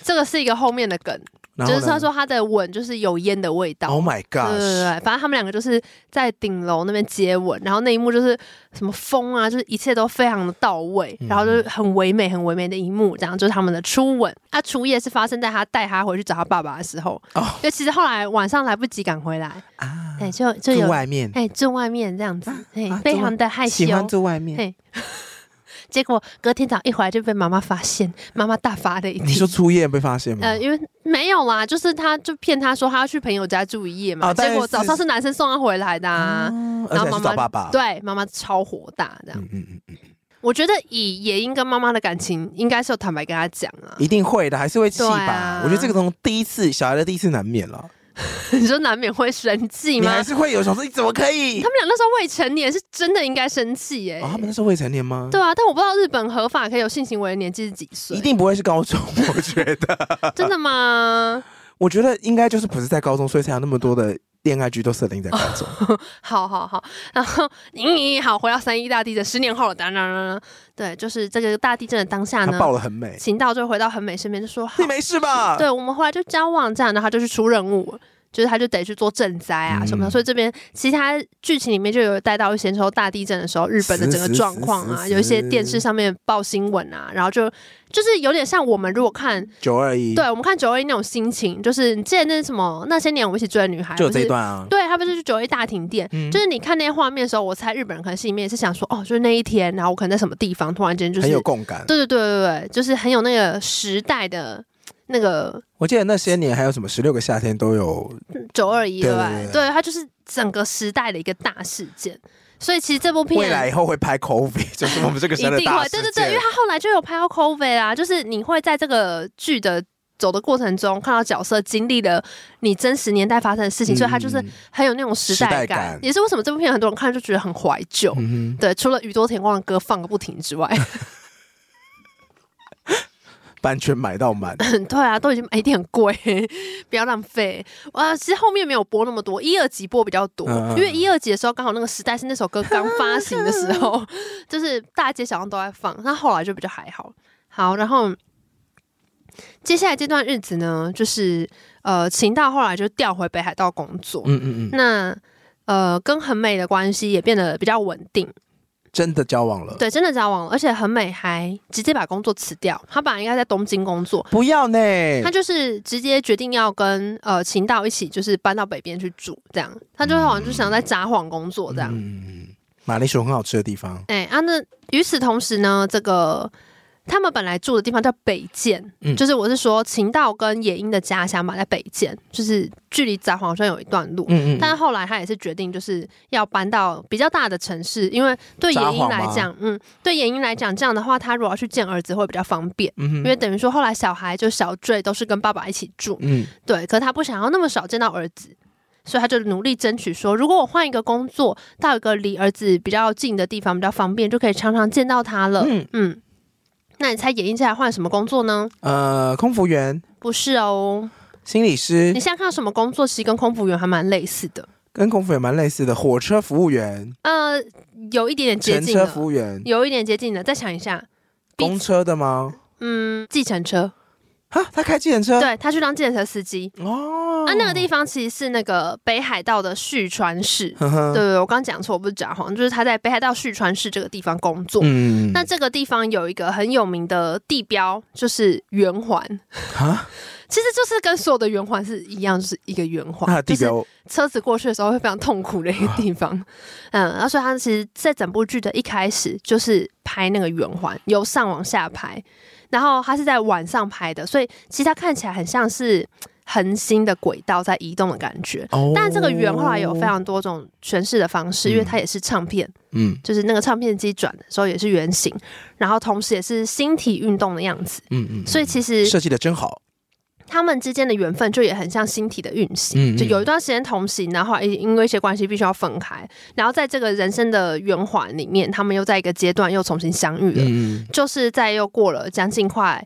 S2: 这个是一个后面的梗，
S1: 然后
S2: 就
S1: 呢
S2: 是他说他的吻就是有烟的味道。
S1: ，Oh my
S2: 对对
S1: gosh，
S2: 对，反正他们两个就是在顶楼那边接吻，然后那一幕就是什么风啊，就是一切都非常的到位，
S1: 嗯
S2: 然后就是很唯美、很唯美的一幕，这样就是他们的初吻。啊，初夜是发生在他带他回去找他爸爸的时候，
S1: 哦
S2: 就其实后来晚上来不及赶回来，
S1: 啊
S2: 哎、，就就
S1: 住
S2: 有
S1: 外面，
S2: 哎住外面这样子，哎、
S1: 啊
S2: 非常的害羞
S1: 喜，欢住外面。
S2: 嘿。结果隔天早上一回来就被妈妈发现，妈妈大发雷霆。
S1: 你说初夜被发现吗？
S2: 呃，因为没有啦，就是他就骗他说他要去朋友家住一夜嘛，
S1: 哦但
S2: 结
S1: 是
S2: 果早上是男生送他回来的、啊。
S1: 嗯而
S2: 然
S1: 且还
S2: 后妈
S1: 是
S2: 妈
S1: 找爸爸。，
S2: 对啊妈妈超火大这样，
S1: 嗯嗯嗯，
S2: 我觉得以野樱跟妈妈的感情，应该是有坦白跟他讲啊。
S1: 一定会的，还是会气
S2: 对
S1: 吧？
S2: 啊
S1: 我觉得这个从第一次小孩的第一次难免了，
S2: *laughs* 你说难免会生气
S1: 你
S2: 吗？
S1: 还是会有想说你怎么可以
S2: 他？们俩那时候未成年，是真的应该生气耶、
S1: 哦，他们那时候未成年吗？
S2: *laughs* 对啊，但我不知道日本合法可以有性行为的年纪是几岁
S1: 一，定不会是高中，我觉
S2: *laughs*
S1: 得，
S2: 真的吗？
S1: 我觉得应该就是不是在高中，所以才有那么多的恋爱剧都设定在高
S2: *laughs*
S1: 中。
S2: 好好好，然后你好，回到三一大地震，十年后了，当当当当，对，就是这个大地震的当下
S1: 他
S2: 呢，
S1: 抱了很美，
S2: 秦道就回到恒美身边，
S1: *laughs*
S2: 就说：“好
S1: 你，没事吧？
S2: 对我们后来就交往这样，然后他就去出任务，就是他就得去做赈灾啊
S1: 嗯
S2: 什么的。所以这边其他剧情里面就有带到咸州大地震的时候，日本的整个状况
S1: 是
S2: 啊，
S1: 是是
S2: 有一些电视上面报新闻啊，然后就就是有点像我们如果看，
S1: 九二一，
S2: 对，我啊们看九二一那种心情，就是你记得那是什么那些年我们一起追的女孩，
S1: 就有这一
S2: 不是
S1: 段啊。
S2: 对他不是去九一大停电，
S1: 嗯
S2: 就是你看那些画面的时候，我猜日本人可能心里面也是想说，哦，就是那一天，然后我可能在什么地方，突然间就是
S1: 很有共感。
S2: 对对对对对，就是很有那个时代的那个
S1: 我记得那些年还有什么十六个夏天都有，
S2: 九二一，
S1: 对
S2: 对不
S1: 对对
S2: 对？对，它就是整个时代的一个大事件。所以其实这部
S1: 未来以
S2: 片
S1: 后会拍 COVID，就是我们这个
S2: 一
S1: 生的
S2: 定
S1: 大
S2: 会，
S1: 事
S2: 对
S1: 件。
S2: 对对，因为它后来就有拍到 COVID 啦，就是你会在这个剧的。走的过程中，看到角色经历了你真实年代发生的事情，所以它就是很有那种时代感，
S1: 嗯时代感
S2: 也是为什么这部片很多人看就觉得很怀旧。
S1: 嗯
S2: 对，除了宇多田光的歌放个不停之外，
S1: 哼，版权买到满，
S2: 很对啊，都已经买一定很贵， *laughs* 不要浪费。哇，其实后面没有播那么多，一二集播比较多，
S1: 嗯嗯嗯
S2: 因为一二集的时候刚好那个时代是那首歌刚发行的时候， *laughs* 就是大街小巷都在放。那后来就比较还好。好，然后接下来这段日子呢，就是呃，秦道后来就调回北海道工作，
S1: 嗯嗯嗯，
S2: 那呃，跟很美的关系也变得比较稳定。
S1: 真的交往了。
S2: 对，真的交往了，而且很美还直接把工作辞掉，她本来应该在东京工作，
S1: 不要呢，
S2: 他就是直接决定要跟呃秦道一起，就是搬到北边去住，这样。他就好像就想在札幌工作这样。
S1: 嗯，马铃薯很好吃的地方，
S2: 哎、啊，那与此同时呢，这个他们本来住的地方叫北见，
S1: 嗯
S2: 就是我是说秦道跟野樱的家乡嘛，在北见，就是距离札幌好像有一段路。
S1: 嗯
S2: 但后来他也是决定，就是要搬到比较大的城市，因为对野
S1: 札
S2: 樱
S1: 幌
S2: 来
S1: 吗
S2: 讲，嗯，对野樱来讲，这样的话，他如果要去见儿子会比较方便，
S1: 嗯
S2: 因
S1: 哼
S2: 为等于说后来小孩就小坠都是跟爸爸一起住，
S1: 嗯，
S2: 对，可他不想要那么少见到儿子，所以他就努力争取说，如果我换一个工作，到一个离儿子比较近的地方比较方便，就可以常常见到他了。嗯
S1: 嗯
S2: 那你猜野樱接下来换什么工作呢？
S1: 呃，空服员、
S2: 不是哦，
S1: 心理师
S2: 你现在看到什么工作，其实跟空服员还蛮类似的，
S1: 跟空服员蛮类似的，火车服务员、
S2: 呃，有一点点接
S1: 乘
S2: 近
S1: 车
S2: 了，
S1: 服务员、
S2: 有一点接近了。再想一下，彼此
S1: 公车的吗？
S2: 嗯，计程车，
S1: 哈，他开计程车
S2: 对他去当计程车司机。
S1: 啊哦，
S2: 啊，那个地方其实是那个北海道的旭川市。
S1: 呵
S2: 对
S1: 呵，
S2: 对，对我刚刚讲错，我不是札幌，就是他在北海道旭川市这个地方工作。
S1: 嗯
S2: 那这个地方有一个很有名的地标，就是圆环，
S1: 啊，
S2: 其实就是跟所有的圆环是一样，就是一个圆环。
S1: 那啊地
S2: 就是
S1: 标啊
S2: 车子过去的时候会非常痛苦的一个地方。 *laughs* 嗯，然后所以它其实，在整部剧的一开始就是拍那个圆环，由上往下拍，然后它是在晚上拍的，所以其实它看起来很像是恒星的轨道在移动的感觉。
S1: 哦
S2: 但这个圆后来有非常多种诠释的方式，因为它也是唱片，
S1: 嗯
S2: 就是那个唱片机转的时候也是圆形，然后同时也是星体运动的样子，
S1: 嗯嗯，
S2: 所以其实
S1: 设计的真好，
S2: 他们之间的缘分就也很像星体的运行，
S1: 嗯嗯
S2: 就有一段时间同行，然后因因为一些关系必须要分开，然后在这个人生的圆环里面，他们又在一个阶段又重新相遇了，
S1: 嗯
S2: 就是在又过了将近快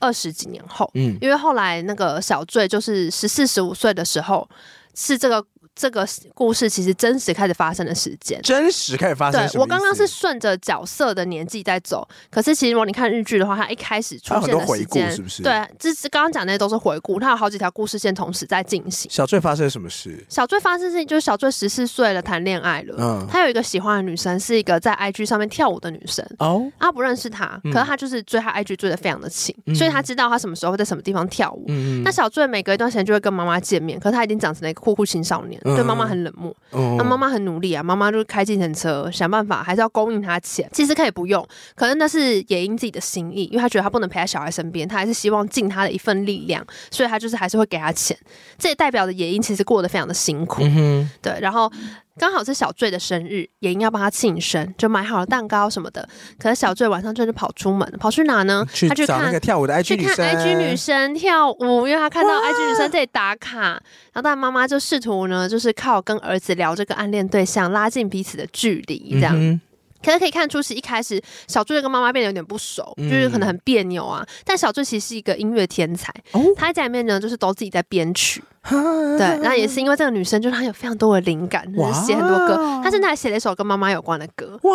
S2: 二十几年后，
S1: 嗯
S2: 因为后来那个小坠就是十四十五岁的时候，是这个这个故事其实真实开始发生的时间。
S1: 真实开始发生什么
S2: 对
S1: 意思？
S2: 我刚刚是顺着角色的年纪在走，可是其实如果你看日剧的话，它一开始出
S1: 它有很
S2: 现
S1: 多
S2: 的
S1: 回
S2: 时
S1: 顾
S2: 间，
S1: 是不是
S2: 对，这是刚刚讲的那些都是回顾，它有好几条故事线同时在进行。
S1: 小醉发生了什么事？
S2: 小醉发生的事情就是小醉十四岁了谈恋爱了，
S1: 嗯
S2: 他有一个喜欢的女生，是一个在 IG 上面跳舞的女生。
S1: 哦，
S2: 他不认识她，
S1: 嗯
S2: 可是他就是追她 IG 追的非常的勤，
S1: 嗯
S2: 所以他知道她什么时候会在什么地方跳舞。
S1: 嗯
S2: 那小醉每隔一段时间就会跟妈妈见面，可是他已经长成了一个酷酷青少年，
S1: 嗯
S2: 对妈妈很冷漠。
S1: 那
S2: 那妈妈很努力啊，妈妈就是开计程车，想办法还是要供应他钱。其实可以不用，可是那是也因自己的心意，因为他觉得他不能陪在小孩身边，他还是希望尽他的一份力量，所以他就是还是会给他钱。这也代表着野英其实过得非常的辛苦，
S1: 嗯哼，
S2: 对。然后刚好是小醉的生日，野英要帮他庆生，就买好了蛋糕什么的。可是小醉晚上就是跑出门，跑去哪呢？
S1: 去
S2: 他去
S1: 找那
S2: 看
S1: 个跳舞的 IG
S2: 去
S1: 女
S2: 看
S1: 生
S2: IG 女生跳舞，因为他看到 IG 女生在打卡，然后但妈妈就试图呢，就是靠跟儿子聊这个暗恋对象，拉近彼此的距离，这样。
S1: 嗯
S2: 可是可以看出，是一开始小醉跟妈妈变得有点不熟，
S1: 嗯哦
S2: 就是可能很别扭啊。但小醉其实是一个音乐天才，
S1: 哼
S2: 他在家里面呢就是都自己在编曲，
S1: 哦， *laughs*
S2: 对。然后也是因为这个女生，就是她有非常多的灵感，就
S1: 哇
S2: 是写很多歌。她甚至还写了一首跟妈妈有关的歌，
S1: 哇，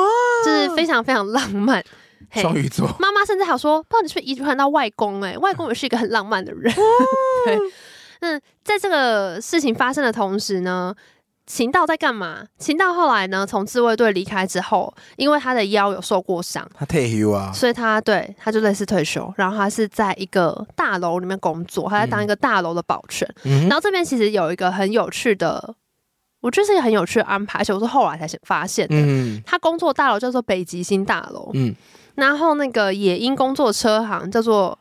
S2: 就是非常非常浪漫。嘿
S1: 双鱼座，
S2: 妈妈甚至还说，不知道你是不是遗传到外公、
S1: *laughs*
S2: 欸？哎，外公也是一个很浪漫的人。
S1: 哦
S2: *laughs* 对，嗯，在这个事情发生的同时呢，秦道在干嘛？秦道后来呢，从自卫队离开之后，因为他的腰有受过伤，
S1: 他退休啊，
S2: 所以他对他就类似退休，然后他是在一个大楼里面工作，他在当一个大楼的保全。
S1: 嗯
S2: 然后这边其实有一个很有趣的，我觉得是一个很有趣的安排，而且我是后来才发现的。
S1: 嗯
S2: 他工作大楼叫做北极星大楼，
S1: 嗯，
S2: 然后那个野鹰工作车行叫做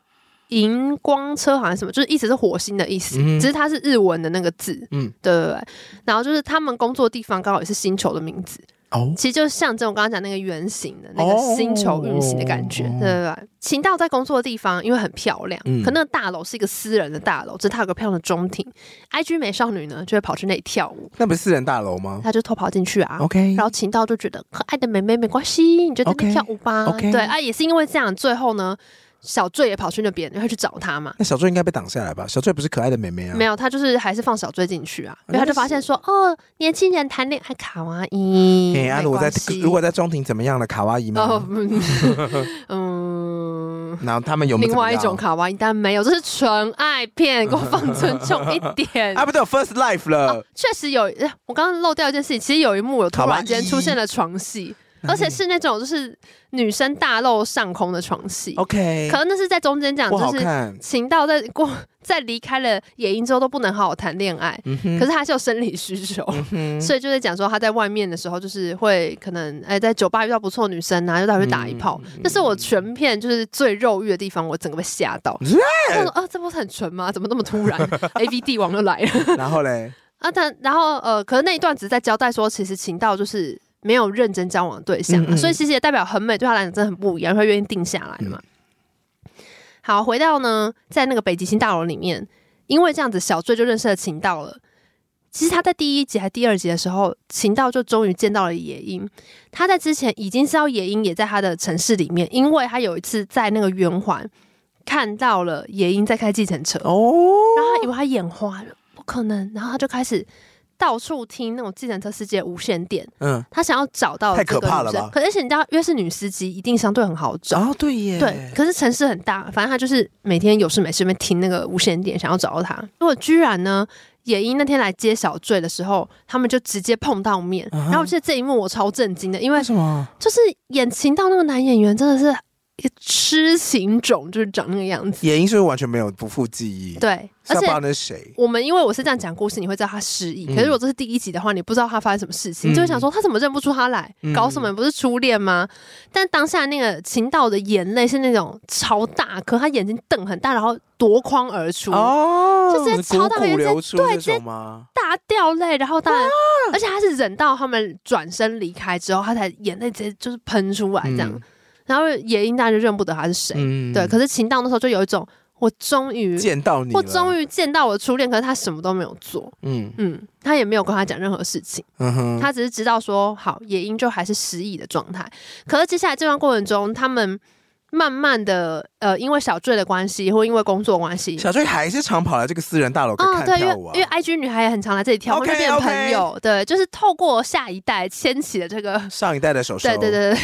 S2: 荧光车行，什么就是意思是火星的意思，
S1: 嗯
S2: 只是它是日文的那个字，
S1: 嗯
S2: 嗯，对对对。然后就是他们工作地方刚好也是星球的名字，
S1: 哦，
S2: 其实就象征我刚刚讲那个圆形的那个星球运行的感觉，
S1: 哦
S2: 对对对。秦道在工作的地方因为很漂亮，
S1: 嗯
S2: 可那个大楼是一个私人的大楼，只是它有个漂亮的中庭。IG 美少女呢就会跑去那里跳舞，
S1: 那不是私人大楼吗
S2: 她就偷跑进去啊。
S1: ？OK，
S2: 然后秦道就觉得可爱的妹妹没关系，你就在
S1: 嗯
S2: 那
S1: OK，
S2: 跳舞吧。
S1: OK
S2: 对啊，也是因为这样，最后呢，小醉也跑去那边，然后去找他嘛。
S1: 那小醉应该被挡下来吧？小醉不是可爱的妹妹啊？
S2: 没有，他就是还是放小醉进去啊，
S1: 啊
S2: 然后他就
S1: 那
S2: 发现说，哦，年轻人谈恋爱卡哇伊，
S1: 哎，啊，
S2: 没
S1: 如果在
S2: 关系
S1: 如果在中庭怎么样了？卡哇伊
S2: 哦
S1: 吗？，
S2: 嗯 *laughs* 嗯，
S1: 然后他们有没有
S2: 另外一
S1: 怎么
S2: 种
S1: 样
S2: 卡哇伊，但没有，这是纯爱片，给我放尊
S1: *laughs*
S2: 重一点
S1: 啊，。不对，First Life 了，
S2: 确实有，呃我刚刚漏掉一件事情，其实有一幕有突
S1: 卡哇
S2: 然间
S1: 伊
S2: 出现了床戏，而且是那种就是女生大露上空的床戏。
S1: *laughs* 哦 OK，
S2: 可能那是在中间讲，
S1: 不好
S2: 就是
S1: 看，
S2: 秦道在过在离开了野营之后都不能好好谈恋爱，
S1: 嗯哼，
S2: 可是他还是有生理需求。
S1: 嗯
S2: 所以就在讲说，他在外面的时候，就是会可能哎、在酒吧遇到不错的女生啊，就带回去打
S1: 嗯
S2: 一炮。那、是我全片就是最肉欲的地方，我整个被吓到。
S1: 嗯
S2: 我想说，啊，这不是很纯吗？怎么那么突然？A V 帝王就来了。
S1: 然后
S2: *laughs*
S1: 嘞，
S2: 啊，但然后呃，可是那一段只是在交代说，其实秦道就是没有认真交往的对象、啊，
S1: 嗯嗯
S2: 所以其实也代表很美对他来讲真的很不一样，会愿意定下来嘛。
S1: 嗯
S2: 好，回到呢，在那个北极星大楼里面，因为这样子，小醉就认识了秦道了。其实他在第一集还第二集的时候，秦道就终于见到了野樱。他在之前已经知道野樱也在他的城市里面，因为他有一次在那个圆环看到了野樱在开计程车。
S1: 哦，
S2: 然后他以为他眼花了，不可能，然后他就开始到处听那种计程车司机的无线电，
S1: 嗯，
S2: 他想要找到
S1: 太
S2: 这个
S1: 可怕了
S2: 女生
S1: 吧
S2: 可而且你知道，越是女司机，一定相对很好找。
S1: 哦，对耶，
S2: 对，可是城市很大，反正他就是每天有事没事那边听那个无线电，想要找到他。结果居然呢，野樱那天来接小醉的时候，他们就直接碰到面。
S1: 嗯哼
S2: 然后我记得这一幕我超震惊的，因为
S1: 为什么？
S2: 就是演情到那个男演员真的是一个痴情种，就是长那个样子。
S1: 野樱是不是完全没有不负记忆，，
S2: 对，而
S1: 不知
S2: 且
S1: 道那是谁，
S2: 我们因为我是这样讲故事，你会知道他失忆。
S1: 嗯
S2: 可是如果这是第一集的话，你不知道他发生什么事
S1: 嗯
S2: 情，你就会想说他怎么认不出他来？
S1: 嗯
S2: 搞什么？不是初恋吗？但当下那个秦道的眼泪是那种超大颗，他眼睛瞪很大，然后夺眶而出，
S1: 哦
S2: 就直接超大
S1: 股骨
S2: 原因
S1: 流出
S2: 对
S1: 那
S2: 直接
S1: 种吗？
S2: 大掉泪。然后当然，而且他是忍到他们转身离开之后，他才眼泪直接就是喷出来这样。
S1: 嗯
S2: 然后野樱大就认不得他是谁，
S1: 嗯
S2: 对。可是秦道那时候就有一种，我终于。
S1: 见到你，
S2: 我终
S1: 于，
S2: 于见到我的初恋，可是他什么都没有做，
S1: 嗯
S2: 嗯，他也没有跟他讲任何事情，
S1: 嗯哼，
S2: 他只是知道说好，野樱就还是失忆的状态。可是接下来这段过程中，他们慢慢的，呃，因为小坠的关系，或因为工作关系，
S1: 小翠还是常跑来这个私人大楼
S2: 啊、
S1: 看
S2: 对，因为
S1: 跳舞啊
S2: 因为。IG 女孩也很常来这里跳，我们就
S1: OK，
S2: 变
S1: OK
S2: 朋友对，就是透过下一代牵起了这个，
S1: 上一代的手手，啊
S2: 对对对对。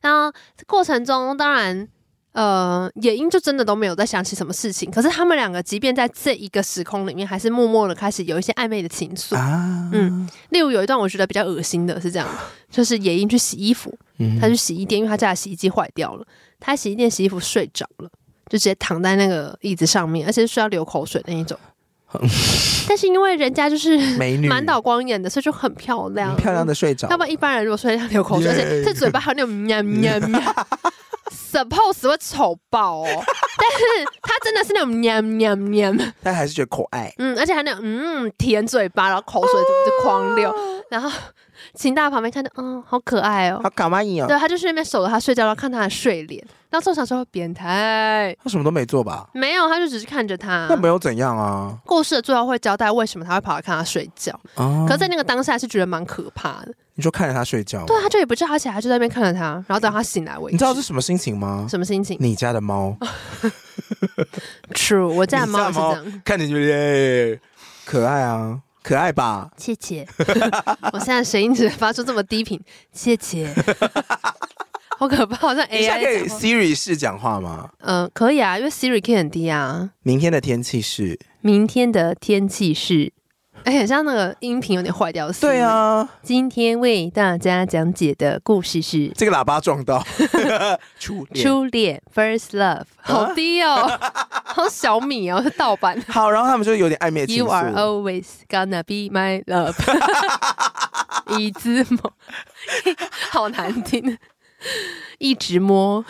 S2: 然后过程中，当然，呃，野樱就真的都没有在想起什么事情，可是他们两个即便在这一个时空里面，还是默默的开始有一些暧昧的情愫。
S1: 啊，
S2: 嗯例如有一段我觉得比较恶心的是这样，
S1: *laughs*
S2: 就是野樱去洗衣服，
S1: 嗯
S2: 她去洗衣店，因为她家的洗衣机坏掉了，她洗衣店洗衣服睡着了，就直接躺在那个椅子上面，而且是睡到流口水那
S1: *laughs*
S2: 一种。但是因为人家就是
S1: 美女，
S2: 满脑光眼的，所以就很漂亮，
S1: 很漂亮的。睡着
S2: 啊嗯要，不然一般人如果睡到流口水，
S1: Yeah
S2: 而且这嘴巴还有那种喵喵喵，suppose 会丑爆哦。 *laughs* 但是她真的是那种喵喵喵，
S1: 但还是觉得可爱。
S2: 嗯，而且还那种嗯舔嘴巴，然后口水就就狂流，然后 *laughs* 秦大旁边看到，嗯，好可爱哦
S1: 哦好。搞嘛你哦，
S2: 对，他就是那边守着他睡觉，然后看他的睡脸。那时候想说变态，
S1: 他什么都没做吧？
S2: 没有，他就只是看着他
S1: 那。没有怎样啊？
S2: 故事的最后会交代为什么他会跑来看他睡觉，
S1: 啊
S2: 可，是在那个当下是觉得蛮可怕的。
S1: 你就看着他睡觉。
S2: 对，他啊就也不叫他起来，他就在那边看着他，然后等他醒来为止。
S1: 你知道是什么心情吗？
S2: 什么心情
S1: 你家的
S2: *laughs*
S1: 猫，
S2: ？True，我家的
S1: 你
S2: 猫
S1: 家
S2: 也
S1: 的
S2: 是这样。
S1: 看着就耶，可爱啊，可爱吧？
S2: 谢
S1: *laughs*
S2: 谢。我现在声音只发出这么低频，谢
S1: *laughs*
S2: 谢。好可怕，好像
S1: 你现在可
S2: AI
S1: 以
S2: 哎讲话。
S1: Siri 式讲话吗？
S2: 嗯、可以啊，因为 Siri 可以很低啊。
S1: 明天的天气是？
S2: 明天的天气是，哎、很像那个音频有点坏掉。
S1: 对，啊，
S2: 今天为大家讲解的故事是《
S1: 这个喇叭撞
S2: *laughs*
S1: 到， *laughs* 初恋。
S2: 初恋 First Love》，好
S1: 啊
S2: 低
S1: *laughs*
S2: 哦，好小米哦，是盗 *laughs* 版。
S1: 好，然后他们就有点暧昧情
S2: You are
S1: 愫。
S2: always gonna be my love，一直摸， *laughs* 好难听，一直摸。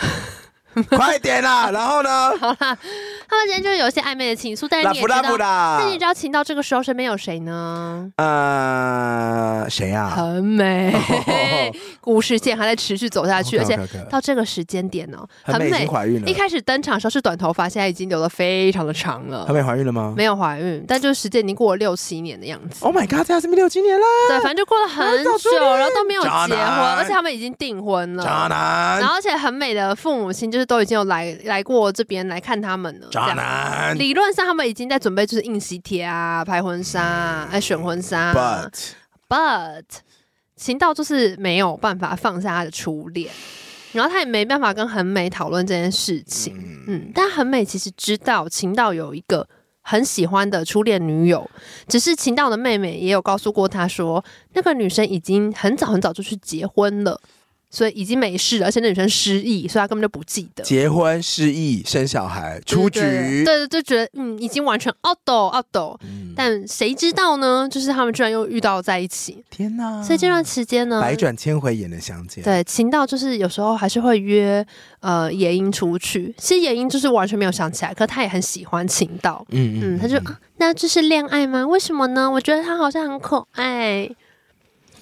S1: 快点
S2: *laughs*
S1: 啦！然后呢？
S2: 他们之间就有一些暧昧的情愫，但是
S1: 拉
S2: 你也
S1: 布
S2: 知
S1: 拉布
S2: 道，但是你
S1: 啦
S2: 知。道情到这个时候身边有谁呢？
S1: 呃，谁呀？
S2: 很美，
S1: 哦
S2: 故事线还在持续走下去，而且
S1: OK，OK，OK
S2: 到这个时间点呢，
S1: 很美已经怀孕了
S2: 一。开始登场的时候是短头发，现在已经留的非常的长了
S1: 很，美怀孕了吗
S2: 没有怀孕，但就是时间已经过了六七年的样子。
S1: ？Oh my god！这样是不是六七年啦？
S2: 对，反正就过了很
S1: 早出
S2: 久，然后都没有结
S1: 渣
S2: 婚，
S1: 男
S2: 而且他们已经订婚
S1: 渣
S2: 了。然
S1: 男，
S2: 后，而且很美的父母亲就是都已经有来来过这边来看他们了。
S1: 渣
S2: 这样
S1: 男。
S2: 理论上他们已经在准备就是印喜帖啊、拍婚纱、啊、哎选婚纱啊、
S1: But
S2: But 秦道就是没有办法放下他的初恋，然后他也没办法跟很美讨论这件事情。嗯但很美其实知道秦道有一个很喜欢的初恋女友，只是秦道的妹妹也有告诉过他说，那个女生已经很早很早就去结婚了。所以已经没事了，而且那女生失忆，所以他根本就不记得。
S1: 结婚、失忆、生小孩、出
S2: 对
S1: 局，
S2: 对，对就觉得嗯，已经完全 out 抖 out 抖。
S1: 嗯
S2: 但谁知道呢？就是他们居然又遇到在一起，
S1: 天哪！
S2: 所以这段时间呢，
S1: 百转千回也能相见。
S2: 对，秦道就是有时候还是会约呃野樱出去。其实野樱就是完全没有想起来，可他也很喜欢秦道。
S1: 嗯，嗯
S2: 嗯，他就、啊那这是恋爱吗？为什么呢？我觉得他好像很可爱，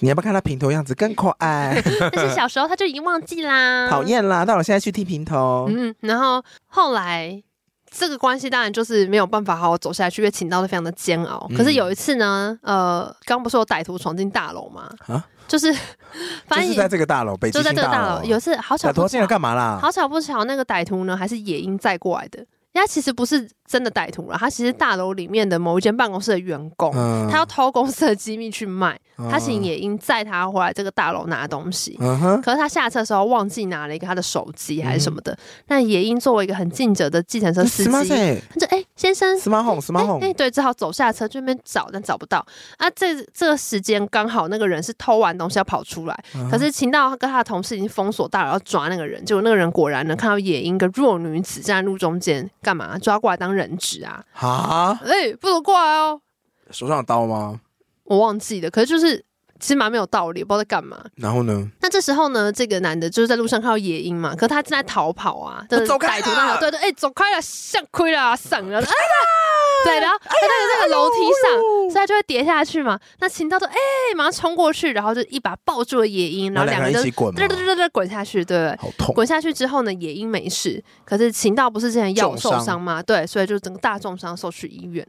S1: 你要不要看他平头样子更可爱？
S2: 但是小时候他就已经忘记啦。
S1: 讨。厌啦！但我现在去剃平头，
S2: 嗯，然后后来这个关系当然就是没有办法好好走下去，因为秦道都非常的煎熬。
S1: 嗯
S2: 可是有一次呢，呃，刚不是有歹徒闯进大楼吗？
S1: 啊
S2: 就是 *laughs* *laughs* 反
S1: 就
S2: 正
S1: 是在这个大楼，北
S2: 就
S1: 极
S2: 在
S1: 星
S2: 这个大
S1: 楼。
S2: 有一次好巧
S1: 小
S2: 不
S1: 头进来
S2: 巧，
S1: 干嘛啦？
S2: 好巧不巧，那个歹徒呢还是野鹰载过来的。人家其实不是真的歹徒啦，他其实大楼里面的某一间办公室的员工，
S1: 嗯
S2: 他要偷公司的机密去卖，他请
S1: 也，
S2: 野鹰载他回来这个大楼拿东西。
S1: 嗯哼，
S2: 可是他下车的时候忘记拿了一个他的手机还是什么的。那野鹰作为一个很尽责的计程车司
S1: 嗯什么
S2: 机，
S1: 谁？
S2: 他就哎、先生。
S1: 什么红？什么
S2: 哎、
S1: 红？
S2: 哎对，只好走下车去那边找，但找不到啊。这这个时间刚好那个人是偷完东西要跑出来，可是秦道跟他的同事已经封锁大楼要抓那个人，结果那个人果然呢看到野鹰跟弱女子站在路中间，干嘛抓过来当人质啊？
S1: 啊，
S2: 哎、不能过来哦，
S1: 手上有刀吗？
S2: 我忘记了，可是就是其实蛮没有道理，不知道在干嘛。
S1: 然后呢？
S2: 那这时候呢，这个男的就是在路上看到野鹰嘛，可是他正在逃跑啊，就是
S1: 走开啦哎
S2: 歹徒在逃，对对，哎、走开了，像亏了啊，上了，啊 *laughs* 对，然后他在那个楼梯上，所以他就会跌下去嘛。那秦道就哎、马上冲过去，然后就一把抱住了野鹰，然后两
S1: 两
S2: 个
S1: 个
S2: 人
S1: 人一
S2: 就
S1: 起滚吗
S2: 对对？对对对滚下去，对对对
S1: 好痛！
S2: 滚下去之后呢，野鹰没事，可是秦道不是之前腰
S1: 重
S2: 受
S1: 伤
S2: 伤吗？对，所以就整个大重伤送去医院。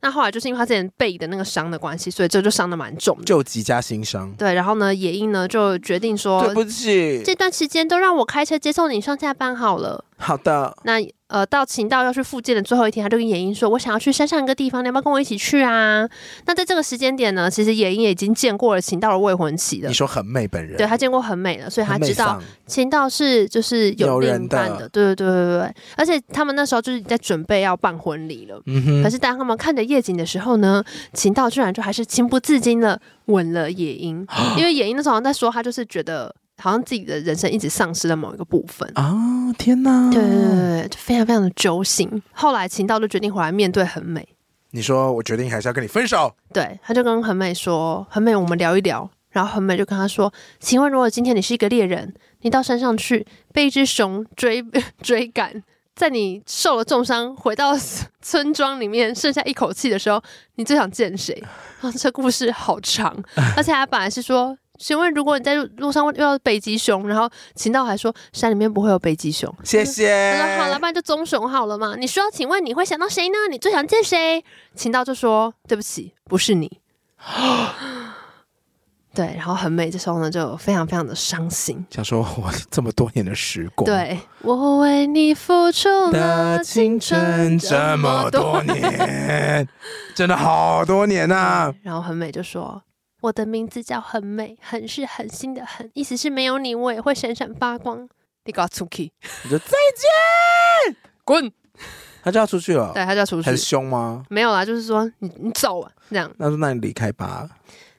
S2: 那后来就是因为他之前背的那个伤的关系，所以这就伤的蛮重的。
S1: 救急加新伤，
S2: 对，然后呢，野樱呢就决定说
S1: 对，不起，
S2: 这段时间都让我开车接送你上下班好了。
S1: 好的，
S2: 那呃，到秦道要去附近的最后一天，他就跟野樱说：“我想要去山上一个地方，你要不要跟我一起去啊？”那在这个时间点呢，其实野樱也已经见过了秦道的未婚妻了
S1: 你。说很美本人，
S2: 对他见过很美了，所以他
S1: 很美
S2: 知道
S1: 丧
S2: 秦道是就是有
S1: 有人
S2: 另一半
S1: 的
S2: 的，对对对对对。而且他们那时候就是在准备要办婚礼了，
S1: 嗯哼，
S2: 可是当他们看着夜景的时候呢，秦道居然就还是情不自禁的吻了野
S1: *gasps*
S2: 樱，因为野樱那时候好像在说他就是觉得好像自己的人生一直丧失了某一个部分。
S1: 啊，天哪！
S2: 对对对对对，就非常非常的揪心。后来秦道就决定回来面对很美，
S1: 你说我决定还是要跟你分手，
S2: 对，他就跟很美说：“很美，我们聊一聊。”然后很美就跟他说：“请问，如果今天你是一个猎人，你到山上去被一只熊追 *laughs* 追赶，在你受了重伤回到村庄里面剩下一口气的时候，你最想见谁？” *laughs* 啊，这故事好长，而且他本来是说。请问，如果你在路路上遇到北极熊，然后秦道还说山里面不会有北极熊，
S1: 谢谢。
S2: 他说好了，不然就棕熊好了嘛。你说，请问你会想到谁呢？你最想见谁？秦道就说对不起，不是 *gasps* 你。对，然后很美这时候呢就非常非常的伤心。
S1: 想说我这么多年的时光，，
S2: 对我为你付出
S1: 的
S2: 了
S1: 青
S2: 青
S1: 春
S2: 春
S1: 这
S2: 这
S1: 么
S2: 么
S1: 多
S2: 多
S1: 年，真的好多年啊呐、
S2: *laughs* 对然后很美就说。我的名字叫很美，很是狠心的狠，意思是没有你我也会闪闪发光。你搞出去，
S1: 你就再
S2: 滚！
S1: 他就要出去了，
S2: 对，他就要出去
S1: 很，凶吗？
S2: 没有啦，就是说你你走啊，这样。
S1: 那说那你离开吧，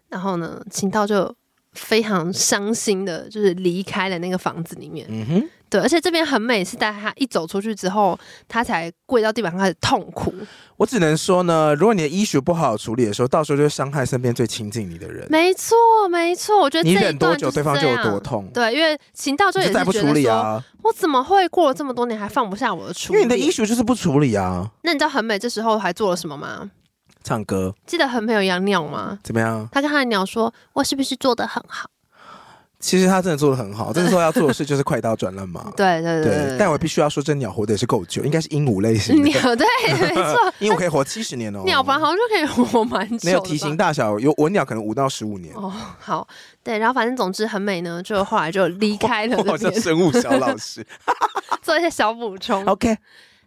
S2: 然后呢，秦道就非常伤心的，就是离开了那个房子里面。
S1: 嗯哼，
S2: 对，而且这边很美，是在他一走出去之后，他才跪到地板上开始痛哭。
S1: 我只能说呢，如果你的医学不好好处理的时候，到时候就会伤害身边最亲近你的人。
S2: 没错，没错，我觉得
S1: 你
S2: 这
S1: 忍
S2: 一
S1: 多
S2: 段
S1: 久，
S2: 是
S1: 对方就有
S2: 这样
S1: 多。痛，
S2: 对，因为秦道就
S1: 你
S2: 也
S1: 就是再不
S2: 觉
S1: 处
S2: 得
S1: 理
S2: 说，
S1: 啊，
S2: 我怎么会过了这么多年还放不下我的初
S1: 因为你
S2: 恋？
S1: 的医学就是不处理啊。
S2: 那你知道很美这时候还做了什么吗？
S1: 唱歌
S2: 记得很美有养鸟吗？
S1: 怎么样？
S2: 他跟他的鸟说：“我是不是做的很好
S1: 其实他真的做的很好，真的说要做的事就是快刀斩乱麻？”。
S2: 对对
S1: 对，但我必须要说，这鸟活的也是够久，应该是鹦鹉类型的，
S2: *laughs* 鸟对，没错，
S1: 鹦鹉可以活七十年哦。
S2: *laughs* 鸟房好像就可以活蛮久的吧。
S1: 没有体型大小，有我鸟可能五到十五年。
S2: 哦，好，对，然后反正总之很美呢，就后来就离开了
S1: 我 *laughs* 好
S2: 这
S1: 像
S2: 边，
S1: 生物小老师。 *laughs*
S2: 做一些小补充。
S1: OK，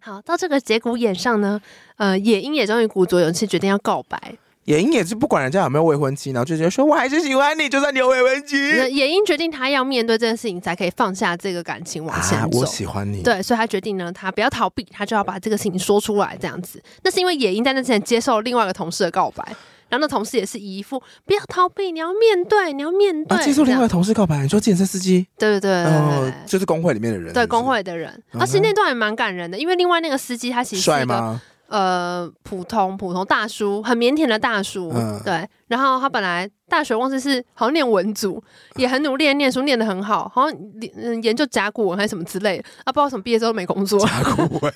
S2: 好，到这个节骨眼上呢，呃，野樱也终于鼓足勇气决定要告白。
S1: 野英也是不管人家有没有未婚妻，然后就直接说我还是喜欢你，就算你有未婚
S2: 那
S1: 妻。
S2: 野樱决定她要面对这件事情，才可以放下这个感情往
S1: 啊
S2: 前，走。
S1: 我喜欢你。，
S2: 对，所以她决定呢，她不要逃避，她就要把这个事情说出来，这样子。那是因为野樱在那之前接受了另外一个同事的告白，然后那同事也是一副不要逃避，你要面对，你要面对。
S1: 啊，接受
S2: 这
S1: 另
S2: 样
S1: 外的同事告白，你说健身司机，
S2: 对对对对对对
S1: 哦，就是工会里面的人，
S2: 对
S1: 是不是
S2: 工会的人，
S1: 嗯
S2: 而且那段也蛮感人的，因为另外那个司机他其实是
S1: 帅
S2: 一个 *laughs*
S1: 吗？
S2: 呃普通普通大叔，很腼腆的大叔，
S1: 嗯
S2: 对。然后他本来大学忘记是好像念文组，也很努力地念书，念得很好，好像嗯研究甲骨文还是什么之类的，啊，不知道为什么毕业之后没工作， *laughs*
S1: 打工会，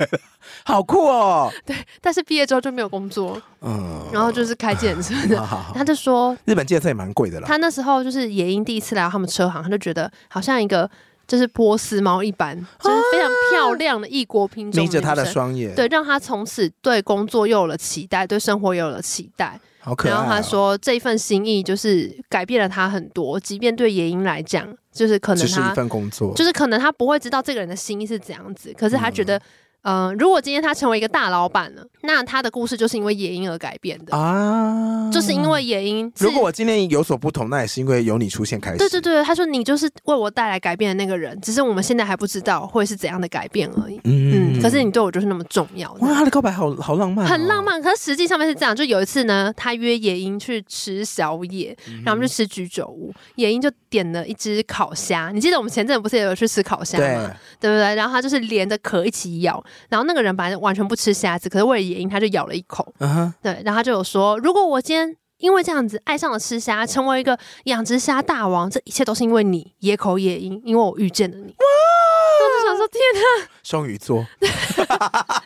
S1: 好酷哦。
S2: 但是毕业之后就没有工作，
S1: 嗯，
S2: 然后就是开健身的。
S1: 好好好
S2: *laughs* 他就说，
S1: 日本健身也蛮贵的啦。
S2: 他那时候就是野樱第一次来到他们车行，他就觉得好像一个就是波斯猫一般，就是非常漂亮的异国品种
S1: 眯
S2: 女
S1: 啊着
S2: 生。
S1: 他的双眼，
S2: 对，让他从此对工作又有了期待，对生活又有了期待。
S1: 好可爱、
S2: 然
S1: 哦。
S2: 后他说，这份心意就是改变了他很多，即便对野樱来讲，就是可能
S1: 只是一
S2: 他
S1: 份工作，
S2: 就是可能他不会知道这个人的心意是怎样子，可是他觉得，嗯、如果今天他成为一个大老板了，那他的故事就是因为野樱而改变
S1: 呃
S2: 的，
S1: 啊，
S2: 就是因为野樱是。
S1: 如果我今天有所不同，那也是因为有你出现开始。
S2: 对对对，他说你就是为我带来改变的那个人，只是我们现在还不知道会是怎样的改变而已。
S1: 嗯
S2: 嗯，可是你对我就是那么重要。
S1: 哇，他的告白好好浪漫、哦
S2: 很浪。漫。可是实际上面是这样，就有一次呢，他约野樱去吃宵夜，
S1: 嗯
S2: 然后我们就吃居酒屋，野樱就点了一只烤虾。你记得我们前阵子不是也有去吃烤虾
S1: 对，
S2: 吗？对不对？然后他就是连着壳一起咬，然后那个人本来完全不吃虾子，可是为了野樱，他就咬了一口。
S1: 嗯哼，
S2: 对，然后他就有说，如果我今天。因为这样子爱上了吃虾，成为一个养殖虾大王，这一切都是因为你野口野樱，因为我遇见了你。哇，就想说天哪，
S1: 双鱼座，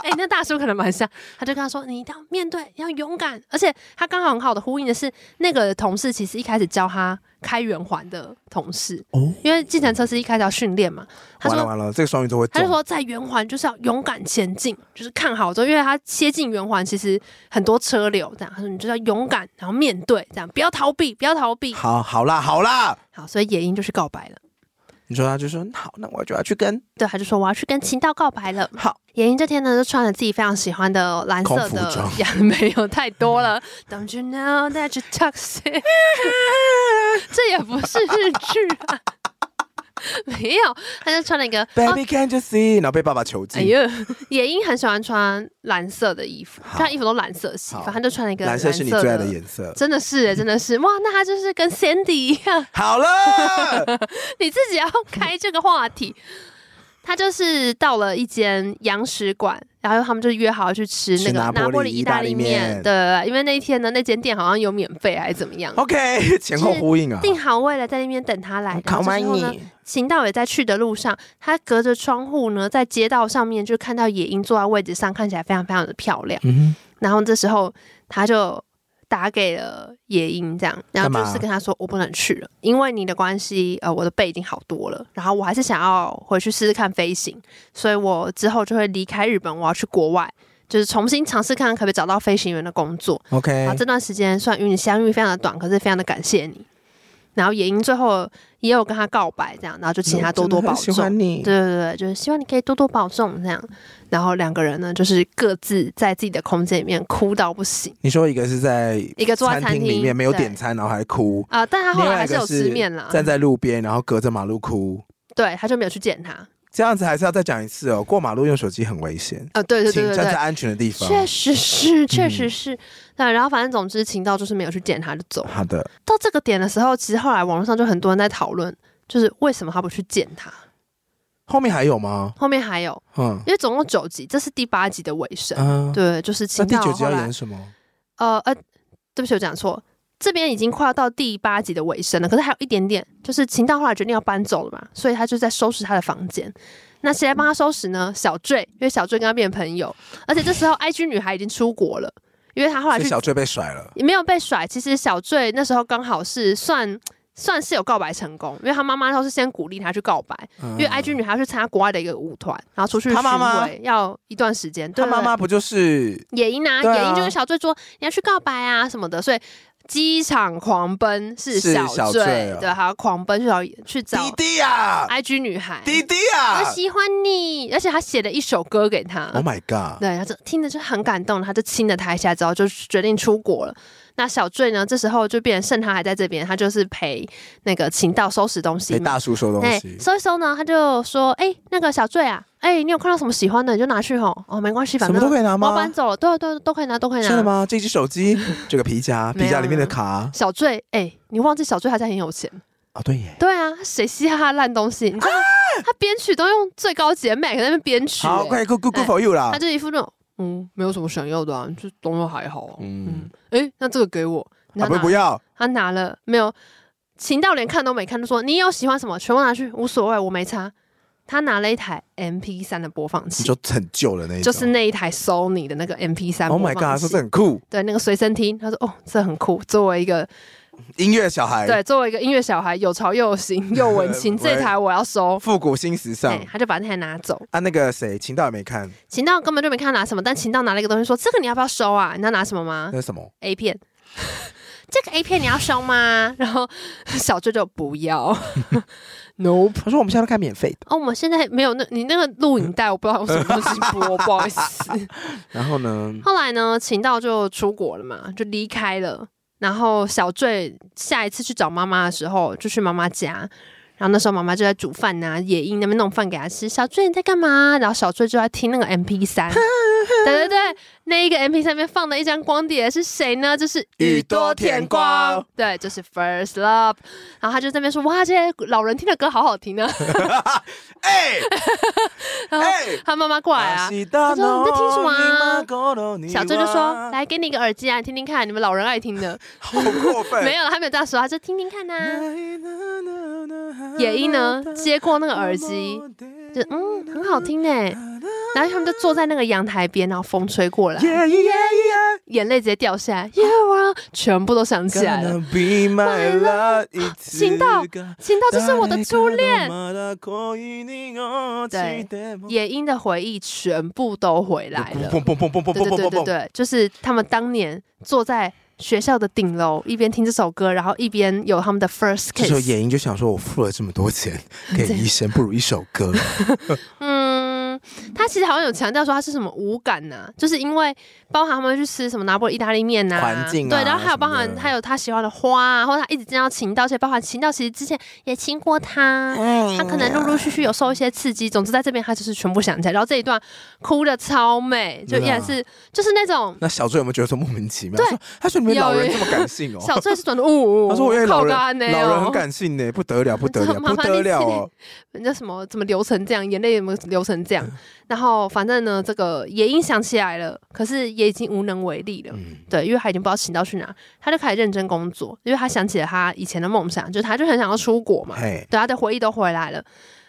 S2: 哎、那大叔可能蛮像，他就跟他说你一定要面对，要勇敢，而且他刚好很好的呼应的是，那个同事其实一开始教他开圆环的同事，
S1: 哦
S2: 因为计程车是一开始要训练嘛，他
S1: 完了
S2: 说
S1: 完了，这个双鱼座会
S2: 他就
S1: 中。
S2: 说，在圆环就是要勇敢前进，就是看好之后，因为他切进圆环，其实很多车流这样。他说你就要勇敢，然后面对，这样不要逃避，不要逃避。
S1: 好，好啦，好啦，
S2: 好，所以野樱就去告白了。
S1: 你说他就
S2: 哦
S1: 说好，那我就要去跟
S2: 对，他就说我要去跟秦道告白了。
S1: 好，
S2: 野樱这天呢，就穿了自己非常喜欢的蓝色
S1: 空服
S2: *laughs* 的
S1: 装，
S2: 呀，没有太多
S1: *laughs*
S2: 了。Don't you know that you toxic？这也不是日剧啊， *laughs* 没有，他就穿了一个。哦
S1: Baby Can You See，然后被爸爸囚
S2: 哎
S1: 禁。
S2: 呀，野樱很喜欢穿蓝色的衣服，
S1: 好
S2: 他衣服都蓝色系，
S1: 好
S2: 反正就穿了一个
S1: 蓝色是你最爱的颜色。
S2: 真的是耶，真的是哇！那他就是跟 Sandy 一样，
S1: 好
S2: *laughs*
S1: 了，
S2: 你自己要开这个话题。他就是到了一间洋食馆，然后他们就约好要去吃那
S1: 吃
S2: 个
S1: 拿
S2: 拿
S1: 破
S2: 破
S1: 里
S2: 里
S1: 意
S2: 意
S1: 大
S2: 大
S1: 利
S2: 利
S1: 面
S2: 面。对对，对因为那一天呢，那间店好像有免费还是怎么样。
S1: OK，前后呼应啊。
S2: 定好位了，在那边等他来。然
S1: 考
S2: 后
S1: 完
S2: 之后呢，
S1: 你，
S2: 秦道也在去的路上，他隔着窗户呢，在街道上面就看到野樱坐在位置上，看起来非常非常的漂亮。
S1: 嗯，
S2: 然后这时候他就打给了野英，这样，然后
S1: 干
S2: 就
S1: 嘛
S2: 是跟他说我不能去了，因为你的关系，呃，我的背已经好多了，然后我还是想要回去试试看飞行，所以我之后就会离开日本，我要去国外。就是重新尝试看看可不可以找到飞行员的工作。然
S1: OK，
S2: 后这段时间虽然与你相遇非常的短，可是非常的感谢你。然后野英最后也有跟他告白，这样，然后就请他多多保
S1: 我真的很喜
S2: 重。
S1: 欢你。
S2: 对对对，就是希望你可以多多保重这样。然后两个人呢，就是各自在自己的空间里面哭到不行，
S1: 你说一个是在
S2: 一个坐在
S1: 餐
S2: 餐
S1: 厅里面没有点
S2: 对
S1: 餐，然后还哭。
S2: 啊、但他后
S1: 另外
S2: 来还
S1: 一
S2: 是
S1: 个
S2: 有吃面啦，
S1: 站在路边，然后隔着马路哭，
S2: 对，他就没有去见他。
S1: 这样子还是要再讲一次哦。过马路用手机很危险，
S2: 呃，对对
S1: 请
S2: 对对
S1: 站在
S2: 对，
S1: 安全的地方。嗯
S2: 确实是，确实是。对，然后反正总之，秦道就是没有去见他，就走。
S1: 好的，
S2: 到这个点的时候，其实后来网络上就很多人在讨论，就是为什么他不去见他。
S1: 后面还有吗？
S2: 后面还有，
S1: 嗯
S2: 因为总共九集，这是第八集的尾声。
S1: 嗯，
S2: 对，就是
S1: 那
S2: 秦
S1: 第
S2: 道
S1: 九集
S2: 后
S1: 要
S2: 来
S1: 演什么？
S2: 呃呃，对不起，我讲错，呃这边已经快要到第八集的尾声了，可是还有一点点，就是秦道后来决定要搬走了嘛，所以他就在收拾他的房间。那谁来帮他收拾呢？小坠，因为小坠跟他变朋友，而且这
S1: *laughs*
S2: 时候 IG 女孩已经出国了，因为她后来
S1: 所以
S2: 去
S1: 小坠被甩了。
S2: 也没有被甩。其实小坠那时候刚好是算。算是有告白成功，因为他妈妈那时候是先鼓励他去告白，
S1: 嗯
S2: 因为 IG 女孩要去参加国外的一个舞团，然后出去巡
S1: 她妈妈
S2: 回要一段时间。对
S1: 他
S2: 对
S1: 妈
S2: 对
S1: 妈不就是
S2: 野樱啊，
S1: 对啊
S2: 野樱就跟小醉说你要去告白啊什么的，所以机场狂奔是
S1: 是
S2: 小
S1: 小
S2: 醉，
S1: 醉哦
S2: 对，还要狂奔去找去找
S1: 弟弟啊？
S2: IG 女孩，
S1: 弟弟
S2: 我
S1: 啊
S2: 喜欢你，而且他写了一首歌给他，
S1: ！Oh my god！
S2: 对，然后就听着就很感动，他就亲了他一下之后，就决定出国了。那小醉呢，这时候就变成剩他还在这边，他就是陪那个秦道收拾东西
S1: 给
S2: 嘛，
S1: 大叔收东
S2: 哎，
S1: 西，
S2: 收一收呢，他就说，哎、那个小醉啊，哎、你有看到什么喜欢的你就拿去吼，哦，没关系，反
S1: 什么
S2: 正
S1: 都可以拿
S2: 我要
S1: 吗
S2: 搬？走了，对啊对啊，都可以拿，都可以拿。
S1: 真的？吗？这只手机，这个皮夹，
S2: 啊没有啊
S1: 皮夹里面的卡
S2: 小醉，哎、你忘记小醉他家很有钱？
S1: 啊，对耶。
S2: 对啊，谁嘻哈哈烂东西？你知道吗他编曲都用最高级的 Mac 在那边编曲、
S1: 啊好，
S2: 哎
S1: 快 good good good
S2: 哎
S1: for you 啦
S2: 他！就一副那种，嗯，没有什么想要的啊，就东西还好啊、
S1: 嗯
S2: 嗯，哎、那这个给我，
S1: 啊，
S2: 他
S1: 不
S2: 拿
S1: 不要，
S2: 他拿了没有？秦道连看都没看，就说你有喜欢什么，全部拿去，无所谓，我没差。他拿了一台 MP 三的播放器，
S1: 你就很旧的那一
S2: 就
S1: 种，
S2: 是那一台 Sony 的那个 MP 三
S1: Oh
S2: 播
S1: my
S2: 放
S1: god，
S2: 器。
S1: 说这很酷，
S2: 对，那个随身听，他说哦，这很酷。作为一个
S1: 音乐小孩，
S2: 对，作为一个音乐小孩，有潮又
S1: *laughs*
S2: 行又文青，这
S1: 哎喂
S2: 台我要收。
S1: 复古新时尚
S2: 哎，他就把那台拿走。
S1: 啊。那个谁，秦道也没看，
S2: 秦道根本就没看他拿什么，但秦道拿了一个东西说：“这个你要不要收啊？你要拿什么吗
S1: 那是什么？
S2: ？A 片， *laughs* 这个 A 片你要收吗？” *laughs* 然后小舅就
S1: *laughs*
S2: 不要，Nope。
S1: 他说我们现在都看免费的。
S2: *laughs* 哦，我现在没有那，你那个录影带我不知道用什么东西
S1: *laughs*
S2: 播，不好意思。
S1: 然后呢，
S2: 后来呢，秦道就出国了嘛，就离开了。然后小坠下一次去找妈妈的时候，就去妈妈家。然后那时候妈妈就在煮饭呐、野樱那边弄饭给她吃。小坠你在干嘛？然后小坠就在听那个
S1: *laughs*
S2: MP 三，对对对，那一个 MP 三里面放的一张光碟是谁呢？就是
S1: 宇多田光，
S2: 对，就是 First Love。然后他就在那边说：“哇，这些老人听的歌好好听啊。
S1: 哎
S2: 然后
S1: 哎”，
S2: 他妈妈过来啊，
S1: 他
S2: 说你在听什么啊
S1: 啊
S2: 小
S1: 醉
S2: 醉就说：“，来，给你一个耳机啊，你听听看，你们老人爱听
S1: *laughs*
S2: 的。”
S1: 好过分，
S2: 没有，他没有这样说，
S1: *laughs*
S2: 他就听听看呐、
S1: 有 *laughs*
S2: 野樱呢接过那个耳机，就嗯很好听哎，然后他们就坐在那个阳台边，然后风吹过来，
S1: Yeah, yeah, yeah,
S2: 眼泪直接掉下来，You are 全部都想 *laughs* 起来了
S1: gonna。be my love，一次
S2: 行道
S1: が
S2: 情到这是我的初恋，
S1: 誰かの恋に落ちても
S2: 野樱的回忆全部都回来了。
S1: 砰砰砰砰砰
S2: 对
S1: 砰砰
S2: 对对对
S1: 砰砰！
S2: 对，就是他们当年坐在学校的顶楼，一边听这首歌，然后一边有他们的 first
S1: 这时候
S2: kiss。
S1: 眼英就想说：“我付了这么多钱给医生，不如一首歌。
S2: 嗯，他其实好像有强调说他是什么无感呐、就是因为包含他们去吃什么拿破仑意大利面呐、
S1: 环境啊
S2: 对，然后还有包
S1: 什
S2: 含
S1: 么的
S2: 还有他喜欢的花啊，或者他一直见到情道，而且包含情道其实之前也亲过他。
S1: 嗯”
S2: 他可能陆陆续续有受一些刺激，总之在这边他就是全部想起来，然后这一段哭的超美，就依
S1: 啊
S2: 然是就是那种
S1: 那小周有没有觉得说莫名其妙？
S2: 对
S1: 他说他说你们
S2: 有
S1: 老人
S2: 有
S1: 这么感性哦。
S2: 小醉是转的，呜、哦，
S1: *laughs* 他说我也老
S2: 靠
S1: 人，
S2: 咖呢
S1: 老人
S2: 哦
S1: 很感性呢，不得了，不得
S2: 这
S1: 了，
S2: 麻
S1: 不
S2: 烦
S1: 得
S2: 你
S1: 了
S2: 自己
S1: 哦。
S2: 人家什么怎么流成这样，眼泪怎么流成这样？然后反正呢，这个也影响起来了，可是也已经无能为力了。
S1: 嗯，
S2: 对，因为他已经不知道请到去哪，他就开始认真工作，因为他想起了他以前的梦想，就是他就很想要出国嘛，
S1: 嘿，
S2: 对，他的回忆都回来了，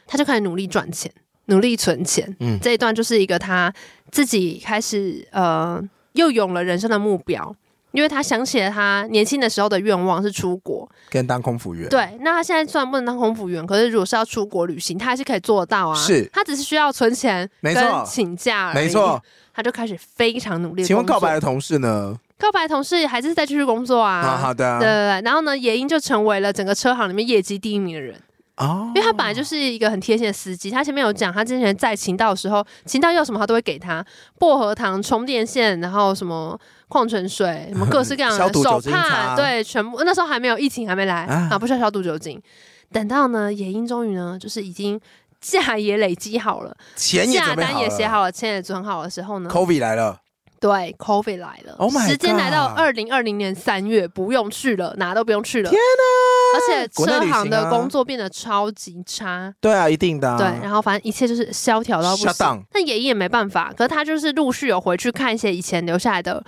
S2: 他就开始努力赚钱，努力存钱。
S1: 嗯
S2: 这一段就是一个他自己开始呃，又有了人生的目标。因为他想起了他年轻的时候的愿望是出国，
S1: 跟当空服员。
S2: 对，那他现在虽然不能当空服员，可是如果是要出国旅行，他还是可以做得到啊。
S1: 是
S2: 他只是需要存钱
S1: 没
S2: 跟
S1: 错
S2: 请假而已。
S1: 没错。，
S2: 他就开始非常努力。
S1: 请问告白，的同事呢？
S2: 告白同事还是在继续工作啊？
S1: 啊，好的
S2: 对对，对，然后呢，野英就成为了整个车行里面业绩第一名的人，
S1: 哦
S2: 因为他本来就是一个很贴心的司机。他前面有讲，他之前在秦道的时候，秦道要什么他都会给他，薄荷糖、充电线，然后什么矿泉
S1: *laughs*
S2: 水，什么各式各样
S1: 消
S2: 的
S1: 毒
S2: 手
S1: 酒精
S2: 帕，
S1: 擦
S2: 对，全部那时候还没有疫情还没来
S1: 啊
S2: 啊，不需要消毒酒精。等到呢，野英终于呢，就是已经假也累积好了，
S1: 钱哎也
S2: 假
S1: 准备
S2: 单也写
S1: 了
S2: 好了，钱也存好的时候呢，
S1: ，COVID 来了，
S2: 对，COVID 来了
S1: Oh my
S2: 时间来到
S1: God
S2: 二零二零年三月，不用去了，哪都不用去了。天哪！而且
S1: 国内旅
S2: 车
S1: 行
S2: 行的
S1: 啊
S2: 工作变得超级差。
S1: 对啊，一定的啊。
S2: 对，然后反正一切就是萧条到不
S1: Shut down
S2: 行。但爷爷也没办法，可是他就是陆续有回去看一些以前留下来的，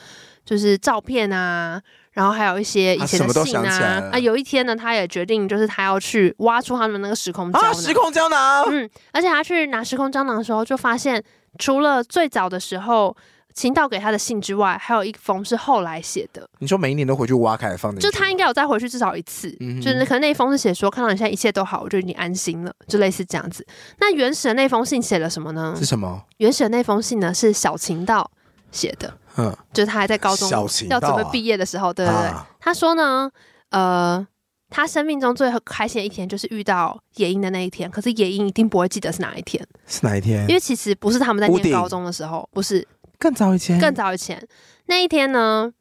S2: 就是照片啊，然后还有一些以
S1: 啊
S2: 前
S1: 什
S2: 的
S1: 么都
S2: 信
S1: 想起来
S2: 啊。
S1: 了
S2: 啊，有一天呢，他也决定就是他要去挖出他们那个时空胶
S1: 啊，
S2: 囊。
S1: 时空胶囊，
S2: 嗯，而且他去拿时空胶囊的时候，就发现除了最早的时候秦道给他的信之外，还有一封是后来写的，
S1: 你说每一年都回去挖开来放进去
S2: 就
S1: 吗，
S2: 他应该有再回去至少一次，
S1: 嗯哼
S2: 就是可能那一封是写说看到你现在一切都好，我就已经安心了，就类似这样子。那原始的那封信写了什么呢
S1: 是？什么？
S2: 原始的那封信呢是小秦道写的，
S1: 嗯，
S2: 就是他还在高中
S1: 小秦
S2: 要准
S1: 道
S2: 备
S1: 啊
S2: 毕业的时候，对对对，
S1: 啊
S2: 他说呢，呃，他生命中最开心的一天就是遇到野樱的那一天，可是野樱一定不会记得是哪一天。
S1: 是哪一天
S2: 因？为其实不是他们在
S1: 屋
S2: 念
S1: 顶
S2: 高中的时
S1: 嗯
S2: 候，不是
S1: 更早以前，
S2: 更早以前那一天呢，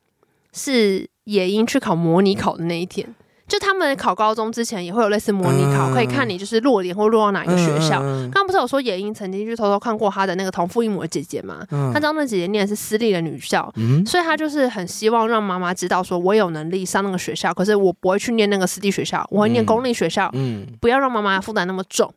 S2: 是野樱去考模拟考的那一天。就他们考高中之前也会有类似模拟考，
S1: 嗯
S2: 可以看你就是落点或落到哪一个学校。
S1: 嗯，
S2: 刚刚不是有说野樱曾经去偷偷看过她的那个同父异母的姐姐吗？她知道那姐姐念的是私立的女校，
S1: 嗯
S2: 所以她就是很希望让妈妈知道，说我有能力上那个学校，可是我不会去念那个私立学校，我会念
S1: 嗯
S2: 公立学校，
S1: 嗯，
S2: 不要让妈妈负担那么重。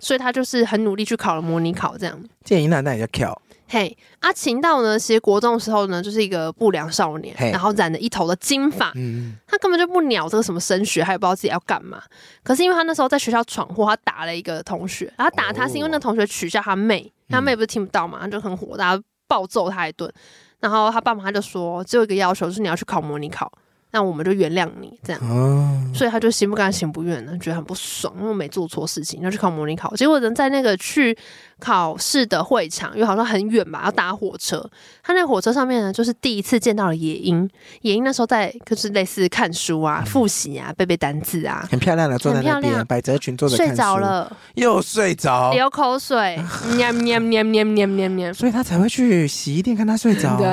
S2: 所以她就是很努力去考了模拟考，这样。
S1: 建议奶奶要跳，
S2: 嘿，啊，秦道呢，其实国中的时候呢，就是一个不良少年
S1: 嘿
S2: 然后染了一头的金发，
S1: 嗯，
S2: 他根本就不鸟这个什么升学，还也不知道自己要干嘛。可是因为他那时候在学校闯祸，他打了一个同学，然后打他是因为
S1: 哦
S2: 那同学取笑他妹，他
S1: 嗯
S2: 妹不是听不到嘛，他就很火大，暴揍他一顿。然后他爸妈就说，只有一个要求，就是你要去考模拟考，那我们就原谅你这样。
S1: 哦，
S2: 所以他就心不甘情不愿的，觉得很不爽，因为没做错事情，就去考模拟考。结果人在那个去考试的会场，因为好像很远吧，要搭火车。他那个火车上面呢，就是第一次见到了野樱。野樱那时候在就是类似看书
S1: 嗯
S2: 啊、复习啊、背背单字啊，
S1: 很漂亮的坐在那
S2: 很漂
S1: 边，
S2: 亮
S1: 百褶裙坐着看
S2: 睡
S1: 书哦
S2: 着，了，
S1: 又睡着，
S2: 流口
S1: *laughs*
S2: 水，喵喵喵喵喵喵喵。
S1: 所以他才会去洗衣店看他睡着，
S2: *laughs* 对，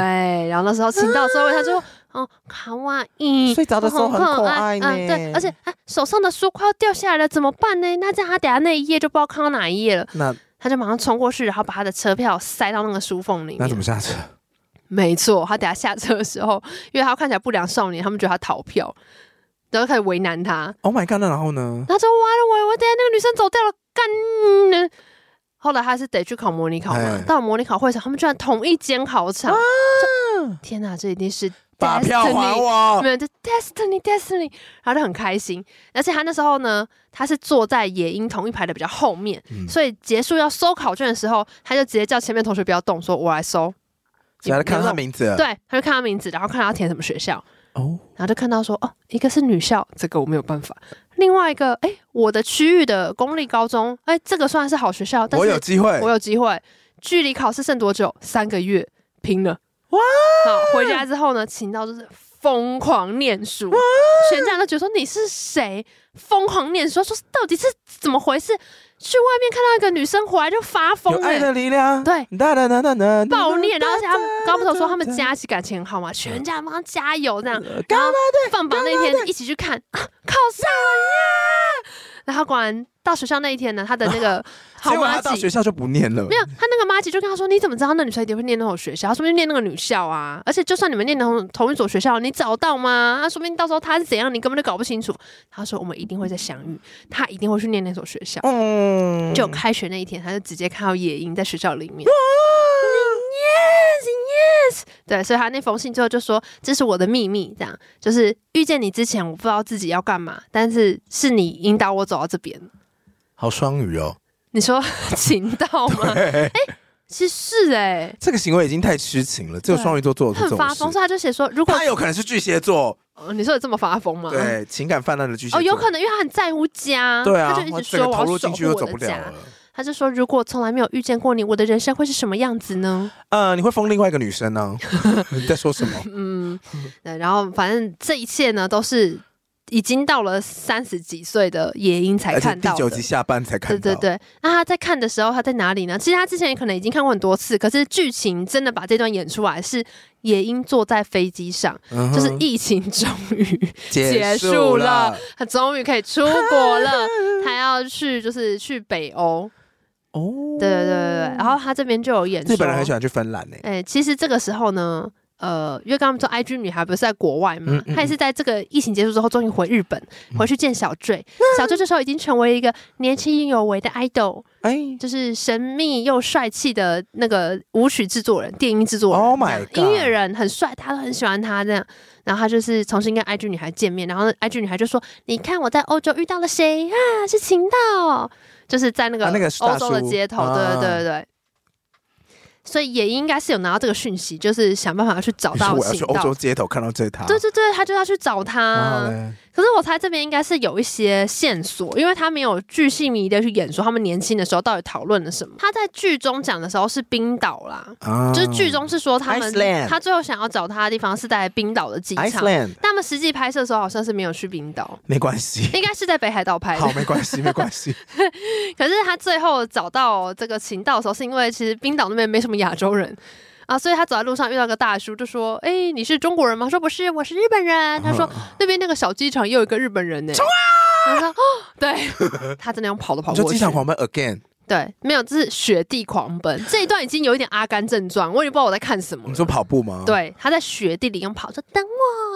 S2: 然后那时候请到之后，他就哦，卡哇伊，
S1: 睡着的时候很可爱
S2: 嗯，
S1: 呢
S2: 对，而且啊，手上的书快要掉下来了，怎么办呢？那这样他等下那一页就不知道看到哪一页了，
S1: 那
S2: 他就马上冲过去，然后把他的车票塞到那个书缝里
S1: 那怎么
S2: 面。
S1: 下车？
S2: 没错，他等下下车的时候，因为他看起来不良少年，他们觉得他逃票，然后开始为难他，
S1: Oh my god！那然后呢？
S2: 他说完了，我我等下那个女生走掉了，干。嗯后来他是得去考模拟考嘛
S1: 哎，啊
S2: 到了模拟考会场，他们居然同一间考场，就天哪，这一定是
S1: 把票还
S2: Destiny，
S1: 我
S2: 没有就 Destiny Destiny，然后就很开心。而且他那时候呢，他是坐在野鹰同一排的比较后面，
S1: 嗯
S2: 所以结束要收考卷的时候，他就直接叫前面同学不要动，说我来收。
S1: 只要
S2: 你
S1: 看
S2: 不
S1: 到
S2: 要
S1: 他
S2: 动
S1: 名字了，
S2: 对，他就看他名字，然后看他要填什么学校，
S1: 哦，
S2: 然后就看到说哦，一个是女校，这个我没有办法；另外一个，哎，我的区域的公立高中，哎，这个虽然是好学校，但
S1: 我
S2: 是
S1: 有机会，
S2: 我有机会。距离考试剩多久？三个月，拼了！
S1: 哇！
S2: 好，回家之后呢，晴到就是疯狂念书，全家人都觉得说你是谁？疯狂念书，说到底是怎么回事？去外面看到一个女生回来就发疯
S1: 有
S2: 了、
S1: 爱的力量，
S2: 对，
S1: 哒哒哒哒哒，
S2: *laughs* 暴念，然后而
S1: *laughs*
S2: 且他们刚不是有说他们家其实感情很好嘛，全家帮他加油这样，然后放榜那天一起去看，啊考上了耶！然后果然到学校那一天呢，他的
S1: *laughs*
S2: 那个好
S1: 结果
S2: 妈
S1: 他到
S2: 吉
S1: 学校就不念了，
S2: 没有，他那个妈吉就跟他说：“你怎么知道那女生一定会念那种学校？她说不定念那个女校啊！而且就算你们念同同一所学校，你找到吗？啊那说不定到时候她是怎样，你根本就搞不清楚。”他说：“我们一定会再相遇，他一定会去念那所学校。
S1: 嗯，
S2: 就开学那一天，他就直接看到野樱在学校里面。对，所以他那封信最后就说：“这是我的秘密。”这样就是遇见你之前，我不知道自己要干嘛，但是是你引导我走到这边。
S1: 好双语哦，
S2: 你说情到 *laughs* 吗？哎、其实是哎、
S1: 这个行为已经太痴情了，只有
S2: 对
S1: 双鱼座做得
S2: 他
S1: 出这
S2: 很发
S1: 种
S2: 疯，
S1: 事。
S2: 所以他就写说，如果
S1: 他有可能是巨蟹座，
S2: 哦你说有这么发疯吗？，
S1: 对情感泛滥的巨蟹座，
S2: 哦，有可能因为他很在乎家，
S1: 对啊，
S2: 他就一直
S1: 整个
S2: 说我
S1: 投
S2: 要
S1: 入
S2: 守
S1: 进去
S2: 护
S1: 又
S2: 我
S1: 走不
S2: 的
S1: 了
S2: 家
S1: 了。。
S2: 他就说，如果从来没有遇见过你，我的人生会是什么样子呢？
S1: 呃，你会封另外一个女生
S2: *laughs*
S1: 呢？你在说什么？ *laughs*
S2: 嗯，对然后反正这一切呢，都是已经到了三十几岁的野樱才
S1: 而且
S2: 看
S1: 第
S2: 到
S1: 九
S2: 的
S1: 集。下班才看
S2: 对
S1: 到，
S2: 对对，那他在看的时候，他在哪里呢？其实他之前可能已经看过很多次，可是剧情真的把这段演出来，是野樱坐在飞机上，
S1: 嗯哼，
S2: 就是疫情终于
S1: *laughs* 结
S2: 结
S1: 束
S2: 束
S1: 了
S2: 了。他终于可以出国了，他要去就是去北欧，
S1: 哦，
S2: 对对对对对。然后他这边就有演说，
S1: 日本人很喜欢去芬兰呢。
S2: 哎、其实这个时候呢，呃，因为刚刚我们说 IG 女孩不是在国外嘛，
S1: 嗯嗯
S2: 她也是在这个疫情结束之后，终于回日本，回去见小坠。小坠这时候已经成为一个年轻有为的 idol，
S1: 哎，
S2: 就是神秘又帅气的那个舞曲制作人、电音制作人
S1: Oh my
S2: 这样
S1: God
S2: 音乐人很帅，大家都很喜欢他这样。然后他就是重新跟 IG 女孩见面，然后 IG 女孩就说：“你看我在欧洲遇到了谁啊？是秦道，就是在那个
S1: 啊那个是大
S2: 欧洲的
S1: 叔啊
S2: 街头，对对对对对。”所以也应该是有拿到这个讯息，就是想办法要去找
S1: 你说
S2: 到
S1: 我要去
S2: 秦
S1: 欧洲
S2: 哦道。
S1: 街头看到这他，
S2: 对对对，他就啊要去找他。
S1: 然后嘞，
S2: 可是我猜这边应该是有一些线索，因为他没有巨细靡遗的去演说他们年轻的时候到底讨论了什么。他在剧中讲的时候是冰岛啦，
S1: 啊
S2: 就是剧中是说他们
S1: Iceland
S2: 他最后想要找他的地方是在冰岛的机场，但
S1: Iceland
S2: 他们实际拍摄的时候好像是没有去冰岛，
S1: 没关
S2: *laughs*
S1: 系，
S2: 应该是在北海道拍的
S1: 好。没关系没关系，
S2: 可是他最后找到这个情道的时候，是因为其实冰岛那边没什么亚洲人。啊，所以他走在路上遇到个大叔，就说：“哎、你是中国人吗？”他说：“不是，我是日本人。”他说：“
S1: 嗯
S2: 那边那个小机场也有一个日本人呢、他说：“哦，对， *laughs* 他真的用跑都跑
S1: 啊你
S2: 过
S1: 就
S2: 去。
S1: 机场狂奔 again，
S2: 对，没有，这是雪地狂奔。这一段已经有一点《阿甘正传》，我也不知道我在看什么
S1: 你
S2: 了。
S1: 说跑步嗯吗？，
S2: 对，他在雪地里用跑，说等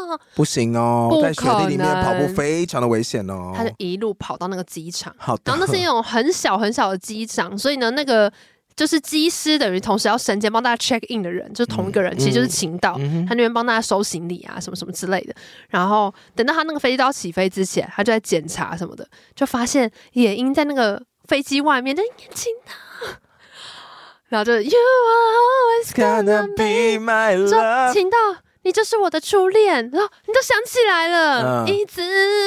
S2: 我，
S1: 不行哦，
S2: 不
S1: 在雪地里
S2: 可
S1: 面
S2: 能
S1: 跑步非常的危险哦。
S2: 他就一路跑到那个机场。
S1: 好的，
S2: 然后那是一种很小很小的机长，所以呢，那个就是机师等于同时要神间帮大家 check in 的人，就是同一个人，其实就是秦导，
S1: 嗯
S2: 他那边帮大家收行李啊，什么什么之类的。然后等到他那个飞机到起飞之前，他就在检查什么的，就发现野鹰在那个飞机外面在眼睛他，然后就 You are always
S1: It's gonna be my
S2: 说
S1: love，
S2: 秦导。你就是我的初恋，然后你都想起来了，
S1: 嗯
S2: 一直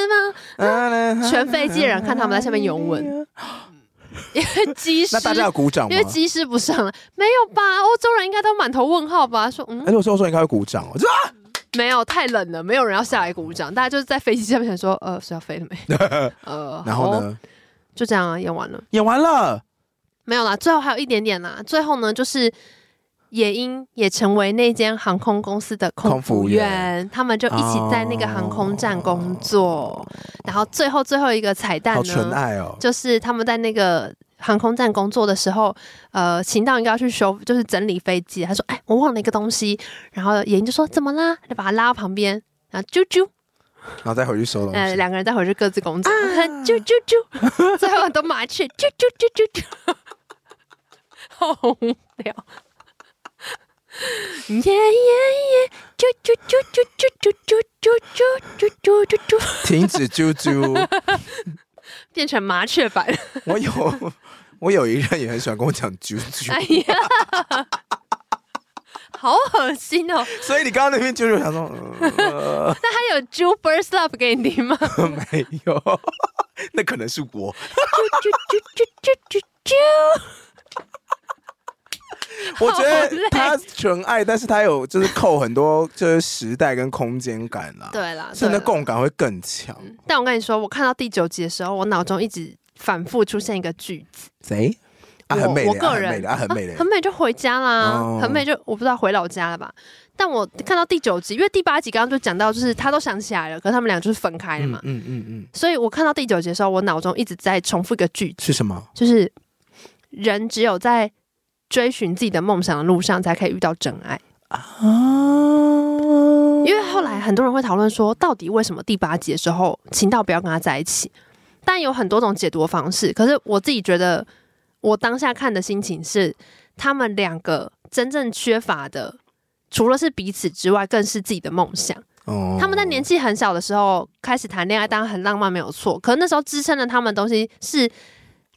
S2: 吗？嗯 *laughs* 全飞机的人看他们在下面拥 *laughs* 吻。因为机师
S1: 那大家有鼓掌吗
S2: 因为？机师不上了，没有吧？欧洲人应该都满头问号吧？说嗯
S1: 而，且我说我说应该会鼓掌哦，我就啊
S2: 没有，太冷了，没有人要下来鼓掌，大家就是在飞机上面想说，呃，是要飞了没？ *laughs* 呃，
S1: 然后
S2: 好哦？
S1: 呢？
S2: 就这样啊，演完了，
S1: 演完了，
S2: 没有啦，最后还有一点点啦，最后呢，就是。野鹰也成为那间航空公司的空
S1: 空服
S2: 服
S1: 员
S2: 员，哦他们就一起在那个航空站工作。然后最后最后一个彩蛋
S1: 好
S2: 呢，
S1: 纯爱哦。
S2: 就是他们在那个航空站工作的时候，呃，秦道应该要去修，就是整理飞机。他说：“哎，我忘了一个东西。”然后野英就说：“怎么啦？”就把他拉到旁边，然后啾啾，
S1: 然后再回去收东
S2: 呃，
S1: 西，
S2: 两个人再回去各自工作。啾啾啾，最后都麻雀，啾啾啾啾啾，好无聊。耶耶耶，啾啾啾啾啾啾啾啾啾啾啾啾啾，
S1: 停止啾啾。
S2: *laughs* 变成麻雀版。
S1: 我有我有一任也很喜欢跟我讲啾
S2: 哎
S1: 啾，
S2: 呀，好恶心 *laughs* 哦！
S1: 所以你刚刚那边啾啾，我想说、 *laughs* 呃、
S2: 那还有 j u b e r s Love 给你听吗？啾
S1: 没有， *laughs* 那可能是我。
S2: 啾啾啾啾啾啾，
S1: 我觉得
S2: 好累
S1: 他纯爱，但是他有就是扣很多就是时代跟空间感啊啦，
S2: 对 *laughs* 啦，
S1: 甚至
S2: 对啦嗯
S1: 共感会更强。
S2: 但我跟你说，我看到第九集的时候，我脑中一直反复出现一个句子，
S1: 谁？啊，
S2: 我
S1: 很美
S2: 我
S1: 的，啊
S2: 个
S1: 很美
S2: 人
S1: 的，啊，很美
S2: *laughs*
S1: 的。
S2: 很美就回家啦，
S1: 哦
S2: 很美就我不知道回老家了吧。但我看到第九集，因为第八集刚刚就讲到，就是他都想起来了，可是他们俩就是分开了嘛。
S1: 嗯嗯嗯，
S2: 所以我看到第九集的时候，我脑中一直在重复一个句子，
S1: 是什么？
S2: 就是人只有在追寻自己的梦想的路上，才可以遇到真爱。
S1: 啊，
S2: 因为后来很多人会讨论说，到底为什么第八集的时候秦道不要跟他在一起？但有很多种解读的方式。可是我自己觉得，我当下看的心情是，他们两个真正缺乏的，除了是彼此之外，更是自己的梦想。
S1: 哦
S2: 他们在年纪很小的时候开始谈恋爱，当然很浪漫没有错。可是那时候支撑了他们的东西是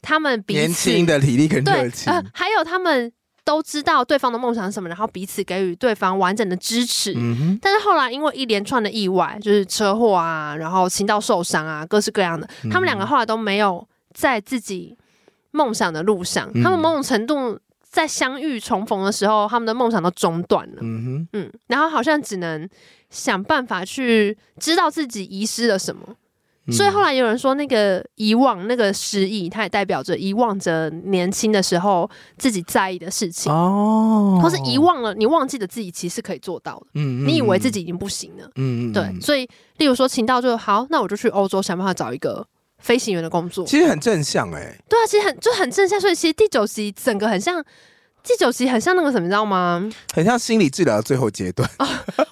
S2: 他们彼此
S1: 年轻的体力跟
S2: 对
S1: 热，情，
S2: 呃，还有他们都知道对方的梦想是什么，然后彼此给予对方完整的支持。
S1: 嗯哼，
S2: 但是后来因为一连串的意外，就是车祸啊，然后情到受伤啊，各式各样的，
S1: 嗯
S2: 他们两个后来都没有在自己梦想的路上。
S1: 嗯
S2: 他们某种程度在相遇重逢的时候，他们的梦想都中断了。
S1: 嗯哼，
S2: 嗯，然后好像只能想办法去知道自己遗失了什么。
S1: 嗯
S2: 所以后来有人说，那个遗忘、那个失忆，它也代表着遗忘着年轻的时候自己在意的事情，
S1: 哦，
S2: 或是遗忘了你忘记了自己其实可以做到的，
S1: 嗯，嗯
S2: 你以为自，己已经不行了。
S1: 嗯嗯，嗯
S2: 对，。所以例如说秦道就好，那我就去欧洲想办法找一个飞行员的工作。
S1: 其实很正向哎，
S2: 对啊，其实很就很正向，所以其实第九集整个很像。第九集很像那个什么，你知
S1: *laughs*
S2: 道吗？
S1: 很像心理治疗的最后阶段。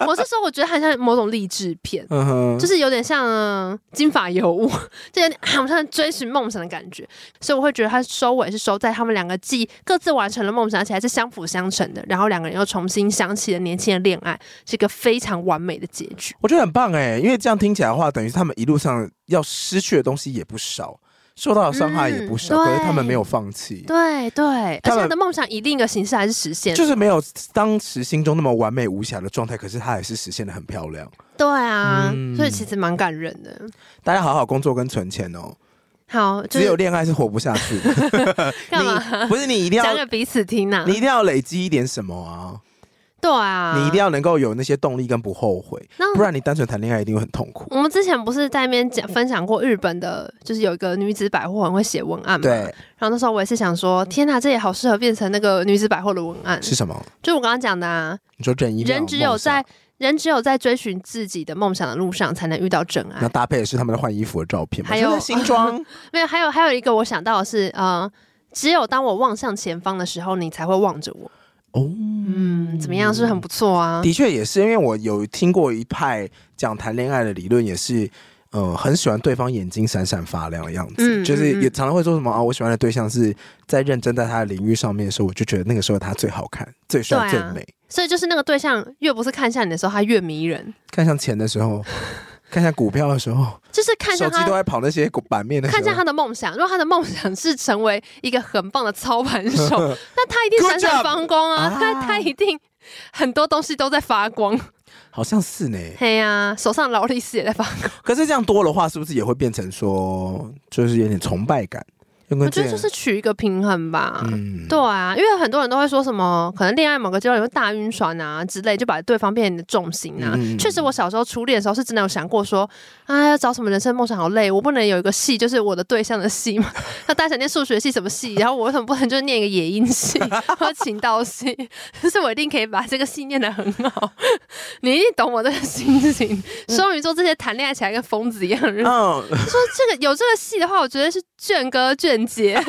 S2: 我是说，我觉得很像某种励志片，
S1: 嗯哼，
S2: *laughs* 就是有点像呃金发尤物， *laughs* 就有点啊好像追寻梦想的感觉，所以我会觉得它收尾是收在他们两个既各自完成了梦想，而且还是相辅相成的，然后两个人又重新想起了年轻的恋爱，是一个非常完美的结局。
S1: 我觉得很棒哎，因为这样听起来的话，等于是他们一路上要失去的东西也不少，受到的伤害也不少，
S2: 嗯
S1: 可是他们
S2: 对
S1: 没有放弃，
S2: 对对，而且
S1: 他们
S2: 他的梦想以另一个形式还是实现了，
S1: 就是没有当时心中那么完美无瑕的状态，可是他也是实现的很漂亮。
S2: 对啊，
S1: 嗯
S2: 所以其实蛮感人的。
S1: 大家好好工作跟存钱哦，
S2: 好，就
S1: 只有
S2: 是
S1: 恋爱是活不下去
S2: *laughs*
S1: 的。
S2: 干嘛
S1: 你不是你一定
S2: 讲
S1: 要
S2: 给彼此听呐、
S1: 你一定要累积一点什么啊？
S2: 对啊，
S1: 你一定要能够有那些动力跟不后悔，
S2: 那
S1: 不然你单纯谈恋爱一定会很痛苦。
S2: 我们之前不是在那边讲分享过日本的，就是有一个女子百货很会写文案嘛。
S1: 对，
S2: 然后那时候我也是想说，天哪，这也好适合变成那个女子百货的文案，
S1: 嗯是什么？
S2: 就是我刚刚讲的啊，
S1: 你说正义
S2: 人只有在人只有在追寻自己的梦想的路上，才能遇到真
S1: 那
S2: 爱。
S1: 搭配的是他们的换衣服的照片吗，
S2: 还有
S1: 就是新
S2: *laughs*
S1: 装
S2: 没有，还有还有一个我想到的是，呃，只有当我望向前方的时候，你才会望着我。
S1: 哦。
S2: 嗯，怎么样，是不是很不错啊？
S1: 的确也是，因为我有听过一派讲谈恋爱的理论，也是。呃，很喜欢对方眼睛闪闪发亮的样子，
S2: 嗯
S1: 就是
S2: 嗯嗯
S1: 也常常会说什么啊，我喜欢的对象是在认真在他的领域上面的时候，我就觉得那个时候他最好看、最帅、
S2: 对
S1: 最
S2: 啊
S1: 美。
S2: 所以就是那个对象越不是看向你的时候，他越迷人，
S1: 看向钱的时
S2: *laughs*
S1: 候，看向股票的时候，
S2: 就是看
S1: 手
S2: 向
S1: 机
S2: 他
S1: 都在跑那些股版
S2: *laughs*
S1: 面的时候，
S2: 看向他的梦想，如果他的梦想是成为一个很棒的操盘手， *laughs* 那他一定
S1: Good
S2: 闪闪放光啊
S1: job！，
S2: 他
S1: 啊
S2: 他一定很多东西都在发光。
S1: 好像是呢。
S2: *laughs* 嘿呀、手上劳力士也在发光。
S1: 可是这样多的话，是不是也会变成说，就是有点崇拜感？因为
S2: 我觉
S1: 这
S2: 得就是取一个平衡吧。
S1: 嗯
S2: 对啊，因为很多人都会说什么，可能恋爱某个阶段你会大晕船啊之类，就把对方变成你的重心啊。
S1: 嗯
S2: 确实，我小时候初恋的时候是真的有想过说，哎，要找什么人生梦想好累，我不能有一个系就是我的对象的系
S1: *laughs*
S2: 嘛。那大家想念数学系什么系，然后我为什么不能就念一个野音系 *laughs* 或情道系？就是我一定可以把这个系念得很好。你一定懂我这个心情。双鱼座这些谈恋爱起来跟疯子一
S1: *laughs*
S2: 样的人，
S1: 嗯，
S2: 说这个有这个戏的话，我觉得是卷哥卷姐，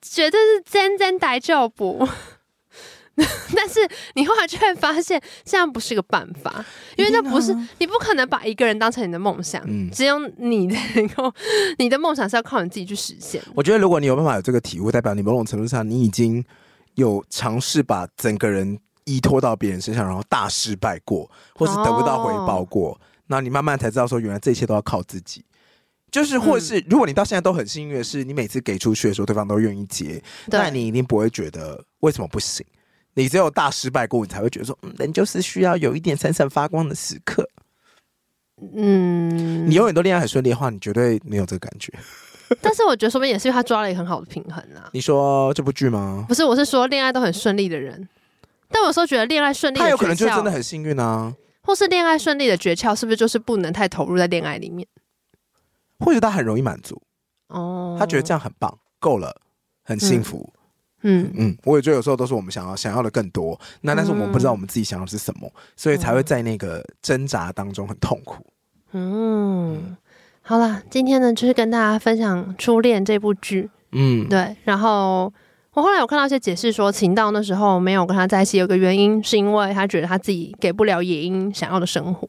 S2: 绝对是真真呆照补。 *laughs* 但是你后来就会发现，这样不是个办法，因为这不是、你不可能把一个人当成你的梦想，
S1: 啊嗯
S2: 只有你才能够，你的梦想是要靠你自己去实现的。
S1: 我觉得如果你有办法有这个体悟，代表你某种程度上你已经有尝试把整个人依托到别人身上，然后大失败过，或是得不到回报过，哦那、你慢慢才知道说，原来这一切都要靠自己。就是，或者是，如果你到现在都很幸运的是，你每次给出去的时候，对方都愿意接，那
S2: 对，
S1: 你一定不会觉得为什么不行。你只有大失败过，你才会觉得说，嗯，人就是需要有一点闪闪发光的时刻。
S2: 嗯
S1: 你，永远都恋爱很顺利的话，你绝对没有这个感觉。
S2: 但是我觉得说不定也是因为他抓了一个很好的平衡啊。
S1: 你说这部剧吗？
S2: 不是，我是说恋爱都很顺利的人，但我有时候觉得恋爱顺利的
S1: 他
S2: 诀
S1: 有
S2: 窍，
S1: 可能就真的很幸运啊，
S2: 或是恋爱顺利的诀窍，是不是就是不能太投入在恋爱里面？
S1: 或者他很容易满足，
S2: 哦，
S1: 他觉得这
S2: 样，
S1: 样很棒，够了，很幸福。
S2: 嗯，
S1: 嗯，我也觉得有时候都是我们想要想要的更多，那但是我们
S2: 嗯
S1: 不知道我们自己想要的是什么，所以才会在那个挣扎当中很痛苦。
S2: 嗯，好啦，今天呢就是跟大家分享《初恋》这部剧，
S1: 嗯，
S2: 对，然后。我后来有看到一些解释说，秦道那时候没有跟他在一起，有个原因是因为他觉得他自己给不了野樱想要的生活。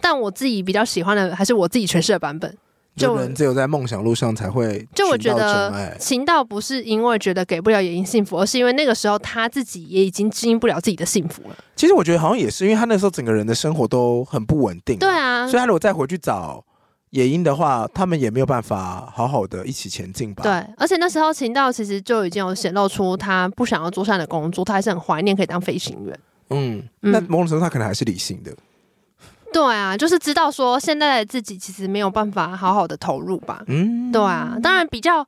S2: 但我自己比较喜欢的还是我自己诠释的版本，
S1: 就
S2: 就
S1: 人只有在梦想路上才会
S2: 就我
S1: 寻
S2: 觉
S1: 到
S2: 得
S1: 真爱。
S2: 秦道不是因为觉得给不了野樱幸福，而是因为那个时候他自己也已经经营不了自己的幸福了。
S1: 其实我觉得好像也是，因为他那时候整个人的生活都很不稳定、
S2: 对，啊
S1: 所以，他如果再回去找野樱的话，他们也没有办法好好的一起前进吧。
S2: 对，而且那时候秦道其实就已经有显露出他不想要做善的工作，他还是很怀念可以当飞行员。
S1: 嗯，
S2: 嗯
S1: 那某种程度他可能还是理性的。
S2: 对啊，就是知道说现在的自己其实没有办法好好的投入吧。
S1: 嗯，
S2: 对啊，当然比较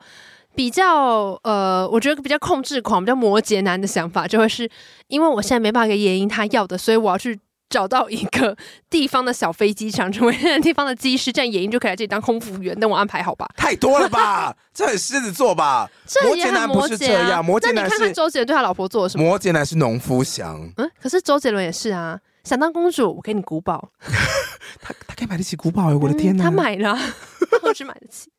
S2: 比较呃，我觉得比较控制狂、比较摩羯男的想法，就会是因为我现在没办法给野樱他要的，所以我要去找到一个地方的小飞机场，成为那个地方的机师，这样野樱就可以来这里当空服务员。等我安排好吧，
S1: 太多了
S2: *laughs*
S1: 吧？这很狮子座吧？
S2: 这
S1: 摩
S2: 也
S1: 羯
S2: 很
S1: 男不是这
S2: 羯啊。
S1: 样摩羯
S2: 那
S1: 男
S2: 你看
S1: 是
S2: 看周杰伦对他老婆做了什么？
S1: 摩羯男是农夫祥，
S2: 嗯，可是周杰伦也是啊，想当公主，我给你古堡。
S1: 他他可以买得起古堡、欸，我的天
S2: 嗯
S1: 哪、
S2: 他买了啊， *laughs* 他何止买得起？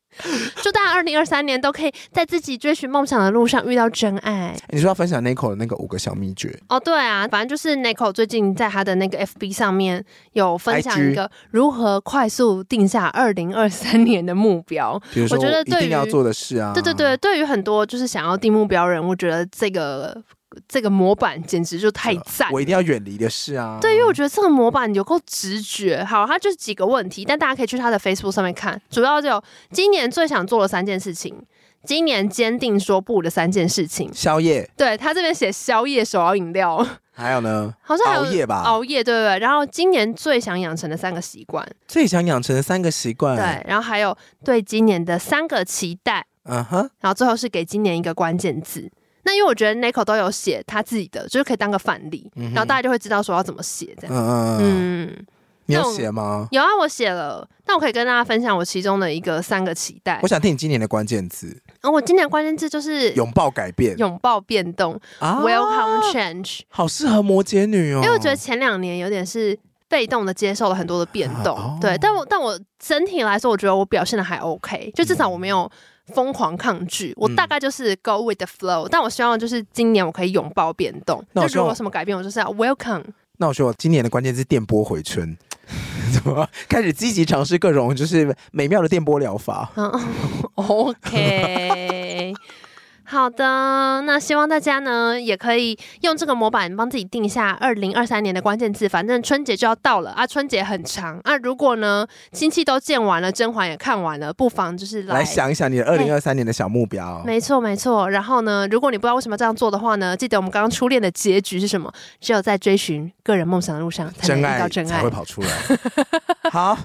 S2: 祝大家二零二三年都可以在自己追寻梦想的路上遇到真爱。
S1: 你说要分享 n i c o 的那个五个小秘诀，
S2: 哦，对啊，反正就是 Nico 最近在他的那个 FB 上面有分享
S1: IG
S2: 一个如何快速定下二零二三年的目标。
S1: 比如说
S2: 我觉得
S1: 一
S2: 对
S1: 定要
S2: 于
S1: 做的事啊，
S2: 对对对，，对于很多就是想要定目标的人，我觉得这个这个模板简直就
S1: 啊
S2: 太赞了。
S1: 我一定要远离的事啊，
S2: 对，因为我觉得这个模板有够直觉。好，它就是几个问题，但大家可以去他的 Facebook 上面看，主要就有今年最想做的三件事情，今年坚定说不的三件事情。
S1: 宵夜
S2: 对他这边写宵夜、手摇饮料，
S1: 还有呢，
S2: 好像还有
S1: 熬夜吧，
S2: 熬夜，对对对。然后今年最想养成的三个习惯，
S1: 最想养成的三个习惯，
S2: 对，，然后还有对今年的三个期待，
S1: 嗯哼，
S2: 然后最后是给今年一个关键字。那因为我觉得 Nico 都有写他自己的，就是可以当个范例，
S1: 嗯哼
S2: 然后大家就会知道说要怎么写这
S1: 嗯嗯
S2: 样。
S1: 嗯，
S2: 嗯
S1: 你有
S2: 那种
S1: 写吗？
S2: 有啊，我写了，那我可以跟大家分享我其中的一个三个期待
S1: 我。想听你今年的关键字，
S2: 然后我今年的关键字就是
S1: 拥抱改变
S2: 拥抱变动、
S1: 啊
S2: w e l c o m e change），
S1: 好适合摩羯女哦，
S2: 因为我觉得前两年有点是被动的接受了很多的变动，
S1: 哦
S2: 对，但我但我整体来说，我觉得我表现的还 OK，就至少
S1: 嗯
S2: 我没有。疯狂抗拒，我大概就是 go with the flow，、但我希望就是今年我可以拥抱变动。
S1: 那
S2: 那
S1: 我希望
S2: 如果有什么改变，我就是要 welcome。
S1: 那我说我今年的关键是电波回春， *laughs* 怎么开始积极尝试各种就是美妙的电波疗法？
S2: 嗯，OK，好的，那希望大家呢也可以用这个模板帮自己定下二零二三年的关键字。反正春节就要到了啊，春节很长啊。如果呢亲戚都见完了，甄嬛也看完了，不妨就是来。
S1: 来想一想你的二零二三年的小目标。
S2: 没错，没错。然后呢，如果你不知道为什么这样做的话呢，记得我们刚刚初恋的结局是什么？只有在追寻个人梦想的路上，才能
S1: 真
S2: 遇
S1: 爱
S2: 到真
S1: 才
S2: 爱
S1: *laughs* 会。跑出
S2: *laughs*
S1: 来。好，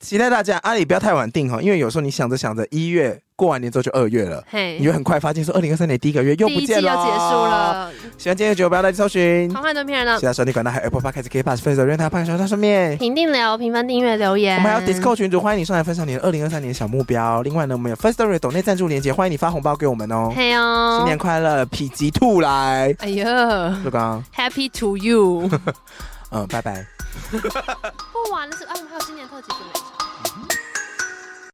S1: 期待大家阿里不要太晚定哈，因为有时候你想着想着一月过完年之后就二月了，
S2: 嘿
S1: 你，会很快发现说二零二三年第一个月又
S2: 第
S1: 不
S2: 一季要
S1: 见
S2: 结束
S1: 了。。嗯
S2: 了，
S1: 喜欢今天的节目，不要忘记搜寻
S2: 狂欢断片了
S1: 其，他收听管道，还有 Apple Podcast、K Pass、分手任他朋友圈上面。
S2: 评定留、评分、订阅、留言。
S1: 我们还有 Discord 群组，欢迎你上来分享你的二零二三年小目标。另外呢，我们有 First Story 抖内赞助连接，欢迎你发红包给我们哦。
S2: 嘿哦，
S1: 新年快乐，否极兔来，
S2: 哎呀
S1: 就刚，
S2: ，Happy to you！
S1: 嗯，拜拜。
S2: 不玩了是，啊，我们还有新年特辑准备。